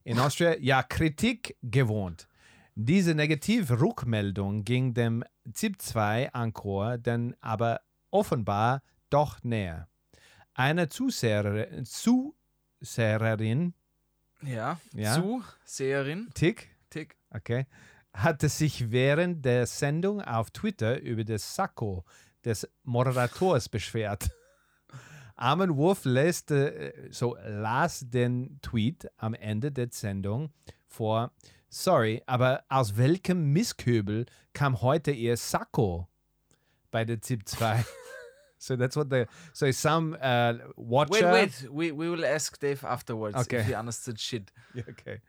D: in Austria, ja Kritik gewohnt. Diese negative Rückmeldung ging dem ZIP 2 Ankor dann aber offenbar doch näher. Eine Zuseherin, Zuseherin
E: Ja.
D: Ja.
E: Zu Seherin.
D: Tick,
E: Tick.
D: Okay. Hatte sich während der Sendung auf Twitter über das Sakko des Moderators beschwert. Armin Wolf lässt, äh, so las den Tweet am Ende der Sendung vor. Sorry, aber aus welchem Misskübel kam heute ihr Sakko bei der ZIP 2? so that's what the so some uh,
E: Wait,
D: watcher
E: wait. We, we will ask Dave afterwards
D: Okay.
E: if he understood shit.
D: Ja, okay.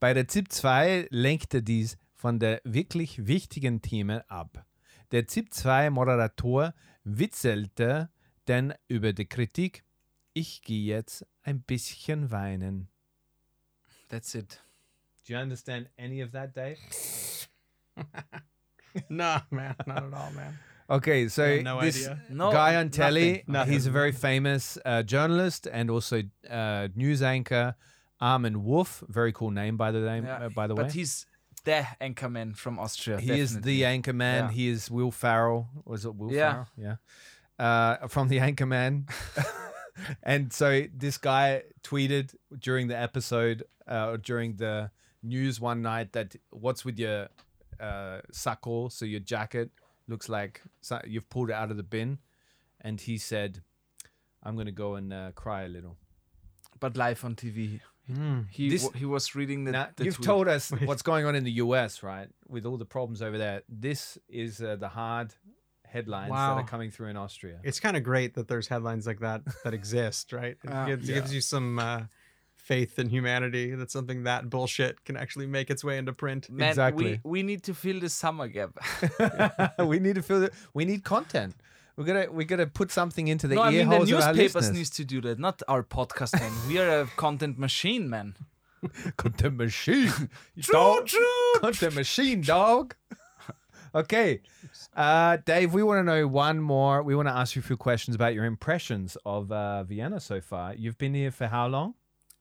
D: Bei der ZIP 2 lenkte dies von der wirklich wichtigen Themen ab. Der ZIP 2 Moderator witzelte denn über die Kritik, ich gehe jetzt ein bisschen weinen.
E: That's it.
D: Do you understand any of that, Dave?
F: No, man, not at all, man.
D: Okay, so
F: Yeah, no
D: this
F: idea.
E: No,
D: guy on telly, uh,
F: nothing, nothing.
D: he's a very famous uh, journalist and also uh, news anchor. Armin Wolf, very cool name by the name,
E: Yeah,
D: uh, by the way.
E: But he's the anchorman from Austria.
D: He is the anchor man.
E: Yeah.
D: He is Will Farrell. Was it Will
E: Yeah.
D: Farrell? Yeah. Uh, from the anchor man. and so this guy tweeted during the episode uh, or during the news one night that what's with your uh, sacco? So your jacket looks like so- you've pulled it out of the bin. And he said, I'm going to go and uh, cry a little.
E: But live on TV. He,
D: Hmm. This-
E: wa- he was reading the.
D: Now,
E: the
D: you've
E: tweet.
D: told us what's going on in the US, right? With all the problems over there. This is uh, the hard headlines that
F: Wow.
D: are coming through in Austria.
F: It's kind of great that there's headlines like that that exist, right? It,
D: Ah,
F: gives, it gives you some uh, faith in humanity that something that bullshit can actually make its way into print.
E: Man,
D: Exactly.
E: We, we need to fill the summer gap.
D: we need to feel that we need content. We're gonna we're gonna put something into the
E: no, I
D: ear
E: mean the
D: holes of our
E: newspapers
D: listeners.
E: needs to do that, not our podcast man. We are a content machine, man.
D: content machine. dog. Content machine, dog. okay. Uh, Dave, we want to know one more. We want to ask you a few questions about your impressions of uh, Vienna so far. You've been here for how long?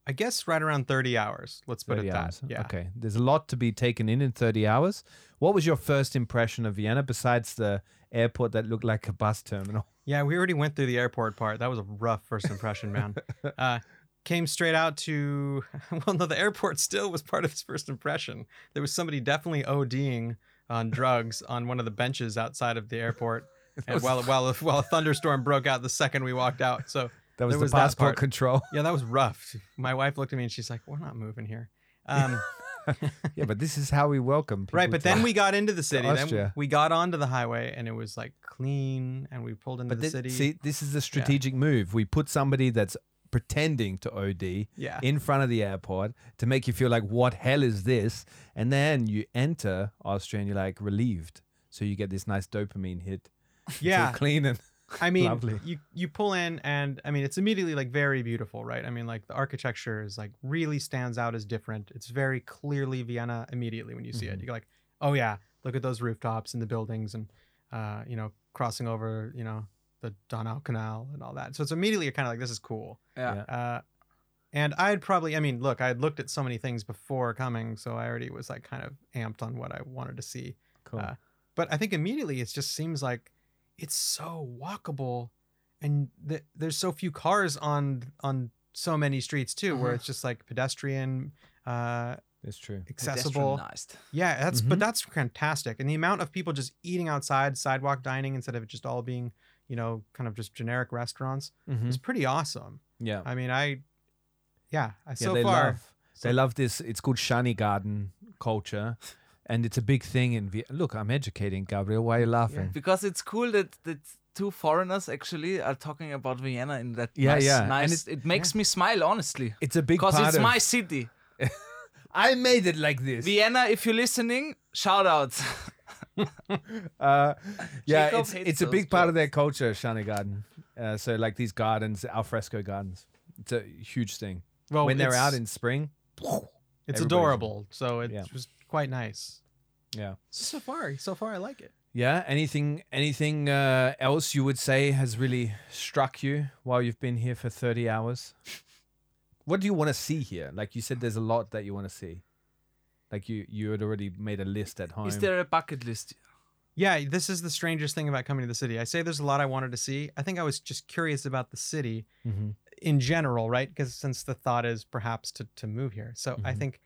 F: I guess right around 30 hours. Let's put
D: 30
F: it
D: hours.
F: that. Yeah.
D: Okay. There's a lot to be taken in in 30 hours. What was your first impression of Vienna besides the airport that looked like a bus terminal?
F: Yeah, we already went through the airport part. That was a rough first impression, man. uh, came straight out to, well, no, the airport still was part of this first impression. There was somebody definitely ODing on drugs on one of the benches outside of the airport. And while, while, while a thunderstorm broke out the second we walked out. So
D: That was
F: There
D: the
F: was that
D: passport
F: part.
D: control.
F: yeah, that was rough. My wife looked at me and she's like, we're not moving here. Um,
D: yeah, but this is how we welcome people.
F: right. But
D: to-
F: then we got into the city. Then
D: Austria.
F: we got onto the highway and it was like clean and we pulled into
D: But
F: the
D: thi-
F: city.
D: see, this is a strategic move. We put somebody that's pretending to OD
F: Yeah.
D: in front of the airport to make you feel like, what hell is this? And then you enter Austria and you're like relieved. So you get this nice dopamine hit. You feel
F: yeah. Uh,
D: clean and
F: I mean,
D: Lovely.
F: you you pull in, and I mean, it's immediately like very beautiful, right? I mean, like the architecture is like really stands out as different. It's very clearly Vienna immediately when you
D: Mm-hmm.
F: see it. You're like, oh yeah, look at those rooftops and the buildings, and uh, you know, crossing over, you know, the Donau Canal and all that. So it's immediately you're kind of like, this is cool.
E: Yeah.
D: Yeah.
F: Uh, and I had probably, I mean, look, I had looked at so many things before coming, so I already was like kind of amped on what I wanted to see
D: cool.
F: Uh, but I think immediately it just seems like it's so walkable, and th- there's so few cars on on so many streets too, where
E: Uh-huh.
F: it's just like pedestrian, uh,
D: it's true.
F: accessible.
E: Pedestrianized.
F: Yeah, that's but
D: Mhm.
F: that's fantastic, and the amount of people just eating outside, sidewalk dining instead of it just all being you know kind of just generic restaurants
D: Mm-hmm.
F: is pretty awesome.
D: Yeah.
F: I mean, I yeah, I
D: Yeah,
F: so
D: they
F: far.
D: love they love this. It's called Shani Garden culture, and it's a big thing in Viet- Look, I'm educating Gabriel. Why are you laughing?
E: Because it's cool that that two foreigners actually are talking about Vienna in that
D: Yeah,
E: nice,
D: yeah, and
E: nice.
D: it's-
E: it makes me smile honestly.
D: It's a big
E: Because
D: part
E: it's
D: of-
E: my city.
D: I made it like this.
E: Vienna, if you're listening, shout out.
D: uh, yeah,
E: Jacob
D: it's,
E: hates
D: it's a
E: those
D: big part of
E: jokes.
D: their culture, Shani Garden. Uh, so like these gardens, alfresco gardens, it's a huge thing.
F: Well,
D: when they're
F: Oh, it's-
D: out in spring,
F: it's
D: everybody's-
F: adorable. So it's
D: Yeah.
F: just quite nice.
D: yeah,
F: So far, so far, I like it.
D: yeah. Anything, anything uh, else you would say has really struck you while you've been here for thirty hours? What do you want to see here? Like you said, there's a lot that you want to see. Like you, you had already made a list at home.
E: Is there a bucket list?
F: Yeah, this is the strangest thing about coming to the city. I say there's a lot I wanted to see. I think I was just curious about the city
D: Mhm.
F: in general, right? Because since the thought is perhaps to to move here, so I
D: Mhm.
F: think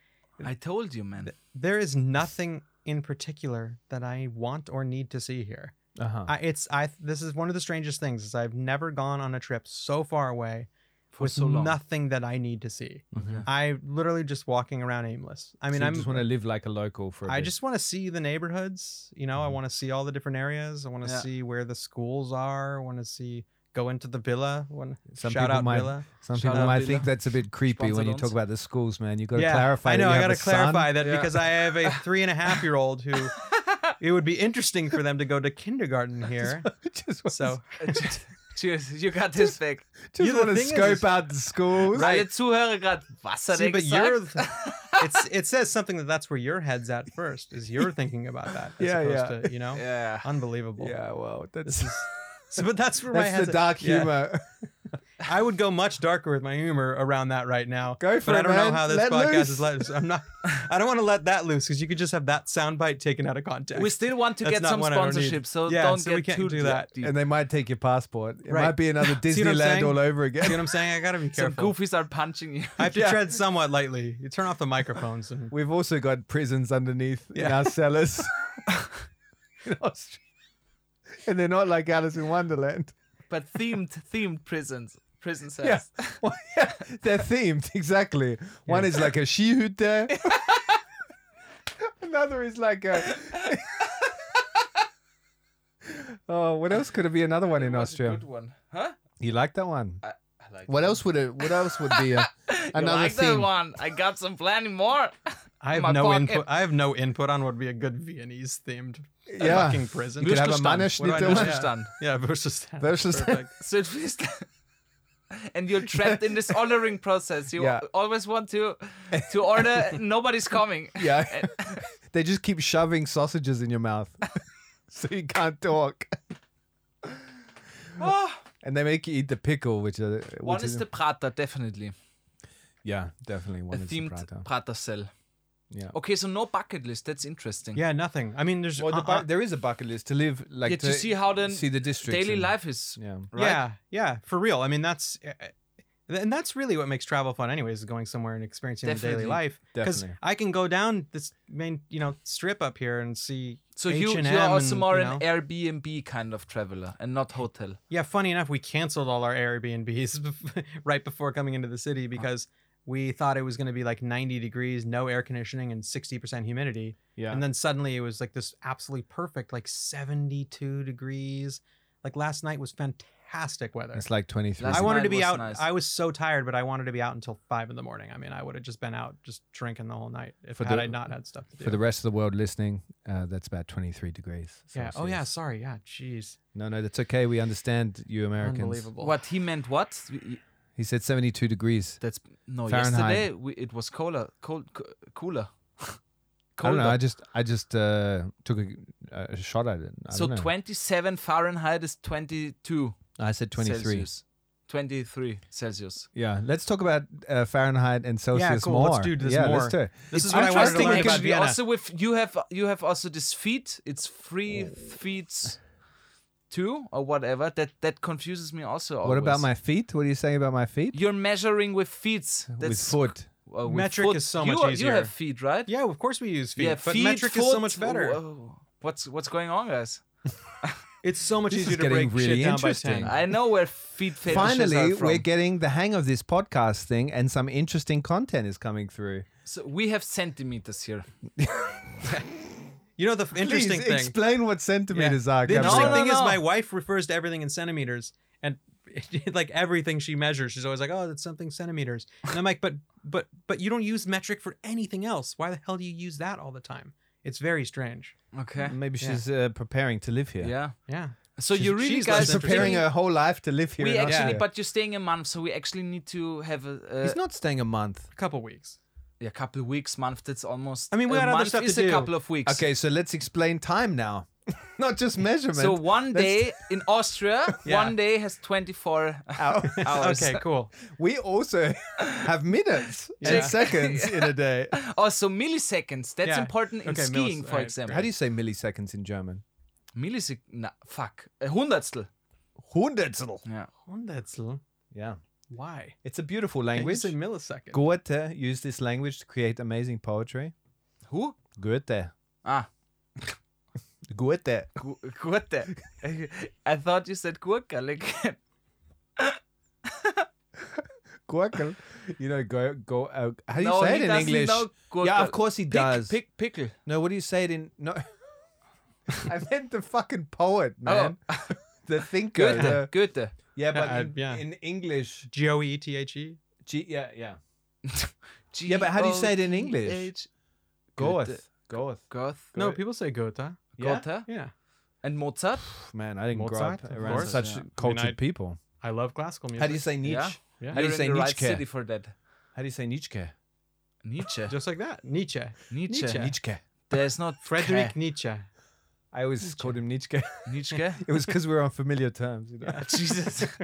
E: I told you, man.
F: there is nothing in particular that I want or need to see here.
D: Uh-huh.
F: I, it's I. This is one of the strangest things is I've never gone on a trip so far away
E: For
F: with
E: so long.
F: nothing that I need to see.
D: Okay.
F: I literally just walking around aimless. I
D: mm-hmm.
F: mean,
D: So you
F: I'm
D: just want to live like a local for. I
F: I just want to see the neighborhoods. You know,
D: Mm-hmm.
F: I want to see all the different areas. I want to
E: Yeah.
F: see where the schools are. I want to see go into the villa. One
D: Some
F: shout
D: people
F: out
D: might-
F: villa.
D: Some
E: Shout
D: people
E: out
D: might
E: Lila.
D: think that's a bit creepy when
E: Sponsored
D: you
E: ons.
D: talk about the schools, man. You got to clarify. that
F: I know.
D: you
F: I
D: have
F: gotta
D: a son.
F: clarify that
E: Yeah.
F: because I have a three and a half year old who it would be interesting for them to go to kindergarten here.
D: just want,
F: So
E: Cheers, you got this back.
D: just
F: Yeah, the
D: want to
F: thing is-
D: scope out the schools.
E: Alle Zuhörer gerade, was hat
F: see,
E: er
F: but you're
E: gesagt?
F: it's it says something that that's where your head's at first is you're thinking about that. As
D: Yeah,
F: opposed
D: yeah.
F: To, you know,
E: Yeah.
F: unbelievable.
D: Yeah, well, that's
F: This is, so, but that's where my
D: that's
F: head's
D: the
F: at.
D: dark
F: Yeah.
D: humor.
F: I would go much darker with my humor around that right now.
D: Go for
F: but
D: it,
F: I don't
D: man.
F: know how this
D: Let
F: podcast
D: loose.
F: is let I'm not. I don't want to let that loose because you could just have that soundbite taken out of context.
E: We still want to
F: That's
E: get
F: not
E: some
F: what I don't need.
E: sponsorship, so
F: Yeah,
E: don't
F: so
E: get
F: we can't
E: too
F: do that.
E: deep.
D: And they might take your passport. It
F: Right.
D: might be another
F: See what I'm
D: Disneyland
F: saying?
D: all over
F: See
D: again.
F: what I'm saying? I gotta be
E: Some
F: careful.
E: goofies are punching you.
F: I have to tread somewhat lightly. You turn off the microphones and
D: We've also got prisons underneath in
F: Yeah.
D: our cellars. in Austria. And they're not like Alice in Wonderland.
E: but themed, themed prisons. Prison cells.
D: Yeah. Well, yeah, they're themed, exactly. One is like a Skihütte. another is like a. oh, what else could it be? Another one in
E: That's a
D: Austria.
E: good one. Huh?
D: You like that one?
E: I like
D: What
E: that.
D: else would it? What else would be a,
E: You
D: another
E: like that
D: theme?
E: one. I got some plenty more.
F: I have
E: My
F: no
E: pocket.
F: input. I have no input on what would be a good Viennese themed
D: Yeah.
F: fucking prison.
D: You could have a
E: Würstelstand.
F: What do I
D: Mannerschnitte.
F: know?
D: one.
E: Würstelstand.
F: Yeah, versus
D: Würstelstand.
E: Südfriesland. And you're trapped in this ordering process. You
D: Yeah.
E: always want to to order. Nobody's coming.
D: Yeah. they just keep shoving sausages in your mouth, so you can't talk.
E: Ah,
D: And they make you eat the pickle, which, uh, which
E: one is the Prater, definitely.
D: yeah, definitely
E: A
D: one is the
E: themed
D: prata.
E: Prater cell.
D: Yeah.
E: Okay, so no bucket list. That's interesting.
F: Yeah, nothing. I mean, there's
D: Well, the
F: uh, uh,
D: bu- there is a bucket list to live like
E: Yeah, to see how the
D: see the district
E: Daily
D: and-
E: life is.
D: Yeah,
E: Right?
F: yeah, yeah, for real. I mean, that's uh, and that's really what makes travel fun, anyways. Is going somewhere and experiencing the
E: Definitely.
F: daily life. Because
D: Definitely.
F: I can go down this main, you know, strip up here and see.
E: So you,
F: H&M
E: you are also
F: and,
E: more
F: you
E: an
F: know.
E: Airbnb kind of traveler and not hotel.
F: Yeah, funny enough, we canceled all our Airbnbs bef- right before coming into the city
E: Uh-huh.
F: because we thought it was going to be like 90 degrees, no air conditioning, and 60% humidity.
D: yeah.
F: And then suddenly it was like this absolutely perfect, like 72 degrees. Like last night was fantastic weather.
D: it's like twenty three.
E: Last
F: I wanted
E: night
F: to be
E: was
F: out.
E: nice.
F: I was so tired, but I wanted to be out until five in the morning. I mean, I would have just been out just drinking the whole night if
D: For
F: had
D: the-
F: I not had stuff to do.
D: For the rest of the world listening, uh, that's about twenty three degrees.
F: yeah. Oh yeah.
D: Celsius.
F: Sorry. Yeah. Jeez.
D: No, no, that's okay. We understand you Americans.
F: Unbelievable.
E: What he meant? What? We-
D: He said seventy two degrees.
E: That's no.
D: Fahrenheit.
E: Yesterday we, it was cooler, cold, co- cooler.
D: I don't know.
E: Colder.
D: I just, I just uh, took a, a shot at it. I
E: So
D: don't know.
E: 27 Fahrenheit is 22
D: I said twenty three.
E: Celsius. 23 Celsius.
D: Yeah, let's talk about uh, Fahrenheit and Celsius
F: cool.
D: more.
F: Let's do this
D: yeah,
F: more.
D: Let's do it.
E: It's
F: This is what I wanted to
E: interesting
F: learn
E: because
F: about
E: we
F: Vienna.
E: also with you have you have also this feet. It's three
D: Oh.
E: feet two or whatever. That that confuses me also.
D: What about
E: always.
D: my feet? What are you saying about my feet?
E: You're measuring with feet.
D: With
E: That's
D: foot.
E: uh, with
F: Metric
E: foot.
F: is so
E: you
F: much
E: are-
F: easier.
E: You have feet, right?
F: yeah. Of course we use feet.
E: yeah.
F: but
E: feet,
F: metric is so
E: foot.
F: much better.
E: Whoa. What's what's going on, guys?
F: It's so much
D: This is
F: easier to
D: getting
F: break
D: really
F: shit down by
D: interesting.
F: ten.
E: I know where feet fetishes
D: Finally,
E: are from.
D: we're getting the hang of this podcast thing, and some interesting content is coming through.
E: so we have centimeters here.
F: you know the f- interesting
D: Please
F: thing.
D: explain what centimeters
F: Yeah.
D: are.
F: The
D: Gabriel.
F: interesting
E: No, no,
F: thing is
E: no.
F: my wife refers to everything in centimeters, and like everything she measures, she's always like, "Oh, that's something centimeters." And I'm like, "But, but, but you don't use metric for anything else. Why the hell do you use that all the time? It's very strange.
E: Okay.
D: Maybe
F: Yeah.
D: she's uh, preparing to live here.
E: Yeah.
F: Yeah.
E: So
D: She's-
E: you really
D: she's
E: guys
D: like preparing
E: really-
D: her whole life to live here.
E: We
D: in
E: actually,
D: Austria.
E: but you're staying a month, so we actually need to have a,
D: he's
E: a
D: not staying a month.
F: A couple weeks.
E: yeah, couple of weeks, month. That's almost.
F: I mean, we
E: a
F: had other
E: month
F: stuff to
E: is a
F: do.
E: couple of weeks.
D: Okay, so let's explain time now, not just measurement.
E: So one
D: Let's-
E: day in Austria,
F: Yeah.
E: one day has 24
D: Ow.
E: hours.
F: Okay, cool.
D: we also have minutes
F: Yeah.
D: and seconds in a day.
E: Oh, so milliseconds. That's
F: Yeah.
E: important in
F: Okay, millis-
E: skiing, for
F: alright,
E: example.
D: How do you say milliseconds in German?
E: Millisek na, fuck. A Hundertstel.
D: Hundertstel.
E: Ja.
F: Hundertstel.
D: Yeah,
F: Why?
D: it's a beautiful
F: Can you
D: language.
F: say millisecond?
D: Goethe used this language to create amazing poetry.
E: Who?
D: Goethe.
E: Ah,
D: Goethe.
E: Gu- Gurte. I thought you said Gurka. Like,
D: Gorkel. You know, go, go, uh, how do you
E: no,
D: say
E: he
D: it in
E: doesn't
D: English?
E: know Gurka.
D: Yeah, of course he
E: Pick-
D: does.
E: Pick, pickle.
D: No, what do you say it in? No, I meant the fucking poet, man. The thinker.
E: Oh. Goethe. Uh,
D: the-
E: Goethe.
D: yeah, but
F: I-
D: in,
F: yeah.
D: in English,
F: G O E T H E.
D: G, yeah, yeah. Yeah, but how do you say it in English?
E: G-O-T-H. Goethe.
D: Goeth. Goeth.
E: Goth.
F: No, people say Goethe.
D: Yeah?
E: Goethe.
F: Yeah.
E: And Mozart.
D: Man, I didn't
F: Mozart,
D: grow
F: of
D: up around
F: course.
D: such
E: Yeah. I mean,
D: cultured
F: I-
D: people.
F: I love classical music.
D: How do you say Nietzsche?
E: Yeah.
F: Yeah.
D: How do you
E: You're
D: say
E: in the right
D: Nietzsche?
E: city for that.
D: How do you say Nietzsche?
E: Nietzsche.
F: Just like that. Nietzsche.
E: Nietzsche.
F: Nietzsche.
D: Nietzsche.
E: There's not
F: Frederick Nietzsche.
D: I always called him Nietzsche.
E: Nietzsche.
D: it was because we were on familiar terms. You know?
E: Jesus.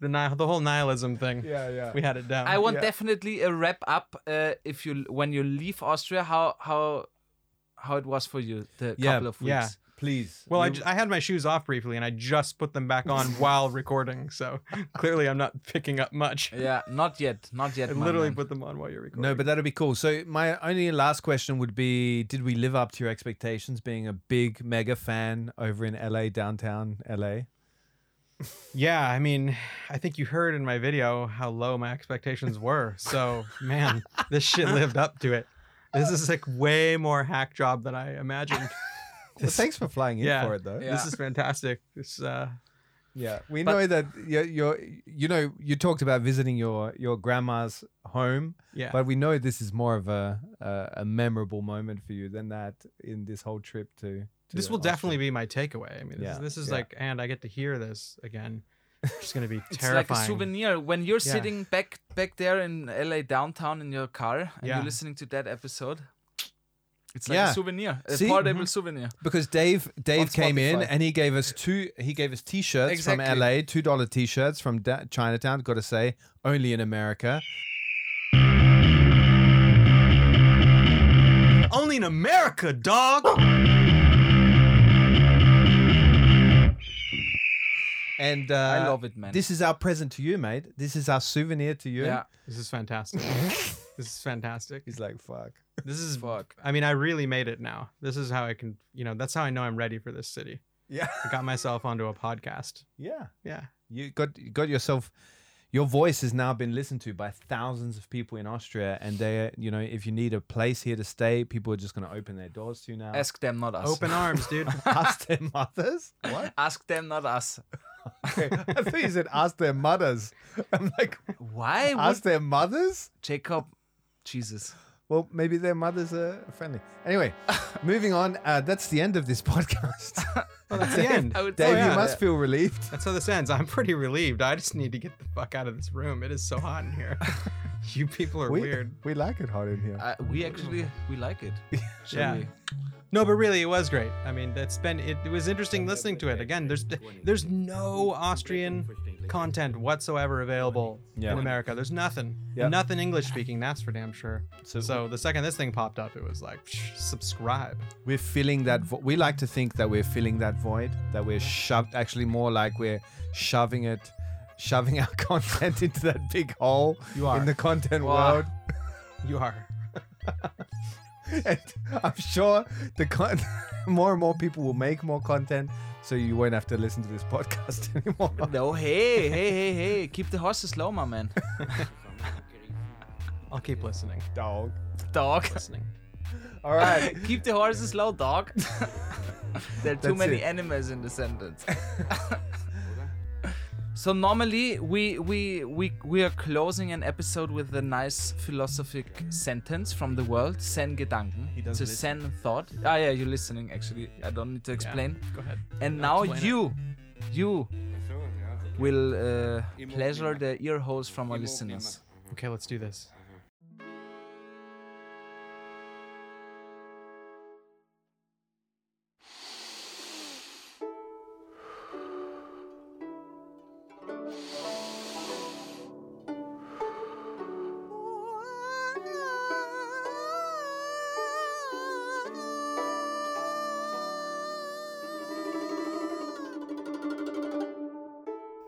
F: The ni- the whole nihilism thing.
D: yeah, yeah.
F: We had it down.
E: I want
D: Yeah.
E: definitely a wrap up uh, if you when you leave Austria how how how it was for you the
D: Yeah,
E: couple of weeks.
F: yeah.
D: Please.
F: Well, I, ju- I had my shoes off briefly, and I just put them back on while recording. So clearly, I'm not picking up much.
E: Yeah, not yet, not yet.
F: I
E: my
F: literally
E: man.
F: put them on while you're recording.
D: No, but that'd be cool. So my only last question would be: Did we live up to your expectations? Being a big mega fan over in LA, downtown LA.
F: yeah, I mean, I think you heard in my video how low my expectations were. So man, this shit lived up to it. This is like way more hack job than I imagined.
D: Well, thanks for flying in
F: Yeah.
D: for it, though.
E: Yeah.
F: This is fantastic. This, uh,
D: Yeah, we
E: But-
D: know that you're, you're, you know, you talked about visiting your your grandma's home,
F: yeah,
D: but we know this is more of a a, a memorable moment for you than that in this whole trip to. to
F: this will definitely be my takeaway. I mean, this,
D: Yeah,
F: is this is
D: yeah.
F: like, and I get to hear this again. It's gonna be
E: It's
F: terrifying.
E: like a souvenir when you're
F: Yeah.
E: sitting back back there in LA downtown in your car and
F: Yeah.
E: you're listening to that episode. It's like
D: Yeah.
E: a souvenir, a
D: See?
E: portable
F: Mm-hmm.
E: souvenir.
D: because Dave Dave came in
E: Spotify.
D: and he gave us two he gave us T-shirts from
E: Exactly.
D: LA, two dollar T-shirts from da- Chinatown. Got to say, only in America.
F: Only in America, dog.
D: And uh,
E: I love it, man.
D: This is our present to you, mate. This is our souvenir to you.
E: yeah,
F: This is fantastic. this is fantastic.
D: He's like, fuck.
F: This is.
E: fuck.
F: I mean, I really made it now. This is how I can. You know, that's how I know I'm ready for this city.
D: Yeah.
F: I got myself onto a podcast.
D: Yeah.
F: Yeah.
D: You got you got yourself. Your voice has now been listened to by thousands of people in Austria, and they, you know, if you need a place here to stay, people are just going to open their doors to you now.
E: Ask them, not us.
F: Open arms, dude.
D: ask their mothers. What?
E: Ask them, not us.
D: Okay. I thought you said ask their mothers. I'm like,
E: Why would
D: ask their mothers.
E: Jacob? Jesus.
D: Well, maybe their mothers are friendly. Anyway, moving on. Uh, that's the end of this podcast.
F: Well, that's the end.
E: I would
D: Dave,
E: say
D: you
F: Oh, yeah.
D: must feel relieved.
F: That's how this ends. I'm pretty relieved. I just need to get the fuck out of this room. It is so hot in here. you people are
D: We,
F: weird.
D: we like it hot in here.
E: uh, we actually we like it. Shall
F: Yeah.
E: we?
F: No, but really, it was great. I mean, that's been it, it was interesting listening to it again. There's there's no Austrian content whatsoever available
D: Yeah.
F: in America. There's nothing,
D: Yeah.
F: nothing English speaking. That's for damn sure. So, the second this thing popped up, it was like psh, subscribe.
D: we're filling that vo- we like to think that we're filling that void that we're shoved actually more like we're shoving it shoving our content into that big hole
F: You are.
D: in the content
E: Wow.
D: world
F: You are.
D: and i'm sure the con- more and more people will make more content so you won't have to listen to this podcast anymore
E: No, hey, hey, hey, hey, keep the horses slow, my man.
F: I'll keep listening.
D: dog
E: Dog.
F: Listening.
D: all right
E: keep the horses slow, dog. there are too
D: That's
E: many
D: it.
E: animals in the sentence. So normally we we we we are closing an episode with a nice philosophic sentence from the world, Zen Gedanken.
F: He
E: It's
F: does
E: a
F: listen.
E: Zen thought. Ah yeah, you're listening actually. I don't need to explain.
F: Go ahead.
E: And now
F: explain it.
E: you you will uh, pleasure the ear holes from our listeners.
F: Okay, let's do this.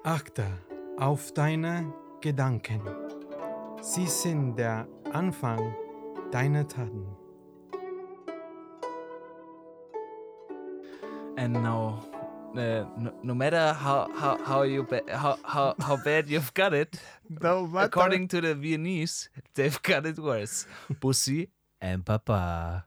F: Achte auf deine Gedanken. Sie sind der Anfang deiner Taten.
E: And now, uh, no, no matter how how how you ba- how, how how bad you've got it, according to the Viennese, they've got it worse. Pussy and papa.